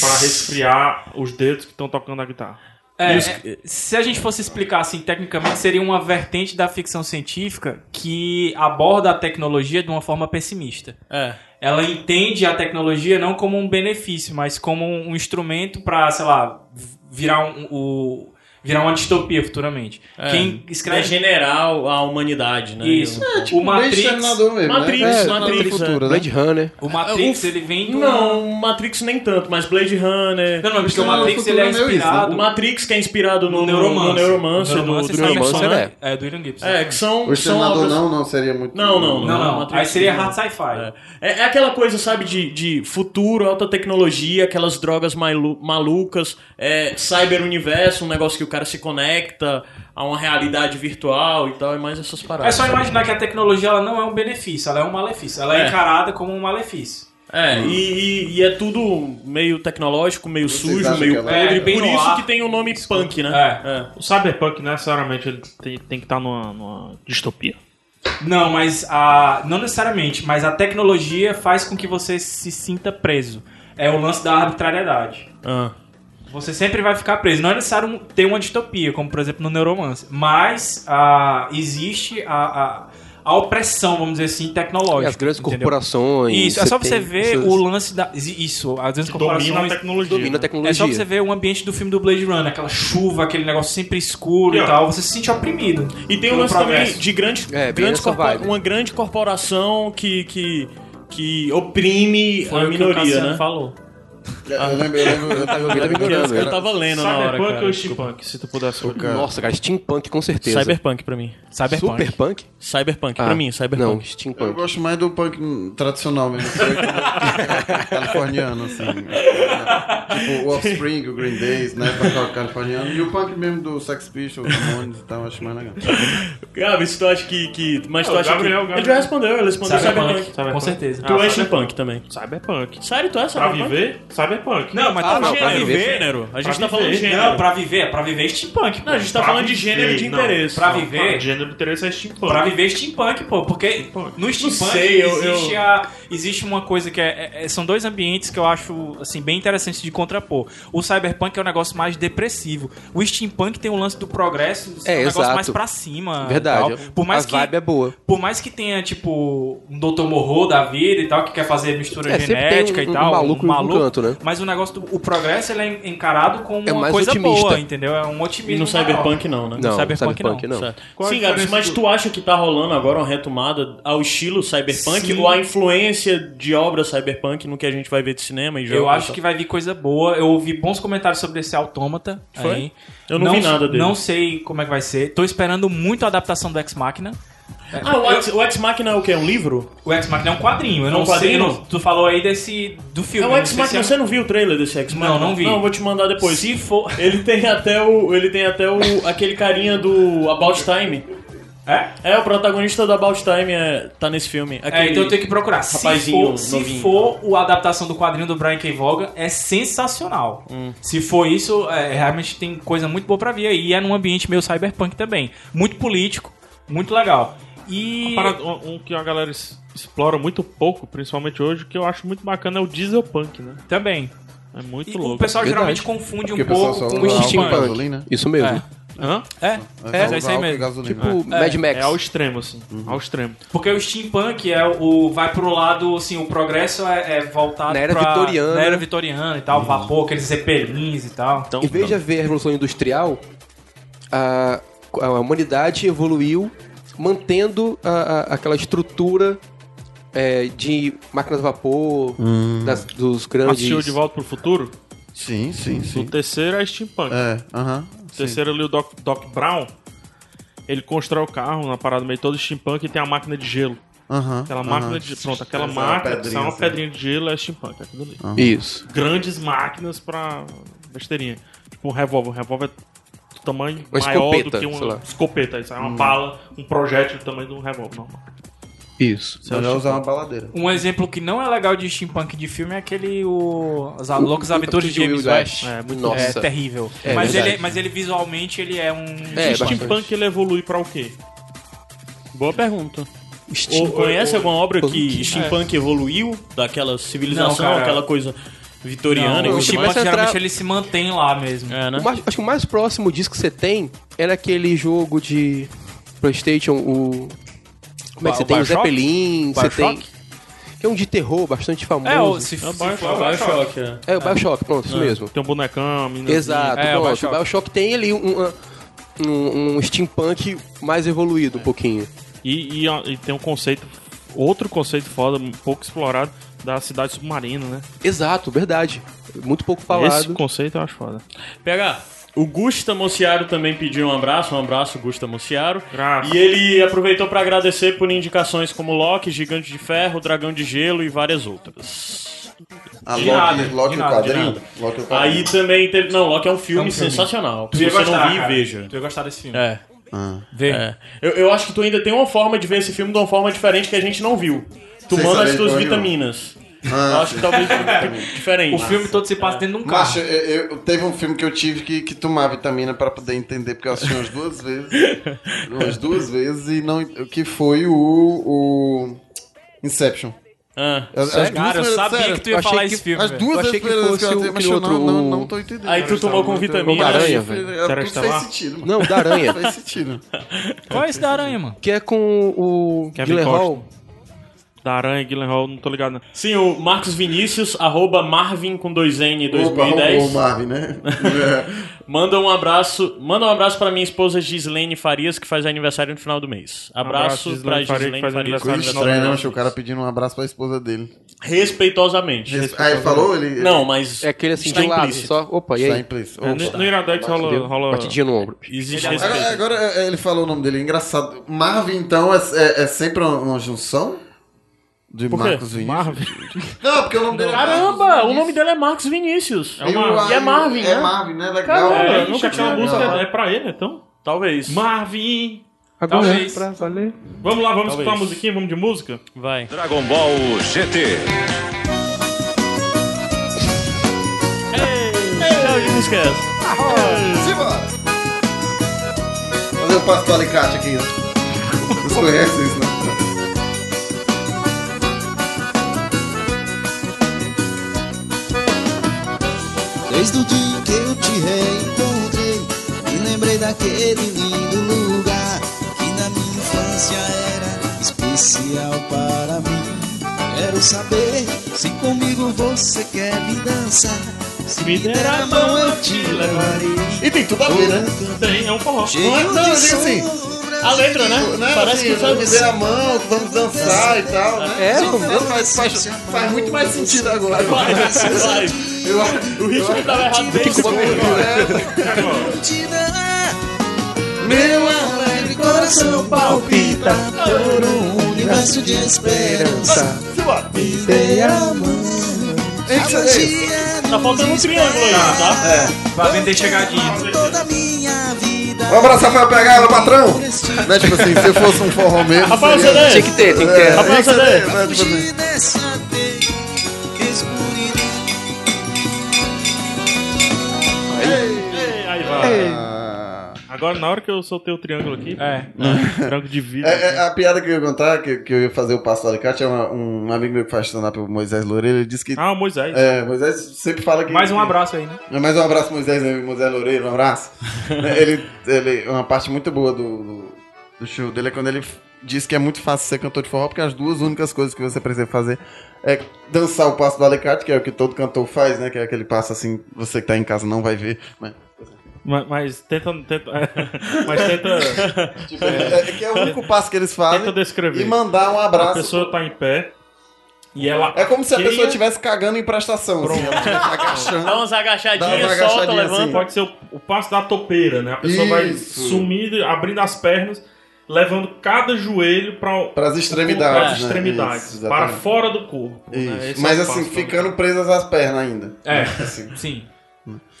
S4: pra resfriar os dedos que estão tocando a guitarra.
S3: É,
S4: E os-
S3: é, se a gente fosse explicar assim, tecnicamente, seria uma vertente da ficção científica que aborda a tecnologia de uma forma pessimista.
S2: É.
S3: Ela entende a tecnologia não como um benefício, mas como um um instrumento para, sei lá, v- virar um, o- virar uma distopia futuramente.
S2: É.
S3: Quem escreve
S2: Degenerar a humanidade, né?
S3: Isso. É,
S2: Eu-
S3: tipo, O Matrix- bem exterminador mesmo, né?
S2: Matrix,
S3: É,
S2: Matrix.
S3: futuro,
S2: é.
S3: né?
S13: Blade Runner.
S3: o Matrix,
S2: O-
S3: ele vem do
S2: Não, Matrix nem tanto, mas Blade Runner.
S3: Não, não, porque o Matrix, ele é inspirado-
S2: O Matrix que é inspirado
S3: do
S2: no, no
S3: Neuromancer.
S2: no Neuromancer, do,
S3: Neuromancer
S2: do
S3: sai-
S2: Gibson, né?
S3: é do William Gibson.
S2: É, que são.
S1: O
S2: que são
S1: Exterminador
S2: obras-
S1: não, não seria muito. né?
S2: Não, não, não.
S3: Não, não,
S2: Matrix
S3: aí seria
S2: não.
S3: hard sci-fi.
S2: É, é aquela coisa, sabe, de, de futuro, alta tecnologia, aquelas drogas malu- malucas, é, cyber-universo, um negócio que o cara se conecta a uma realidade virtual e tal, e mais essas
S3: É
S2: paradas.
S3: só
S2: sabe?
S3: imaginar que a tecnologia ela não é um benefício, ela é um malefício. Ela é,
S2: É.
S3: encarada como um malefício.
S2: É, e, e- e é tudo meio tecnológico, meio sujo,
S4: acham que
S2: meio
S4: ela-
S2: podre,
S4: É,
S2: por
S4: bem
S2: isso
S4: noir.
S2: que tem o nome punk, né?
S3: É.
S4: O cyberpunk, necessariamente, ele tem, tem que estar numa, numa distopia.
S3: Não, mas a. Não necessariamente, mas a tecnologia faz com que você se sinta preso. É o lance da arbitrariedade.
S2: Ah.
S3: Você sempre vai ficar preso. Não é necessário ter uma distopia, como por exemplo no Neuromancer. Mas ah, existe a, a, a opressão, vamos dizer assim, tecnológica.
S13: E as grandes
S3: entendeu?
S13: corporações,
S3: Isso, é só
S13: você
S3: você
S13: tem
S3: ver
S13: essas-
S3: o lance da. Isso, as grandes corporações.
S4: domina a tecnologia, Domina a né? tecnologia.
S3: É só pra você ver o ambiente do filme do Blade Runner, aquela chuva, aquele negócio sempre escuro e,
S2: E, ó,
S3: tal. Você se sente oprimido.
S2: E tem o
S3: pelo
S2: lance também
S3: progresso.
S2: de grandes,
S3: É, bem
S2: grandes
S3: nessa
S2: corpora-
S3: vibe.
S2: uma grande corporação que, que, que oprime
S3: Foi
S2: a
S3: o que o
S2: minoria,
S3: Cassiano
S2: né?
S3: falou.
S1: Eu lembro, eu lembro, eu tava, eu tava ignorando.
S2: Eu tava lendo na hora,
S4: Cyberpunk
S2: cara.
S4: ou
S2: desculpa.
S4: steampunk, se tu pudesse
S13: Cara. É. Nossa, cara, steampunk com certeza.
S2: Cyberpunk pra mim.
S3: Cyberpunk.
S13: Superpunk?
S2: Cyberpunk,
S13: Ah,
S2: pra mim, cyberpunk.
S13: Não, steampunk.
S1: Eu gosto mais do punk tradicional mesmo, que é como- californiano, assim. Tipo o Offspring, o Green Days, né? Punk californiano. E o punk mesmo do Sex Pistols, Ramones e tal, acho mais legal.
S2: Gabi, se tu acha que. que mas
S3: Ah,
S4: Não,
S2: tu acha
S4: Gabriel,
S2: que. Ele
S4: Gabriel.
S2: já respondeu, ele respondeu
S3: Cyberpunk,
S2: cyberpunk.
S3: com certeza.
S2: Tu
S4: Ah,
S2: é
S4: cyberpunk.
S2: steampunk também.
S4: Cyberpunk.
S2: Sério, tu é
S4: Pra
S2: cyberpunk?
S4: viver, cyberpunk.
S3: Não, mas tá falando
S2: Ah, pra viver, gênero. A gente
S4: Pra
S2: tá falando de
S4: viver.
S2: gênero.
S3: Não, pra viver, pra viver é steampunk. pô.
S2: Não, a gente tá
S3: Pra
S2: falando de
S3: viver,
S2: gênero de
S3: não.
S2: interesse.
S3: Pra
S2: Não,
S4: Não,
S3: viver.
S4: gênero do interesse é steampunk.
S3: Pra viver steampunk, pô, porque no steampunk
S2: sei, eu-
S3: existe,
S2: eu-
S3: a- existe uma coisa que é, é- é- São dois ambientes que eu acho, assim, bem interessantes de contrapor. O cyberpunk é um negócio mais depressivo. O steampunk tem um lance do progresso, é, um
S13: É,
S3: negócio
S13: exato.
S3: mais pra cima. e
S13: Verdade.
S3: Ah, tal. Por mais
S13: a
S3: que
S13: vibe é boa.
S3: Por mais que tenha, tipo, um Dr. Morro da vida e tal, que quer fazer mistura
S13: É, sempre tem
S3: genética
S13: um-
S3: e
S13: um
S3: tal.
S13: maluco em um canto, né?
S3: Mas o negócio do o progresso ele é encarado como
S13: É
S3: uma
S13: mais
S3: coisa
S13: otimista.
S3: boa, entendeu? É um
S2: E
S3: otimismo.
S2: no
S3: maior.
S2: Cyberpunk não, né?
S13: Não, No Cyberpunk Cyberpunk não. não.
S2: Certo.
S3: Qual a
S2: Sim, Gabs,
S3: diferença
S2: mas
S3: do-
S2: tu acha que tá rolando agora uma retomada ao estilo Cyberpunk
S3: Sim.
S2: ou a influência de obra Cyberpunk no que a gente vai ver de cinema e jogos?
S3: Eu acho que vai vir coisa boa. Eu ouvi bons comentários sobre esse Autômata.
S2: Foi?
S3: aí.
S2: Eu não vi nada dele.
S3: Não sei como é que vai ser. Tô esperando muito a adaptação do Ex Machina.
S2: Ah, o Ex, o Ex Machina é o quê? Um livro?
S3: O Ex Machina é um quadrinho. Eu
S2: É um
S3: não sei. eu
S2: quadrinho?
S3: não- tu falou aí desse do filme.
S2: é
S3: eu
S2: o
S3: não
S2: Ex
S3: sei se
S2: Machina.
S3: é-
S2: Você não viu o trailer desse Ex Machina?
S3: Não, não vi.
S2: Não, eu vou te mandar depois.
S3: Se for.
S2: Ele tem até o. Ele tem até o. aquele carinha do About Time.
S3: É?
S2: É, o protagonista da About Time é, tá nesse filme.
S3: É, então eu tenho que procurar. Se
S2: Rapazinho,
S3: for, se
S2: novinho. então.
S3: for o- a adaptação do quadrinho do Brian K. Vaughan, é sensacional.
S2: Hum.
S3: Se for isso, é, realmente tem coisa muito boa pra ver. aí. E é num ambiente meio cyberpunk também. Muito político, muito legal. E.
S4: Uma parada- um, um que a galera es- explora muito pouco, principalmente hohoje, que eu acho muito bacana é o dieselpunk, né?
S3: Também.
S4: É muito
S3: E o
S4: louco.
S3: pessoal Verdade. geralmente confunde É porque um o pessoal pouco só com usa o steampunk. álcool e gasolina.
S13: Isso mesmo.
S4: É. Hã?
S3: É, mas é isso aí mesmo.
S4: É.
S13: Mad Max.
S4: É ao extremo, assim. Ao extremo.
S3: Porque o steampunk é o vai pro lado, assim, o progresso é, é voltado
S13: Na era
S3: pra-
S13: vitoriana.
S3: na era vitoriana Uhum. e tal, vapor, aqueles zeppelins e tal.
S13: em vez de haver a Revolução Industrial, a, a humanidade evoluiu mantendo a- a- aquela estrutura é, de máquinas a vapor,
S1: Hum.
S13: das- dos grandes...
S4: Assistiu De Volta pro Futuro?
S1: Sim, sim,
S4: O
S1: sim.
S4: terceiro é steampunk.
S1: É, aham.
S4: O terceiro ali, o Doc, Doc Brown, ele constrói o carro na parada meio todo steampunk e tem a máquina de gelo.
S1: Aham,
S4: Aquela
S13: Ah,
S1: aham.
S4: máquina de... Pronto, aquela
S1: Essa é uma
S4: máquina,
S1: pedrinha,
S4: sai uma
S1: assim.
S4: pedrinha de gelo, é steampunk. é aquilo
S13: Ah.
S4: ali.
S1: Aham.
S13: Isso.
S4: Grandes máquinas pra besteirinha. Tipo um revólver. Um revólver é do tamanho
S13: Uma
S4: maior
S13: escopeta,
S4: do que uma
S13: sei lá.
S4: escopeta. Isso é uma
S13: Hum. É
S4: bala, um projétil do tamanho de um revólver normal.
S13: Isso.
S4: Você vai usar uma
S1: baladeira.
S3: Um exemplo que não é legal de steampunk de filme é aquele o as loucas
S13: o-
S3: aventuras de
S13: Will
S3: James West.
S13: West.
S3: É, muito
S13: Nossa.
S3: é terrível.
S13: É
S3: mas
S13: verdade.
S3: ele mas ele visualmente ele é um
S4: o steampunk ele evolui pra o quê?
S2: Boa pergunta.
S4: Steampunk-
S2: conhece alguma obra que
S4: Punk.
S2: steampunk evoluiu daquela civilização,
S3: Não, cara.
S2: aquela coisa vitoriana
S3: Não,
S2: e
S3: o
S2: tudo
S3: steampunk
S2: mais?
S3: geralmente ele se mantém lá mesmo.
S2: É, né?
S13: O mais- acho que o mais próximo disso que você tem é naquele jogo de PlayStation, o. Como é que
S3: Ba-
S13: você
S3: o
S13: tem? O
S3: Bioshock?
S13: Zeppelin, você tem.
S3: Bioshock?
S13: Que é um de terror bastante famoso.
S3: É, o- se- É o
S13: o
S3: se Bioshock, for o Bioshock, é.
S13: É, o Bioshock, pronto, isso
S4: É.
S13: mesmo.
S4: Tem um bonecão, a meninazinha.
S13: Exato,
S4: É, o
S13: pronto. O
S4: Bioshock.
S13: Bioshock. tem ali um, um, um steampunk mais evoluído um pouquinho.
S4: E, e, ó, e tem um conceito, outro conceito foda, um pouco explorado, da cidade submarina, né?
S13: Exato, verdade. Muito pouco falado.
S4: Esse conceito eu acho foda.
S2: Pegar. é. O Gusta Mociaro também pediu um abraço, um abraço, Gusta Mociaro. E ele aproveitou pra agradecer por indicações como Loki, Gigante de Ferro, Dragão de Gelo e várias outras.
S1: Ah, Loki- Loki no quadrinho? Loki no quadrinho.
S2: Aí também teve. Não, Loki é um
S1: É
S2: filme,
S1: um filme.
S2: sensacional.
S1: Tu
S2: Se
S1: ia
S2: você não
S1: gostar,
S2: viu,
S1: cara.
S2: veja.
S3: Tu ia gostar desse filme.
S2: É.
S1: Ah.
S2: É. Eu, eu acho que tu ainda tem uma forma de ver esse filme de uma forma diferente que a gente não viu.
S1: Sem
S2: Tomando as
S1: saber
S2: tuas
S1: de porra
S2: vitaminas.
S1: nenhuma. Ah,
S2: eu acho que
S1: sim.
S2: talvez fique diferente.
S3: O filme todo se passa dentro de um carro.
S1: Macho, eu, eu- teve um filme que eu tive que, que tomar vitamina pra poder entender, porque eu assisti umas duas vezes. umas duas vezes e não. Que foi o. o Inception.
S2: Ah.
S1: As- as
S2: Sério?
S1: duas
S2: Cara, eu
S1: primeiras-
S2: sabia
S1: sério,
S2: que tu ia
S1: eu achei
S2: falar esse filme,
S1: As
S2: velho.
S1: duas
S2: Eu achei
S1: vezes
S2: que
S1: primeiras que,
S2: fosse
S1: eu
S2: o-
S1: tenho, mas
S2: aquele
S1: eu não,
S2: outro-
S1: não, não tô entendendo.
S2: Aí tu tomou com vitamina.
S1: Da
S2: Aranha,
S1: aranha,
S2: velho.
S1: velho. tá Tudo fez
S2: Interestelar?
S1: é sentido. mano.
S13: Não, da aranha.
S1: Tudo fez sentido.
S3: Qual é esse da aranha, mano?
S13: Que é com o
S4: Kevin
S13: Guilherme
S4: Costa.
S13: Hall.
S4: Da Aranha, Guilherme Hall, não tô ligado. né? Não.
S2: Sim, o Marcos Vinícius, arroba Marvin com 2N
S1: Opa,
S2: 2010.
S1: roubou o Marvin, né?
S2: manda um abraço, manda um abraço pra minha esposa Gislene Farias, que faz aniversário no final do mês. Abraço,
S1: Abraço,
S2: pra
S1: Gislene Farias, que
S2: Gislene
S1: faz
S2: Farias.
S1: Coisa
S2: no final do
S1: estranha, né?
S2: mês.
S1: Acho que o cara pedindo um abraço pra esposa dele.
S2: Respeitosamente.
S1: Respe- Ah, ele falou? Ele- ele-
S2: Não, mas.
S1: É aquele assim,
S2: está
S13: um
S1: de lado,
S2: implícito.
S1: só, opa, e aí? Está implícito.
S4: É, no-
S2: né?
S1: Opa.
S4: no Iradex rola,
S1: Entendeu?
S4: rola.
S1: Batidinha
S13: no ombro.
S2: Existe
S1: Agora, agora, é, ele falou o nome dele, engraçado. Marvin, então, é, é- é sempre uma, uma junção? De
S2: Por quê?
S1: Marcos Vinícius? Não, porque o nome dele é
S2: Caramba, o nome dele é Marcos Vinícius.
S1: É o Marvin.
S2: E é Marvin,
S1: É
S2: né?
S1: Marvin, né? Legal.
S2: Caramba,
S1: É,
S2: eu nunca tinha
S4: A
S2: uma
S4: música
S2: música.
S4: é pra ele, então?
S2: Talvez.
S4: Marvin!
S2: Agora
S4: Talvez.
S2: é pra
S13: valer.
S4: Vamos lá, vamos
S2: Talvez.
S4: escutar a musiquinha, vamos de música?
S2: Vai.
S15: Dragon Ball GT.
S2: Não esquece.
S1: Simbora! Fazer o passo do alicate aqui, ó. Vocês conhecem isso, né?
S16: Desde o dia em que eu te reencontrei, me lembrei daquele lindo lugar que na minha infância era especial para mim. Quero saber se comigo você quer me dançar. Se me der a mão eu te levarei.
S1: E tem tudo a ver, né?
S4: Tem, é um forró.
S1: Não,
S2: Então,
S1: é- não, eu digo assim.
S2: A letra, né?
S1: Não,
S2: Parece
S1: assim,
S2: que sabe.
S1: vamos ver a mão, vamos dançar e tal, né?
S13: É,
S1: Gente,
S13: vamos-
S1: né, faz, faz- faz muito mais sentido agora.
S2: Vai, vai.
S1: o ritmo
S2: tava errado desde o
S1: né?
S16: Te dar Meu alegre coração palpita por um universo de esperança. Me dê a mão.
S2: Tá faltando um triângulo aí, tá?
S3: Vai vender chegadinha.
S16: Toda a minha vida.
S1: Um abraço, Rafael Pegada, patrão! Né, tipo assim, se eu fosse um forró mesmo.
S2: Rafael
S1: seria-
S2: Sodré. Tinha que ter, tinha que ter.
S1: É, tinha
S2: Rafael
S1: que
S2: Sodré.
S1: ter, né, tipo assim.
S16: é
S4: Aí vai. Agora, na hora que eu soltei o triângulo aqui.
S3: É.
S4: Triângulo de vida.
S1: É, é, a piada que eu ia contar, que, que eu ia fazer o passo do alicate, é uma- um amigo meu que faz stand-up, o Moisés Loureiro, ele disse que...
S4: Ah, o Moisés.
S1: É, Moisés sempre fala que...
S3: Mais um abraço aí, né?
S1: É, Mais um abraço, Moisés, né, Moisés Loureiro, um abraço. ele, ele, uma parte muito boa do, do, do show dele é quando ele f- diz que é muito fácil ser cantor de forró, porque as duas únicas coisas que você precisa fazer é dançar o passo do alicate, que é o que todo cantor faz, né, que é aquele passo assim, você que tá em casa não vai ver, mas...
S4: Mas, mas tenta. tenta mas tenta.
S1: Tipo, é- é que é o único passo que eles fazem
S4: Tenta descrever.
S1: né? e mandar um abraço.
S4: A pessoa tá em pé. E ela.
S1: É como se a
S4: queria-
S1: pessoa estivesse cagando em prestação. Assim, ela estivesse agachando.
S2: Dá umas agachadinhas,
S1: Dá umas
S2: solta,
S1: agachadinhas,
S2: levanta.
S1: assim.
S4: Pode ser o, o passo da topeira, né? A pessoa vai
S1: Isso.
S4: sumindo, abrindo as pernas, levando cada joelho para
S1: Pras extremidades,
S4: Para
S1: né?
S4: um é extremidades,
S1: Isso, exatamente.
S4: para fora do corpo. né?
S1: Isso.
S4: Esse é
S1: Mas
S4: o
S1: assim,
S4: passo pra-
S1: ficando presas as pernas ainda.
S3: É,
S1: Assim.
S3: sim.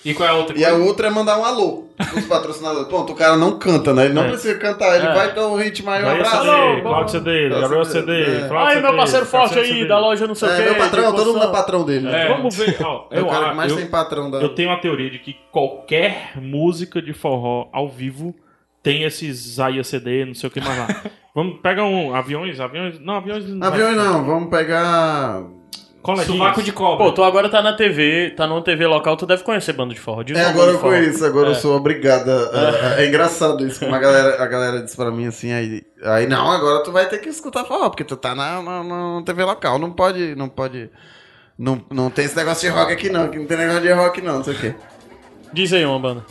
S3: E qual é a outra
S1: E a outra é mandar um alô pros patrocinadores. Pronto, o cara não canta, né? Ele não
S4: É.
S1: precisa cantar, ele
S4: É.
S1: vai dar um ritmo aí, um
S4: Vai
S1: abraço.
S4: CD, Cláudio CD, Gabriel CD, Cláudio
S2: Aí, meu
S4: CD,
S2: parceiro forte
S4: Cláudio
S2: aí,
S4: CD.
S2: da loja não sei o
S1: É,
S2: quê.
S1: meu patrão,
S2: de
S1: todo mundo é
S2: construção.
S1: patrão dele.
S4: tipo, É, Vamos ver. ó,
S1: É o
S4: eu,
S1: cara que
S4: ah,
S1: mais
S4: eu-
S1: tem patrão da-
S4: Eu tenho a teoria de que qualquer música de forró ao vivo tem esses Zaya CD, não sei o que mais lá. Vamos, pega um. Aviões, aviões. Não, aviões não.
S1: Aviões não, vamos pegar.
S4: Coleguinhas.
S2: Pô, tu agora tá na TV, tá numa TV local, tu deve conhecer banda de forró. diz
S1: É,
S2: uma
S1: agora
S2: banda de
S1: eu
S2: forró.
S1: conheço, agora eu
S2: É.
S1: sou obrigado. a- a- É, engraçado isso, como a galera, a galera disse pra mim assim, aí, aí não, agora tu vai ter que escutar forró, porque tu tá na, na, na TV local, não pode, não pode, não, não tem esse negócio de rock aqui não, que não tem negócio de rock não, não sei o quê.
S2: Diz aí uma banda.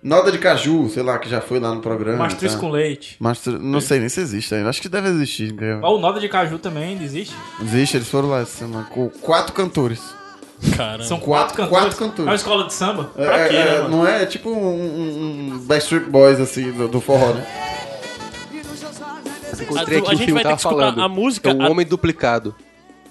S1: Nota de Caju, sei lá, que já foi lá no programa.
S3: Mastruz com leite.
S1: Mastro, não sei nem se existe ainda, acho que deve existir. porque-
S3: Ó, o Noda de Caju também ainda existe?
S1: Existe, eles foram lá essa semana, com quatro cantores.
S2: Caramba.
S3: São
S1: Quatro-
S3: quatro, cantores.
S1: quatro cantores.
S3: É uma escola de samba?
S1: É,
S3: Pra quê,
S1: é,
S3: né, mano?
S1: não é? É tipo um, um, um Backstreet Boys, assim, do, do forró, né?
S13: Eu encontrei aqui o filme que tava falando. É o Homem Duplicado.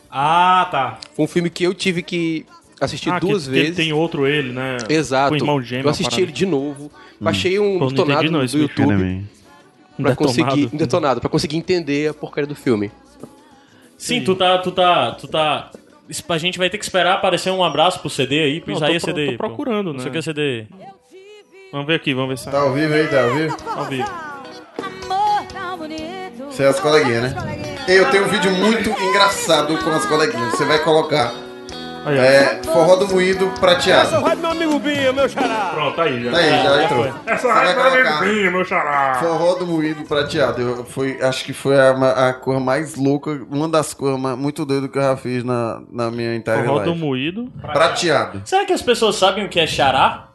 S3: Ah, tá.
S13: Foi um filme que eu tive que assistir
S4: Ah, que-
S13: duas
S4: que
S13: vezes.
S4: tem outro ele, né?
S13: Exato.
S4: Com o irmão gêmeo,
S13: eu
S4: uma
S13: assisti
S4: parada.
S13: ele de novo.
S4: Hum.
S13: Baixei um
S4: Pô, não
S13: detonado
S4: entendi não esse
S13: do
S4: filme,
S13: YouTube. Pra
S4: né, Detonado.
S13: conseguir, um detonado, pra conseguir entender a porcaria do filme.
S2: Sim, tu tá, tu tá, tu tá... isso, A gente vai ter que esperar aparecer um abraço pro CD aí, pro
S4: Não,
S2: Isaías
S4: tô pro-
S2: CD.
S4: tô procurando,
S2: pô.
S4: né?
S2: Não sei o que é CD.
S4: Vamos ver aqui, vamos ver se.
S1: Tá ao vivo aí, tá ao vivo?
S4: Ao vivo.
S1: Você é as coleguinhas, né? Eu tenho um vídeo muito engraçado com as coleguinhas. Você vai colocar. É, forró do moído prateado.
S4: rádio meu amigo Binho, meu xará. Pronto, aí já.
S1: Tá aí, já entrou.
S4: foi. Essa rádio meu amigo Binho, meu xará.
S1: Forró do moído prateado. Eu, foi, acho que foi a, ma- a cor mais louca, uma das cores mais, muito doidas que eu já fiz na, na minha entire
S4: Forró
S1: life.
S4: do moído.
S1: Prateado.
S2: Será que as pessoas sabem o que é xará?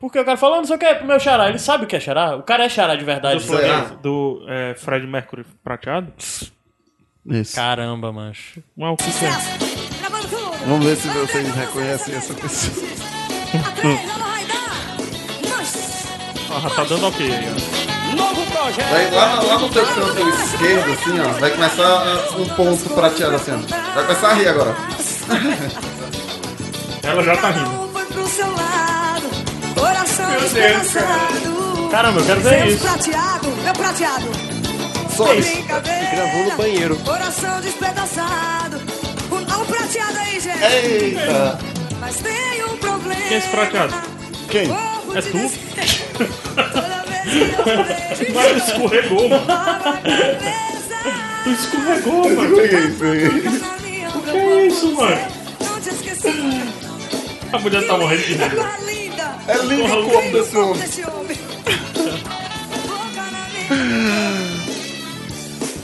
S2: Porque o cara fala, ah, não sei o que é pro meu xará. Ele sabe o que é xará? O cara é xará de verdade.
S4: Do,
S2: sabe?
S4: Fred, do é, Fred Mercury prateado?
S2: Caramba, mancho.
S4: Mas o que que é?
S1: Vamos ver se vocês reconhecem essa pessoa.
S7: Hum.
S4: Ah, tá dando ok aí, ó.
S17: Novo projeto.
S1: Vai lá, lá no teu canto esquerdo, assim, ó. Vai começar ah, um ponto prateado, assim, ó. Vai começar a rir agora.
S4: Ela já tá rindo.
S17: Foi pro seu lado, coração
S2: Meu Deus,
S17: esperançado.
S2: Caramba, eu quero ver
S17: Seus
S2: isso.
S17: prateado, meu prateado.
S2: Só
S17: Sem
S2: isso.
S17: brincadeira,
S2: E gravou no banheiro.
S17: Coração despedaçado. Um- Olha o prateado aí, gente.
S1: Eita.
S17: Mas tem um problema.
S4: É Quem é esse prateado?
S1: Quem?
S4: É tu? Mas tu escorregou, mano. Tu escorregou, mano. O que é isso, mano?
S17: Não te esqueci.
S4: A mulher tá morrendo de rir.
S17: Tá linda.
S1: É lindo
S17: Porra,
S1: o corpo desse
S17: corpo
S1: homem.
S17: desse homem.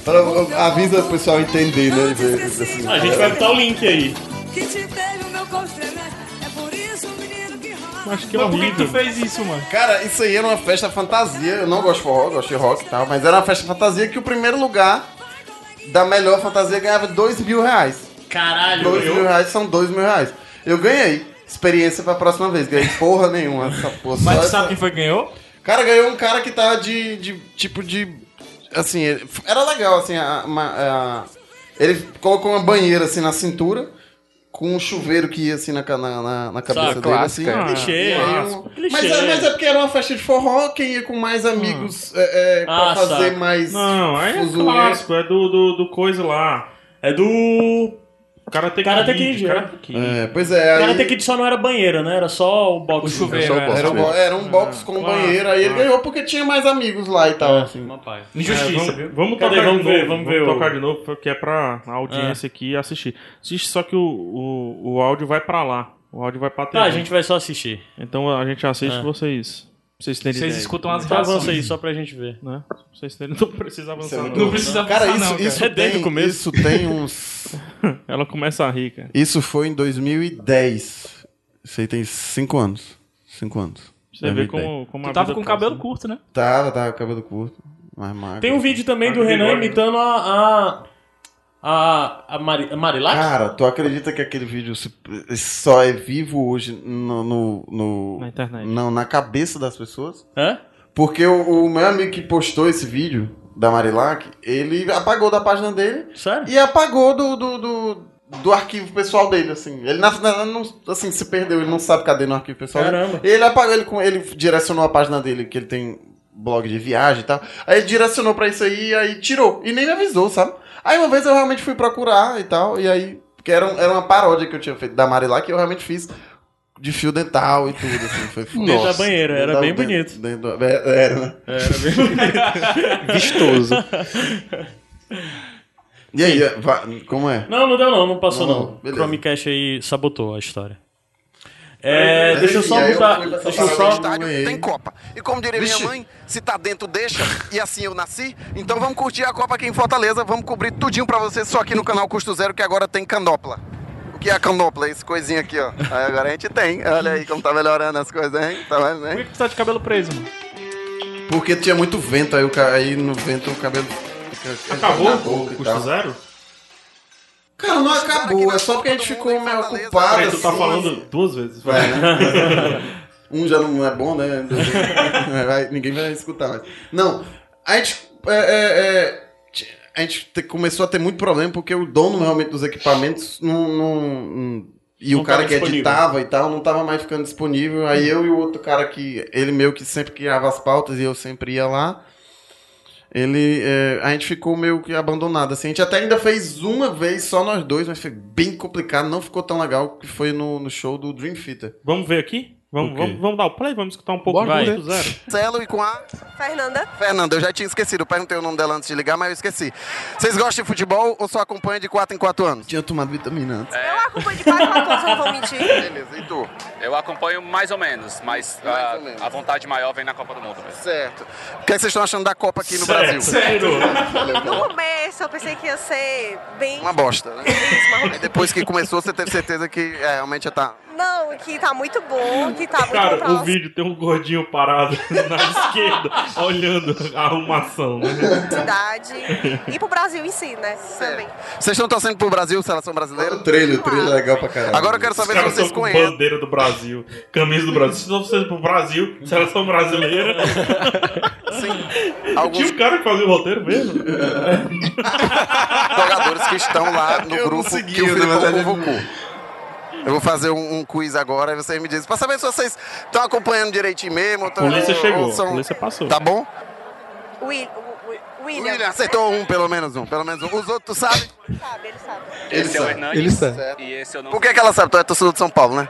S1: Pra- avisa o pessoal entender, né? de ver, assim.
S2: A gente vai botar o link aí.
S17: Que te teve o meu constrangimento. É por isso, menino, que rola.
S4: Acho
S1: que horrível.
S3: fez isso, mano?
S1: Cara, isso aí era uma festa fantasia. Eu não gosto de forró, eu gosto de rock e tal, mas era uma festa fantasia que o primeiro lugar da melhor fantasia ganhava dois mil reais.
S2: Caralho,
S1: dois
S2: eu-
S1: mil reais são dois mil reais. Eu ganhei. Experiência pra próxima vez. Ganhei porra nenhuma essa porra. só
S3: Mas tu
S1: essa-
S3: sabe quem foi que ganhou?
S1: Cara, ganhou um cara que tava de, de tipo de. Assim, ele- é, era legal, assim, a, uma- a- ele colocou uma banheira assim na cintura, com um chuveiro que ia assim na, ca- na, na- na cabeça
S2: Sabe,
S1: dele.
S2: clássica,
S1: assim.
S2: é. Clichê,
S1: E aí,
S2: clássico.
S1: um- Mas,
S2: Clichê.
S1: é,
S4: né?
S1: mas é porque era uma festa de forró, quem ia com mais amigos é, é, pra
S4: Ah,
S1: fazer
S4: saca.
S1: mais.
S4: Não, aí é
S1: fuzuê.
S4: clássico, é do, do, do coisa lá. É do. Karate Kid.
S2: Karate Kid, é.
S4: Karate Kid.
S1: É, pois é.
S2: O
S1: Aí,
S2: Karate Kid só não era banheiro, né? Era só o box. O
S4: É,
S1: era, só o box, era, um, bo- era um box
S2: Ah,
S1: com banheiro, aí ele ganhou porque tinha mais amigos lá e tal. assim.
S4: É, vamos, Vamos
S2: Cadê?
S4: tocar
S2: Vamos
S4: de
S2: ver,
S4: novo.
S2: vamos ver o-
S4: tocar de novo, porque é pra a audiência aqui assistir. Assiste só que o, o, o áudio vai pra lá. O áudio vai pra TV.
S2: Tá, a gente vai só assistir.
S4: Então a gente assiste
S2: É.
S4: vocês. Vocês terem
S2: Vocês
S4: ideia.
S2: escutam as
S3: Tá,
S4: Então
S2: reações.
S4: avança aí,
S2: só pra gente ver.
S4: Né? Vocês terem... Não precisa avançar.
S1: muito bom. Não precisa Cara, avançar, isso- não, cara. isso
S4: É desde
S1: tem-
S4: o começo.
S1: isso tem uns...
S4: Ela começa a rir, cara.
S1: Isso foi em 2010. Isso aí tem 5 anos. 5 anos.
S4: Você vê
S1: 2010.
S4: como, como
S3: Tu
S4: a
S3: tava
S4: vida tá
S3: com o
S4: passa.
S3: cabelo curto, né?
S1: Tava, tava com cabelo curto, mais magro.
S2: Tem um vídeo também do
S1: Ah,
S2: Renan
S1: bigode.
S2: imitando a. a. a. a Mari, a Marilac?
S1: Cara, tu acredita que aquele vídeo se- só é vivo hoje no, no- no-
S4: assim, Na internet.
S1: Não, na cabeça das pessoas?
S2: Hã?
S1: Porque o, o meu amigo que postou esse vídeo da Marilac, ele apagou da página dele.
S2: Sério?
S1: E apagou do, do, do, do arquivo pessoal dele, assim. Ele na- na- não, assim, se perdeu, ele não sabe cadê no arquivo pessoal
S2: Caramba.
S1: dele. Ele apagou, ele, com- ele direcionou a página dele, que ele tem blog de viagem e tal. Aí ele direcionou pra isso aí, aí tirou. E nem me avisou, sabe? Aí uma vez eu realmente fui procurar e tal, e aí. Porque era, um- era uma paródia que eu tinha feito da Marilac que eu realmente fiz de fio dental e tudo, assim. Foi foda.
S2: Dentro da banheira,
S1: Dentro da-
S2: era bem
S1: dentro-
S2: bonito.
S1: dentro da- é- era, né?
S2: Era bem bonito.
S1: Vistoso. E aí, va- como é?
S2: Não, não deu não, não passou não.
S1: beleza.
S2: Chromecast aí sabotou a história. É, deixa eu só
S1: E aí eu
S2: botar.
S1: fui pra essa
S2: deixa eu
S1: parada
S2: só.
S1: de estádio, tem
S16: Copa. E como diria minha mãe, se tá dentro, deixa. E assim eu nasci. Então vamos curtir a Copa aqui em Fortaleza. Vamos cobrir tudinho pra vocês só aqui no canal Custo Zero, que agora tem canopla. O que é a canopla? Esse coisinho aqui, ó. Aí agora a gente tem. Olha aí como tá melhorando as coisas, hein? Tá vendo, hein?
S3: Por que tu tá de cabelo preso, mano?
S1: Porque tinha muito vento, aí, o ca- aí no vento o cabelo.
S4: Acabou
S1: na boca
S4: o
S1: e
S4: custo
S1: tal.
S4: zero?
S1: Cara, não acabou, é só porque a gente ficou meio ocupado.
S4: Peraí, tu tá
S1: assim.
S4: falando duas vezes.
S1: É, né? um já não é bom, né? Vai- Ninguém vai escutar mais. Não, a gente. é, é, é, ti- a gente te- começou a ter muito problema porque o dono realmente dos equipamentos não. não- não- e
S2: Não
S1: o cara
S2: tava
S1: que
S2: disponível.
S1: editava e tal não tava mais ficando disponível. Aí eu e o outro cara que. Ele meio que sempre criava as pautas e eu sempre ia lá. Ele. é, a gente ficou meio que abandonado. Assim. A gente até ainda fez uma vez, só nós dois, mas foi bem complicado, não ficou tão legal que foi no, no show do Dream Theater.
S4: Vamos ver aqui? Vamos,
S1: Ok.
S4: vamos, vamos dar o play, vamos escutar um pouco
S1: Bora,
S4: do
S1: vai.
S4: custo zero.
S16: Marcelo e com a.
S5: Fernanda.
S16: Fernanda, eu já tinha esquecido. Eu perguntei o nome dela antes de ligar, mas eu esqueci. Vocês gostam de futebol ou só acompanham de 4 em 4 anos?
S1: Tinha tomado vitamina antes.
S16: É.
S5: Culpa de quase quatro anos, eu não vou mentir.
S16: Beleza, e tu?
S14: Eu acompanho mais ou menos, mas ah, a, a vontade maior vem na Copa do Mundo. mesmo.
S16: Certo. O que, é que vocês estão achando da Copa aqui no
S14: Certo.
S16: Brasil?
S14: Certo.
S5: No começo, eu pensei que ia ser bem.
S16: Uma bosta, né? Aí depois que começou, você teve certeza que é, realmente já tá.
S5: Não, que tá muito bom, que tá muito bom pra
S4: Cara, o
S5: você.
S4: vídeo tem um gordinho parado na esquerda, olhando a arrumação. né?
S5: cidade e pro Brasil em si, né? Também.
S16: Vocês estão torcendo pro Brasil, seleção brasileira? O
S1: trailer, o trailer é legal pra caralho.
S16: Agora eu quero
S4: Os
S16: saber se
S4: caras
S16: vocês
S4: estão com
S16: conhecem.
S4: bandeira do Brasil, camisa do Brasil. Se não vocês pro Brasil, seleção brasileira. Tinha um cara que fazia o roteiro mesmo?
S16: jogadores que estão lá no um grupo que o Filipão
S1: é
S16: convocou. Eu vou fazer um, um quiz agora e vocês me dizem. Pra saber se vocês estão acompanhando direitinho mesmo. ou tão-
S4: polícia
S16: ou
S4: chegou,
S16: Então, são-
S4: a polícia passou.
S16: Tá bom?
S5: Will, Wi- William.
S16: William acertou um, pelo menos um. Pelo menos um. Os outros, tu sabe?
S5: Ele sabe, ele sabe.
S14: Esse é o
S16: sabe.
S14: Hernandes.
S16: Ele sabe.
S14: E esse eu não
S16: Por que, que ela sabe? Tu é torcedor de São Paulo, né?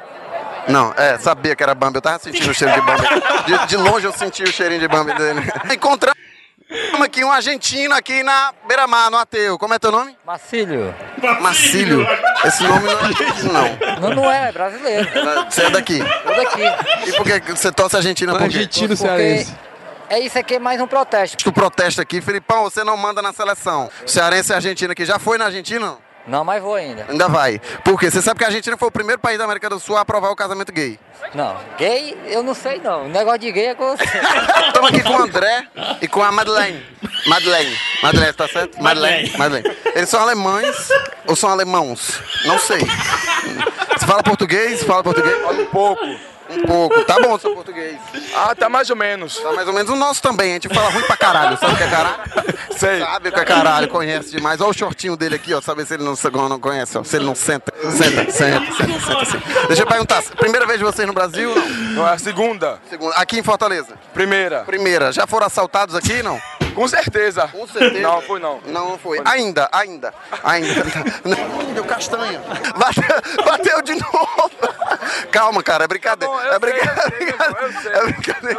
S16: Não, é, sabia que era Bambi. Eu tava sentindo o cheiro de Bambi. De, de longe eu senti o cheirinho de Bambi dele. Encontramos aqui um argentino aqui na Beira-Mar, no Ateu. Como é teu nome?
S18: Marcílio.
S16: Marcílio. Esse nome não é argentino, não.
S18: Não, não é, é brasileiro.
S16: Você é daqui.
S18: É daqui.
S16: E por que você torce Argentina por quê?
S18: Porque É isso aqui, é mais um protesto.
S16: Tu protesta aqui, Filipão, você não manda na seleção. Cearense e Argentina aqui. Já foi na Argentina?
S18: Não, mas vou ainda.
S16: Ainda vai. Por quê? Você sabe que a Argentina foi o primeiro país da América do Sul a aprovar o casamento gay.
S18: Não, gay, eu não sei não. O negócio de gay é com você.
S16: Estamos aqui com o André e com a Madeleine. Madeleine. Madeleine, tá certo? Madeleine. Madeleine. Eles são alemães ou são alemãos? Não sei. Você fala português? Fala português? Olha um pouco.
S1: Um pouco. Tá bom seu português. Ah, tá mais ou menos. Tá mais ou menos. O nosso também. A gente fala ruim pra caralho. Sabe o que é caralho? Sei. Sabe o que é caralho. Conhece demais. Olha o shortinho dele aqui, ó. Sabe se ele não, se não conhece, ó. Se ele não senta. Senta, senta, senta, senta. senta. Deixa eu perguntar. Primeira vez de vocês no Brasil? Não, é a segunda. Segunda. Aqui em Fortaleza? Primeira. Primeira. Já foram assaltados aqui, não? Com certeza. Com certeza.
S14: Não, fui não.
S1: Não, não foi. Ainda, ainda, ainda. Não, Deu castanha. Bateu, bateu de novo. Calma, cara, é brincadeira. é brincadeira. é brincadeira.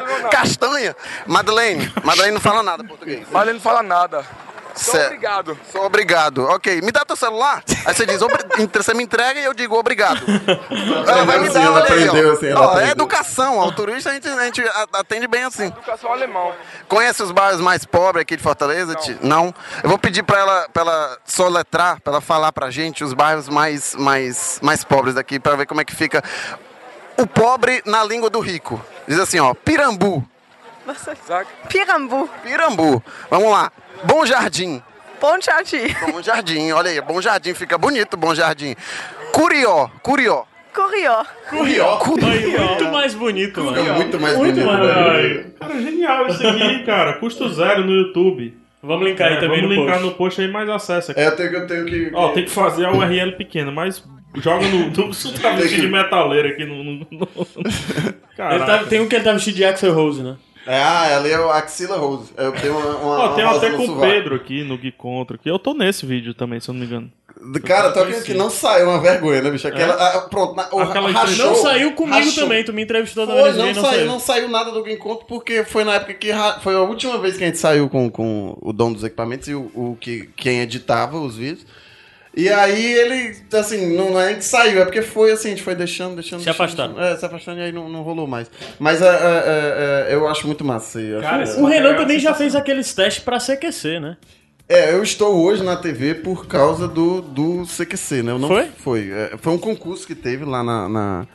S1: Castanha. Madeleine. Madeleine não fala nada português. Madeleine não fala nada. Só obrigado. Só obrigado. Ok, me dá teu celular. Aí você diz, obri- então você me entrega e eu digo obrigado. Ela vai me
S10: Sim,
S1: dar,
S10: ela
S1: olha aí, ó.
S10: aprendeu, sim, ela
S1: Ó, É
S10: aprendeu.
S1: educação, ó. o turista a gente, a gente a- atende bem assim.
S8: Educação alemão.
S1: Conhece os bairros mais pobres aqui de Fortaleza? Ti? Não. Eu vou pedir pra ela, pra ela soletrar, pra ela falar pra gente os bairros mais, mais, mais pobres daqui, pra ver como é que fica o pobre na língua do rico. Diz assim, ó, Pirambu.
S19: Nossa. Pirambu.
S1: Pirambu. Vamos lá. Bom Jardim.
S19: Bom Jardim.
S1: Bom Jardim, olha aí. Bom Jardim, fica bonito, Bom Jardim. Curió, Curió.
S19: Curió.
S1: Curió.
S2: Muito mais bonito, mano.
S1: muito mais
S2: Muito
S1: bonito,
S2: mais
S1: velho.
S2: bonito.
S4: Cara, genial isso aqui, cara. Custo zero no YouTube.
S2: Vamos linkar aí também
S4: É, Vamos
S2: no
S4: linkar
S2: post.
S4: no post aí, mais acessa.
S2: É, eu tenho que- eu tenho que-
S4: Ó, tem que fazer a URL pequena, mas joga no... Tu tu tá
S2: Tem que-
S4: vestido de metaleiro aqui no... no, no...
S2: Ele tá- tem um que ele tá vestido de Axel Rose, né?
S1: É, ah, ali é o Axila Rose. Eu tenho uma, uma,
S4: Ó, tem
S1: uma rosa
S4: até
S1: no
S4: com o
S1: sovaco.
S4: Pedro aqui no Gui Contra. Que eu tô nesse vídeo também, se eu não me engano.
S1: Cara, tô vendo que não saiu uma vergonha, né, bicho? Aquela,
S4: É?
S1: ah, pronto, na, o
S4: Aquela
S1: rachou,
S4: entrevista.
S2: Não saiu comigo
S1: rachou.
S2: também, tu me entrevistou da
S1: Foi,
S2: vez
S1: não,
S2: e não
S1: saiu,
S2: saiu.
S1: não saiu nada do encontro porque foi na época que ra- foi a última vez que a gente saiu com, com o dono dos equipamentos e o, o que quem editava os vídeos. E aí ele, assim, não é que saiu, é porque foi assim, a gente foi deixando, deixando.
S2: Se
S1: deixando,
S2: afastaram.
S1: deixando. É, se afastando e aí não, não rolou mais. Mas é, é, é, é, eu acho muito massa. isso aí, eu acho muito
S2: o
S1: massa.
S2: Renan também já fez aqueles testes pra se aquecer, né?
S1: É, eu estou hoje na TV por causa do, do CQC, né? Eu não,
S2: Foi?
S1: Foi. É, foi um concurso que teve lá na. na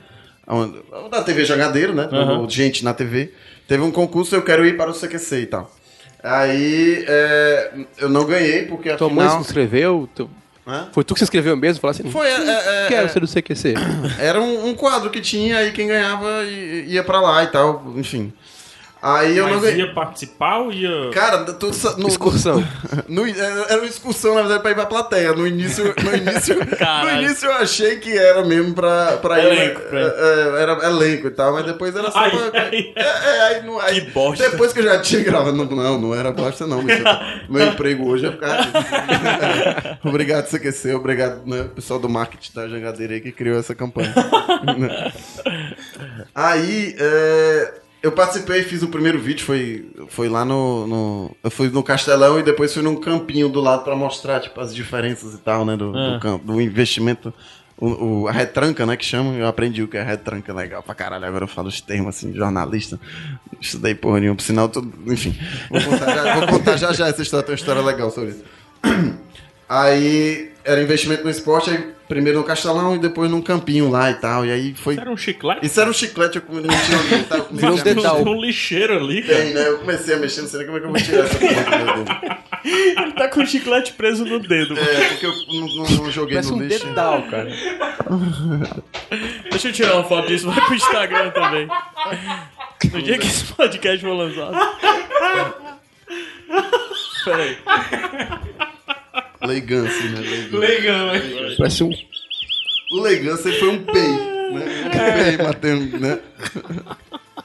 S1: aonde- da TV Jangadeiro, né?
S2: Aham.
S1: Do Gente na TV. Teve um concurso, eu quero ir para o CQC e tal. Aí é, eu não ganhei, porque
S13: Tua
S1: afinal.
S13: mãe se inscreveu? Tu-
S1: Hã?
S13: Foi tu que se inscreveu mesmo? Falar assim,
S1: Foi, é, é, é,
S13: quero
S1: é.
S13: ser do CQC.
S1: Era um, um quadro que tinha, aí quem ganhava i- ia pra lá e tal, enfim. Aí eu
S4: Mas
S1: não ganhei.
S4: ia participar ou ia...
S1: Cara, tu, sa- no,
S13: Excursão.
S1: no- é, era era uma excursão, na verdade, pra ir pra plateia. No início, no início, no
S4: Caralho.
S1: início eu achei que era mesmo pra, pra
S4: Elenco,
S1: ir.
S4: pra
S1: é, é, era elenco e tal, mas depois era só pra. É, é, aí não- aí- Depois que eu já tinha gravado. Não, não, não era bosta, não. bicho. Meu emprego hoje é por causa disso. Obrigado, CQC. Obrigado, né, pessoal do marketing da Jangadeira aí que criou essa campanha. Aí é, eu participei, fiz o primeiro vídeo, foi, foi lá no, no- Eu fui no Castelão e depois fui num campinho do lado pra mostrar, tipo, as diferenças e tal, né? Do, do
S2: É.
S1: campo, do investimento. O, o- a retranca, né, que chama, eu aprendi o que é retranca, legal pra caralho, agora eu falo os termos, assim, de jornalista, estudei porra nenhuma, por sinal, tudo, enfim, vou contar, já, vou contar já já essa história, tem uma história legal sobre isso. Aí, era investimento no esporte, aí primeiro no Castelão e depois num campinho lá e tal, e aí foi...
S4: Era um chiclete?
S1: Isso era um chiclete, eu comi, não tinha ninguém, tá? Eu comecei
S4: Virou uns
S1: a mexer.
S4: dedal. Tem um lixeiro ali, cara.
S1: Tem, né? Eu comecei a mexer, não sei nem como é que eu vou tirar essa porra do meu dedo.
S2: Ele tá com o chiclete preso no dedo.
S1: É, porque eu não, não- não joguei
S2: Parece
S1: no
S2: um
S1: lixo.
S2: dedal, cara. Deixa eu tirar uma foto disso, vai pro Instagram também. No dia que esse podcast for lançado. Peraí.
S1: Leigance, né? Leigance.
S4: Leigão, hein?
S13: Parece um...
S1: O Leigance foi um pei, né?
S2: É.
S1: Um pei batendo, né?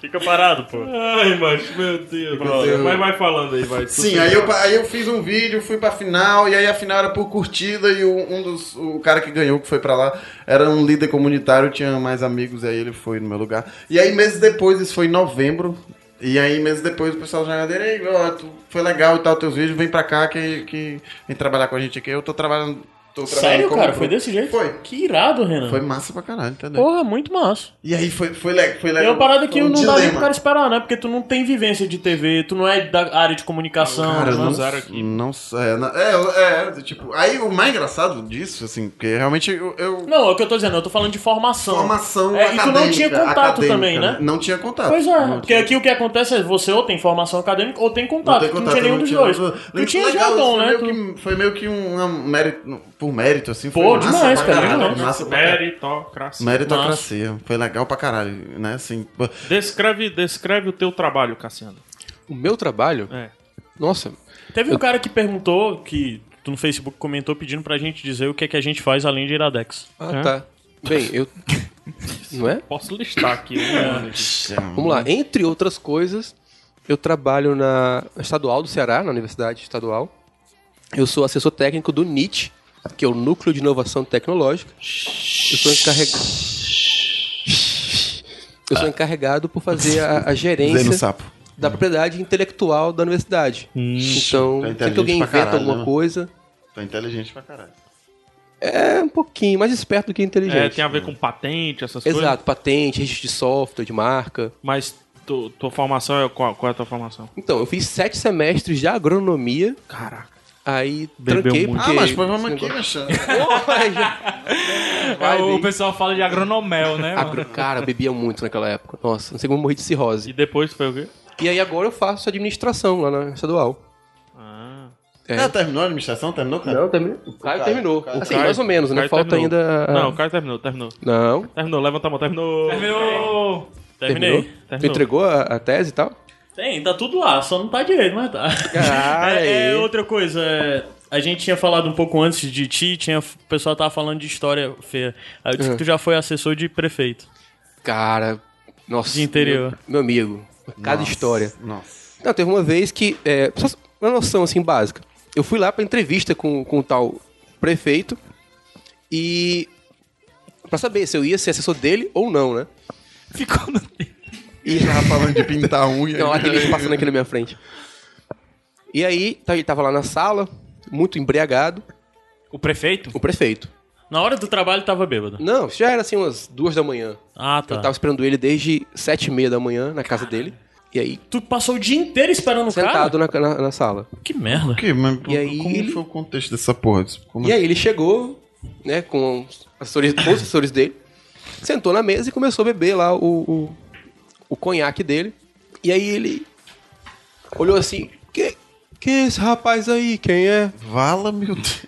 S2: Fica parado, pô.
S4: Ai, macho, meu Deus. brother.
S1: Deus.
S4: Mas vai falando aí, vai.
S1: Sim, aí eu, aí eu fiz um vídeo, fui pra final, e aí a final era por curtida, e o, um dos, o cara que ganhou, que foi pra lá, era um líder comunitário, tinha mais amigos, e aí ele foi no meu lugar. E aí meses depois, isso foi em novembro, e aí meses depois o pessoal já dele, ei, ó, tu- foi legal e tal, teus vídeos, vem pra cá que, que vem trabalhar com a gente aqui. Eu tô trabalhando. Tô trabalhando
S2: Sério,
S1: como
S2: cara?
S1: pro-
S2: Foi desse jeito? Foi. Que irado, Renan.
S1: Foi massa pra caralho, entendeu?
S2: Porra, muito massa.
S1: E aí foi, foi, le- foi legal.
S2: É uma parada que
S1: Foi um
S2: não dá nem
S1: dilema.
S2: pro cara esperar, né? Porque tu não tem vivência de TV, tu não é da área de comunicação.
S1: Cara,
S2: né?
S1: não, não sei. na- É, é, é, tipo, aí o mais engraçado disso, assim, porque realmente eu. eu
S2: Não, é o que eu tô dizendo, eu tô falando de formação.
S1: formação
S2: É, e tu não
S1: acadêmica,
S2: tinha contato
S1: acadêmica,
S2: também, né?
S1: Não tinha contato.
S2: Pois é,
S1: Não
S2: porque aqui o que acontece é você ou tem formação acadêmica ou tem
S1: Não
S2: contato.
S1: tem
S2: tu
S1: contato,
S2: não tinha nenhum dos dois. Tu tinha já
S1: legal,
S2: dom,
S1: foi
S2: né?
S1: Meio que, foi meio que um, um mérito. Por mérito, assim,
S2: Pô, demais,
S1: pra
S2: cara,
S1: caralho,
S2: demais.
S1: massa pra caralho.
S4: Meritocracia.
S1: Meritocracia. Foi legal pra caralho, né? Assim, pô.
S4: Descreve, descreve o teu trabalho, Cassiano.
S13: O meu trabalho?
S4: É.
S13: Nossa.
S2: Teve um cara que perguntou, que tu no Facebook comentou pedindo pra gente dizer o que é que a gente faz além de Iradex.
S13: Ah,
S4: É.
S13: tá. Bem, eu. Não é?
S4: Posso listar aqui. né?
S13: Vamos lá. Entre outras coisas, eu trabalho na Estadual do Ceará, na Universidade Estadual. Eu sou assessor técnico do NIT, que é o Núcleo de Inovação Tecnológica. Eu sou encarregado. Eu sou encarregado por fazer a, a
S1: Zé no
S13: gerência
S1: sapo.
S13: da propriedade intelectual da universidade. então,
S1: Tá
S13: sempre que alguém
S1: inteligente pra
S13: inventa
S1: caralho,
S13: alguma
S1: né?
S13: coisa,
S1: Tá inteligente pra caralho.
S13: é um pouquinho mais esperto do que inteligente.
S4: É, tem a ver com patente, essas coisas.
S13: né? Exato, patente, registro de software, de marca.
S4: Mas tu- tua formação é qual? Qual é a tua formação?
S13: Então, eu fiz sete semestres de agronomia.
S4: Caraca.
S13: Aí
S4: Bebeu
S13: tranquei
S4: muito.
S13: porque...
S4: Ah, mas
S1: vamos aqui, né?
S13: Vai,
S3: o
S13: vem.
S3: pessoal fala de agronomel, né? mano?
S13: Agro- Cara, eu bebia muito naquela época. Nossa, não sei como eu morri de cirrose.
S4: E depois foi o quê?
S13: E aí agora eu faço administração lá na estadual. É.
S1: Ah, terminou a administração? Terminou, cara?
S13: Não, terminou. O Caio terminou.
S1: Caio-
S13: Assim,
S1: Caio-
S13: mais ou menos, né?
S4: Caio
S13: Falta
S4: terminou.
S13: ainda... a-
S4: Não, o cara terminou, terminou.
S13: Não.
S4: Terminou, levanta a mão, terminou.
S2: Terminou! Terminei.
S13: Terminou? Tu entregou a, a tese e tal?
S2: Tem, tá tudo lá, só não tá direito, mas tá.
S13: Cara,
S2: é, é
S13: aí.
S2: outra coisa, é, a gente tinha falado um pouco antes de ti, tinha, o pessoal tava falando de história feia. Aí eu disse
S13: Uhum.
S2: que tu já foi assessor de prefeito.
S13: Cara, nossa.
S2: De interior.
S13: Meu, meu amigo, cada
S1: Nossa,
S13: história.
S1: Nossa.
S13: Não, teve uma vez que, é, só uma noção assim básica. Eu fui lá pra entrevista com, com o tal prefeito e. pra saber se eu ia ser assessor dele ou não, né?
S3: Ficou no.
S1: E tava falando de pintar a unha.
S13: Não, lá tem gente passando aqui na minha frente. E aí, tá- ele tava lá na sala, muito embriagado.
S3: O prefeito?
S13: O prefeito.
S2: Na hora do trabalho tava bêbado.
S13: Não, isso já era assim umas duas da manhã.
S2: Ah, tá.
S13: Eu tava esperando ele desde sete e meia da manhã na casa dele. E aí,
S2: Tu passou o dia inteiro esperando o cara?
S13: sentado na, na, na sala.
S2: Que merda.
S1: Que, mas,
S13: E aí
S1: como
S13: ele-
S1: foi o contexto dessa porra? Como
S13: E aí ele chegou, né, com os assessores, com os assessores dele, sentou na mesa e começou a beber lá o, o, o conhaque dele. E aí ele olhou assim, que, que é esse rapaz aí, quem é?
S1: Vala, meu Deus.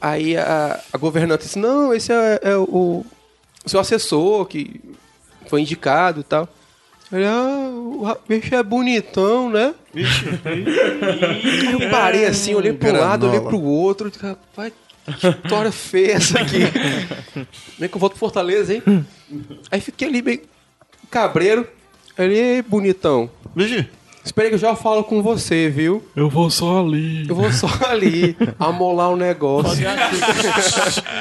S13: Aí a, a governanta disse, não, esse é, é o, o seu assessor que foi indicado e tal. Ele, ah, o ra- bicho é bonitão, né? Eu parei assim, olhei pra um lado, olhei pro outro. disse, Rapaz, que história feia essa aqui. Como é que eu volto pro Fortaleza, hein? Aí fiquei ali meio cabreiro. Ali, "Ei, bonitão.
S1: Vigi.
S13: Espera que eu já falo com você, viu?
S4: Eu vou só ali.
S13: Eu vou só ali amolar o negócio.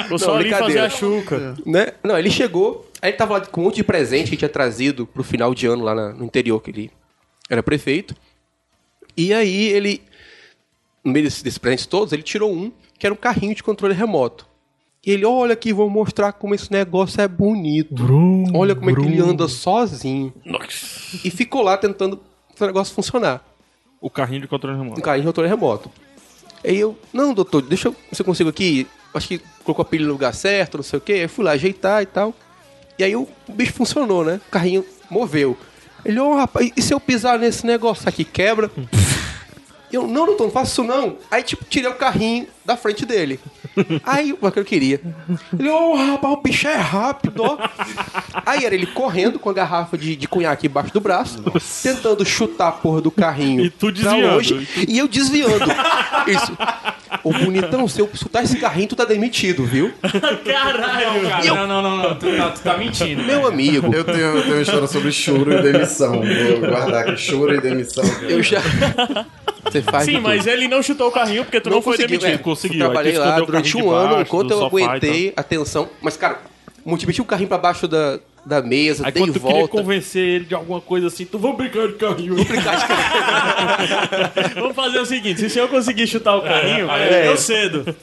S2: Vou só
S13: Não,
S2: ali fazer
S13: brincadeira.
S2: a chuca.
S13: Né? Não, ele chegou, aí ele tava lá com um monte de presente que tinha trazido pro final de ano lá na- no interior, que ele era prefeito. E aí ele, no meio desses desses presentes todos, ele tirou um, que era um carrinho de controle remoto. E ele, olha aqui, vou mostrar como esse negócio é bonito. olha como é que ele anda sozinho. E ficou lá tentando fazer o negócio funcionar.
S4: O carrinho de controle remoto.
S13: Um carrinho de controle remoto. Aí eu, não, doutor, deixa eu ver se eu consigo aqui. Acho que colocou a pilha no lugar certo, não sei o quê. Aí eu fui lá ajeitar e tal. E aí o bicho funcionou, né? O carrinho moveu. Ele, ô rapaz, e se eu pisar nesse negócio aqui, quebra? E eu, não, doutor, não faço isso não. Aí, tipo, tirei o carrinho da frente dele. Aí, o que eu queria. Ele, ô rapaz, o bicho é rápido, ó. Aí era ele correndo com a garrafa de, de cunhaque embaixo do braço, tentando chutar a porra do carrinho.
S4: E tu
S13: pra
S4: desviando.
S13: longe, e eu desviando. Isso. Ô, bonitão, se eu chutar esse carrinho, tu tá demitido, viu?
S2: Caralho,
S3: Cara,
S13: E eu-
S3: Não, não, não, não. Tu, não, tu tá mentindo.
S13: Meu amigo,
S1: Eu tenho, eu tenho uma história sobre choro e demissão. Vou guardar aqui. Choro e demissão.
S13: eu já... Você faz de
S2: Sim,
S13: tudo.
S2: mas ele não chutou o carrinho porque tu não, foi
S13: consegui,
S2: demitido.
S13: né?
S4: Conseguiu,
S13: Eu
S4: aí
S13: trabalhei
S4: tu
S13: lá
S4: escondeu o
S13: durante
S4: carrinho
S13: um ano,
S4: debaixo
S13: enquanto
S4: do
S13: eu
S4: sofá e
S13: aguentei a tensão. Mas, cara, multipliquei o carrinho pra baixo da, da mesa,
S4: Aí
S13: dei
S4: quando tu queria
S13: volta.
S4: convencer ele de alguma coisa assim, tu vou brincar de carrinho.
S2: Vamos fazer o seguinte, se o senhor conseguir chutar o carrinho,
S13: né? É,
S2: eu cedo.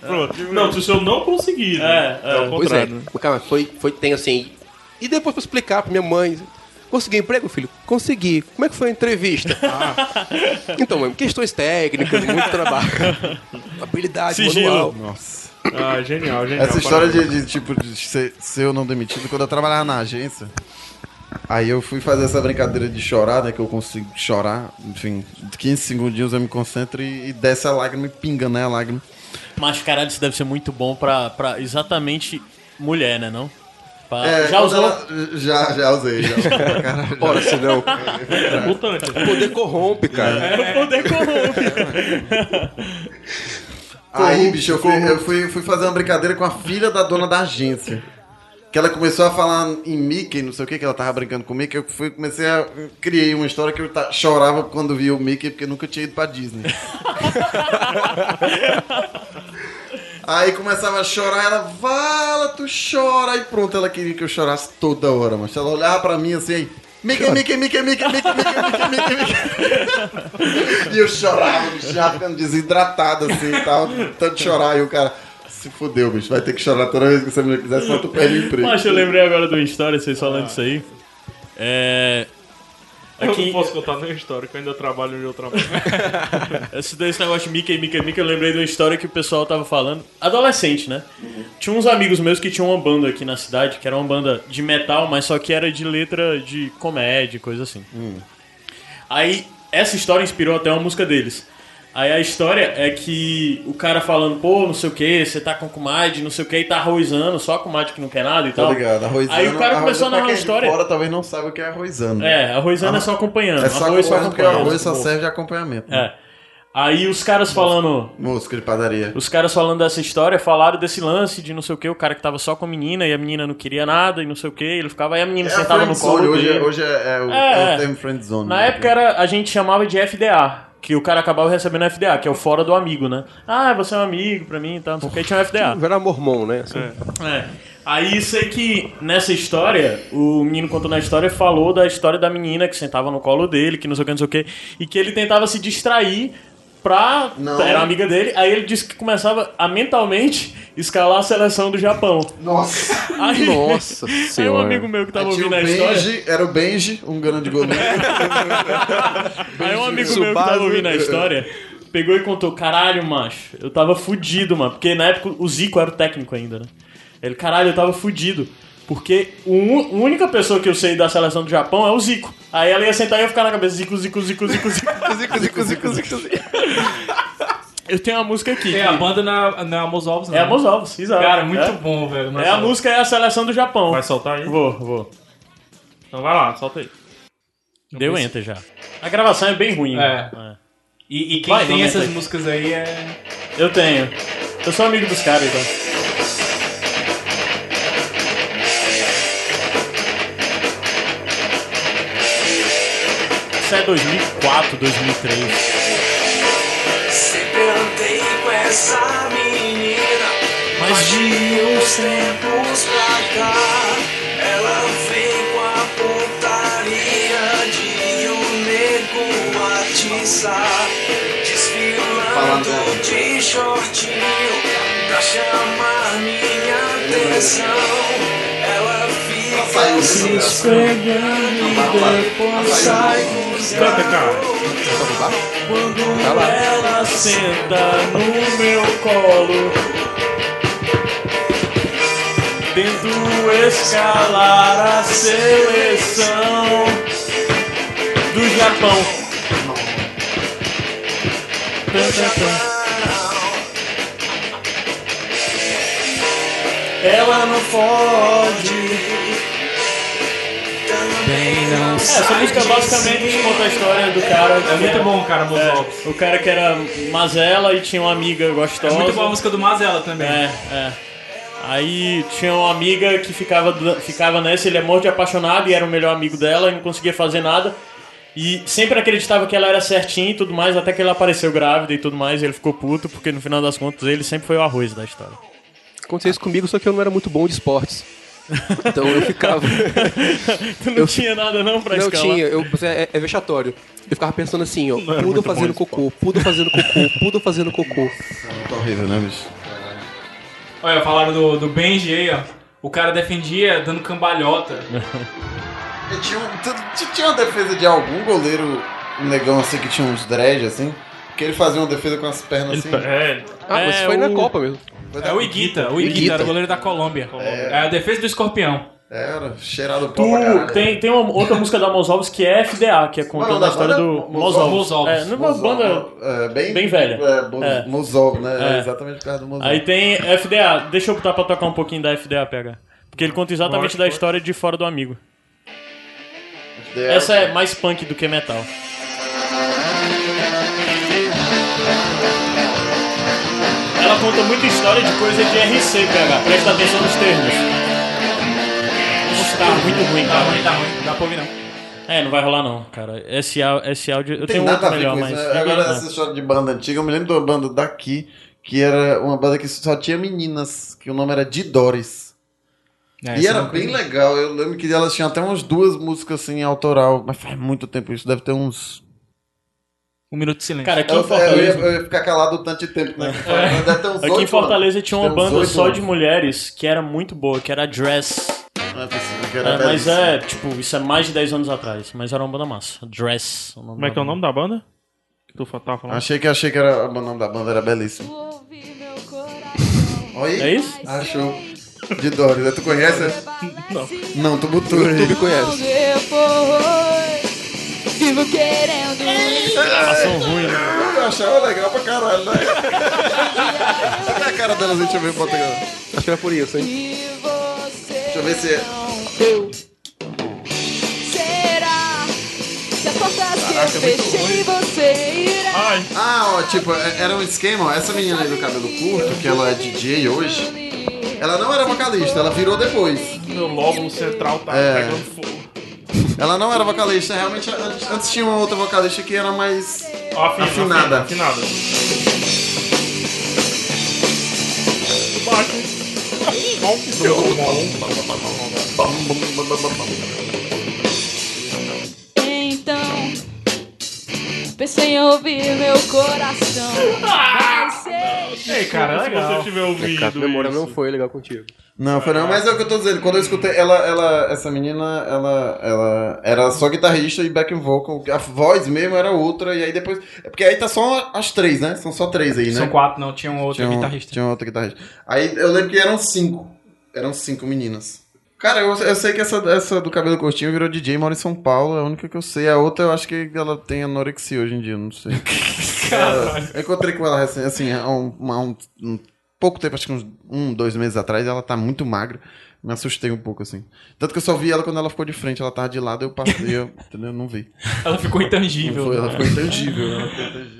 S4: Pronto. Não, se o senhor não conseguir, né? É, o
S13: Ah, Pois é,
S4: contrário. né?
S13: cara, foi, foi tenso assim. E depois pra explicar pra minha mãe. Consegui emprego, filho? Consegui. Como é que foi a entrevista?
S4: Ah.
S13: Então, mãe, questões técnicas, muito trabalho. Habilidade
S2: Sigilo.
S13: manual.
S1: Nossa.
S4: Ah, genial, genial.
S1: Essa história de, de, tipo de ser, ser eu não demitido, quando eu trabalhava na agência, aí eu fui fazer essa brincadeira de chorar, né? Que eu consigo chorar, enfim, 15 segundinhos eu me concentro e, e desce a lágrima e pinga, né? A lágrima.
S2: Mas caralho, isso deve ser muito bom pra, pra exatamente mulher, né? Não? Pra-
S1: É,
S2: já
S1: quando
S2: usou?
S1: ela- já, já usei. Já. Caralho, já.
S13: Ora, senão.
S3: é
S4: É
S2: Mutante.
S13: O poder corrompe, cara.
S2: É, o poder corrompe.
S1: Aí, bicho, eu, fui, eu fui, fui fazer uma brincadeira com a filha da dona da agência. Que ela começou a falar em Mickey, não sei o que, que ela tava brincando com o Mickey. Eu fui, comecei a. Criei uma história que eu ta- chorava quando via o Mickey, porque eu nunca tinha ido pra Disney. Aí começava a chorar, ela, vala, tu chora. E pronto, ela queria que eu chorasse toda hora, mas ela olhava pra mim assim, aí, Mickey, Mickey, Mickey, Mickey, Mickey, Mickey, Mickey, Mickey, Mickey. E eu chorava, bicho, já ficando desidratado assim e tal, tanto chorar. E o cara, se fudeu, bicho, vai ter que chorar toda vez que essa mulher quiser, senão tu perde o emprego.
S2: Mas eu lembrei agora de uma história, vocês falando disso aí. É.
S4: Eu
S2: Aqui,
S4: não posso contar nenhuma história, que eu ainda trabalho onde eu trabalho.
S2: esse esse negócio de Mickey, Mickey, Mickey, eu lembrei de uma história que o pessoal tava falando. Adolescente, né?
S1: Uhum.
S2: Tinha uns amigos meus que tinham uma banda aqui na cidade, que era uma banda de metal, mas só que era de letra de comédia, coisa assim.
S1: Hum.
S2: Aí, essa história inspirou até uma música deles. Aí a história é que o cara falando, pô, não sei o que, você tá com comadre, não sei o que, e tá arrozando, só a comadre que não quer nada e
S1: Tá
S2: tal.
S1: ligado? Arrozana,
S2: Aí o cara começou
S1: arrozana, pra
S2: a narrar a
S1: quem é de
S2: história.
S1: Fora talvez não saiba o que é arrozana.
S2: É, arrozana é só acompanhando.
S1: É só
S2: Arroz só
S1: arrozana, porque
S2: acompanhando.
S1: arroz só
S2: Bom.
S1: serve de acompanhamento.
S2: É. Aí os caras falando.
S1: Música de padaria.
S2: Os caras falando dessa história falaram desse lance de não sei o que, o cara que tava só com a menina e a menina não queria nada e não sei o que, ele ficava aí a menina
S1: É
S2: sentava no
S1: friend zone,
S2: colo.
S1: hoje é-
S2: dele.
S1: hoje é- é o- é o termo friend zone,
S2: Na
S1: né?
S2: época era, a gente chamava de FDA, que o cara acabava recebendo FDA, que é o fora do amigo, né? Ah, você é um amigo pra mim e tal, não sei o que, tinha um FDA.
S4: É.
S13: Era mormon, né? Assim.
S2: É. Aí sei que nessa história, o menino contando a história falou da história da menina que sentava no colo dele, que não sei o que, não sei o que, e que ele tentava se distrair pra.
S1: Não.
S2: Era amiga dele, aí ele disse que começava a mentalmente escalar a seleção do Japão.
S1: Nossa!
S2: Aí,
S13: Nossa
S2: aí um
S13: Senhora.
S2: amigo meu que tava
S1: Aí É, tinha
S2: ouvindo a
S1: o
S2: história.
S1: Benji, era o Benji, um grande goleiro.
S2: Aí um amigo meu que tava
S1: Tsubasa.
S2: ouvindo a história pegou e contou: caralho, macho, eu tava fudido, mano. Porque na época o Zico era o técnico ainda, né? Ele, caralho, eu tava fudido. Porque o un- a única pessoa que eu sei da seleção do Japão é o Zico. Aí ela ia sentar e eu ia ficar na cabeça: Zico, Zico, Zico, Zico, Zico.
S1: Zico, Zico, Zico, Zico, Zico.
S2: Eu tenho uma música aqui.
S3: É, a banda na, na Amos né? Ovos,
S2: É a Mãos Ovos, exato.
S3: Cara, muito
S2: É.
S3: bom, velho.
S2: É a música é a seleção do Japão.
S4: Vai soltar aí?
S2: Vou, vou.
S4: Então vai lá, solta aí.
S2: Deu enter já. A gravação é bem ruim.
S3: É.
S2: né? É.
S3: E, e quem
S2: Vai,
S3: tem
S2: aumenta
S3: essas
S2: aí.
S3: músicas aí é.
S2: Eu tenho. Eu sou amigo dos caras, então. Isso é 2004, 2003.
S17: Se perguntei com essa menina, mas de uns tempos pra cá, ela vem com a pontaria de um nego atiçar, desfilando de shortinho pra chamar minha atenção. Ela fica assim. se
S1: né?
S17: espelhando e depois sai
S4: Canta, cara.
S17: quando
S4: Tá lá.
S17: ela senta no meu colo
S2: Tento escalar a seleção do Japão. Tan, tan, tan. Ela não pode. É, essa música basicamente conta a história do cara. É
S3: muito bom, cara, Mos
S2: é, O cara que era mazela e tinha uma amiga gostosa.
S3: É muito boa a música do Mazela também.
S2: É, é. Aí tinha uma amiga que ficava, do- ficava nessa, ele é morto de apaixonado e era o melhor amigo dela e não conseguia fazer nada. E sempre acreditava que ela era certinha e tudo mais, até que ela apareceu grávida e tudo mais, e ele ficou puto, porque no final das contas ele sempre foi o arroz da história.
S13: Aconteceu isso comigo, só que eu não era muito bom de esportes. Então eu ficava.
S2: tu não tinha nada não pra
S13: não
S2: escalar?
S13: tinha, eu, mas é, é vexatório. Eu ficava pensando assim, ó, pudo fazendo cocô, pudo fazendo cocô, pudo fazendo cocô.
S1: Tá horrível, né, bicho?
S3: Olha, falaram do, do Benji aí, ó. O cara defendia dando cambalhota.
S1: E Tinha, um- t- t- tinha uma defesa de algum goleiro um negão assim que tinha uns dread assim? Que ele fazia uma defesa com as pernas assim.
S3: É.
S1: Ah, mas foi na Copa mesmo.
S3: É o Iguita, o Iguita,
S1: Iguita.
S3: era o goleiro da Colômbia. É. a É defesa do escorpião.
S1: Era, cheirado pó pra
S2: Tu,
S1: caralho.
S2: tem, tem uma outra música da Mozovs que é FDA, que é contando a história do Mozovs. É, não é uma banda bem, velha.
S1: É, Mo-
S2: É.
S1: Mozov, né?
S2: É.
S1: É. Exatamente por causa do Mozov.
S2: Aí tem FDA. Deixa eu botar pra tocar um pouquinho da FDA, pega. Porque ele conta exatamente
S1: Pode,
S2: da
S1: pode.
S2: história de Fora do Amigo.
S1: FDA.
S2: Essa é mais punk do que metal. Ela conta muita história de coisa de RC, PH. Presta atenção nos termos. Isso tá muito ruim, cara. Tá ruim, tá ruim. Não dá pra ouvir, não. É, não vai rolar não, cara. Esse, á- esse áudio... Eu
S1: Não tem
S2: tenho
S1: nada
S2: outro
S1: a ver
S2: melhor,
S1: com isso.
S2: mas...
S1: né? Agora,
S2: Ninguém-
S1: essa história de banda antiga, eu me lembro de uma banda daqui, que era uma banda que só tinha meninas, que o nome era Didores.
S3: É,
S1: e
S3: essa
S1: era
S3: não
S1: bem
S3: conheço.
S1: legal. Eu lembro que elas tinham até umas duas músicas assim, autoral, mas faz muito tempo isso, deve ter uns.
S3: Um minuto de silêncio.
S2: Cara, aqui
S1: eu,
S2: em Fortaleza-
S1: Eu
S2: É.
S1: ia, eu ia ficar calado tanto tempo, né? Deve ter é uns
S2: Aqui em
S1: oito
S2: Fortaleza
S1: anos.
S2: tinha uma
S1: Deve ter uns
S2: banda
S1: oito
S2: só
S1: anos. né?
S2: de mulheres que era muito boa, que era a Dress.
S1: que era
S2: É, mas
S1: belíssima.
S2: é, tipo, isso é mais de 10 anos atrás. Mas era uma banda massa. Dress.
S4: Como é que é o nome da banda? Que tu fa- tava falando?
S1: Achei que achei que era o nome da banda era belíssimo. Olha aí.
S2: É isso?
S1: Achou. De Doris, né? tu conhece? Não. Não, tu botou aí. YouTube conhece.
S17: Vivo querendo.
S1: ruim, né? Eu achava legal pra caralho, né? Olha a cara delas, deixa eu ver. Bota aqui.
S13: Acho que era por isso, hein?
S1: Deixa eu ver se é.
S17: Eu. Será que as portas que eu
S1: Caraca, é muito
S17: fechei você irá?
S1: Ah, ó, tipo, é- era um esquema, ó. Essa menina aí do cabelo curto, que ela é DJ hoje, ela não era vocalista, ela virou depois.
S4: Meu lóbulo central tá
S1: É.
S4: pegando fogo.
S1: Ela não era vocalista, realmente antes, antes tinha uma outra vocalista que era mais
S4: Ó, afina,
S1: afinada.
S4: afina, afinada.
S17: Então pensei em ouvir meu coração. Mas sei.
S4: Ei, cara,
S3: é
S13: Desculpa se
S4: legal.
S13: você tiver ouvido
S4: Cara,
S13: A É, memória não foi legal contigo.
S1: Não, foi não, mas é o que eu tô dizendo. Quando eu escutei, ela, ela, essa menina, ela, ela era só guitarrista e backing vocal. A voz mesmo era outra, e aí depois. É porque aí tá só as três, né? São só três aí, né?
S3: São quatro, não. Tinha um outro
S1: Tinha um-
S3: guitarrista.
S1: Tinha outra guitarrista. Aí eu lembro que eram cinco. Eram cinco meninas. Cara, eu, eu sei que essa, essa do cabelo curtinho virou DJ, mora em São Paulo, é a única que eu sei. A outra eu acho que ela tem anorexia hoje em dia, não sei. Ela- eu encontrei com ela recém- assim, há um, há um- um pouco tempo, acho que uns um, dois meses atrás, ela tá muito magra. Me assustei um pouco, assim. Tanto que eu só vi ela quando ela ficou de frente, ela tava de lado, eu passei, eu, entendeu? Não vi.
S3: Ela ficou
S1: Não
S3: intangível. né?
S1: foi, ela ficou intangível. né? Ela ficou intangível.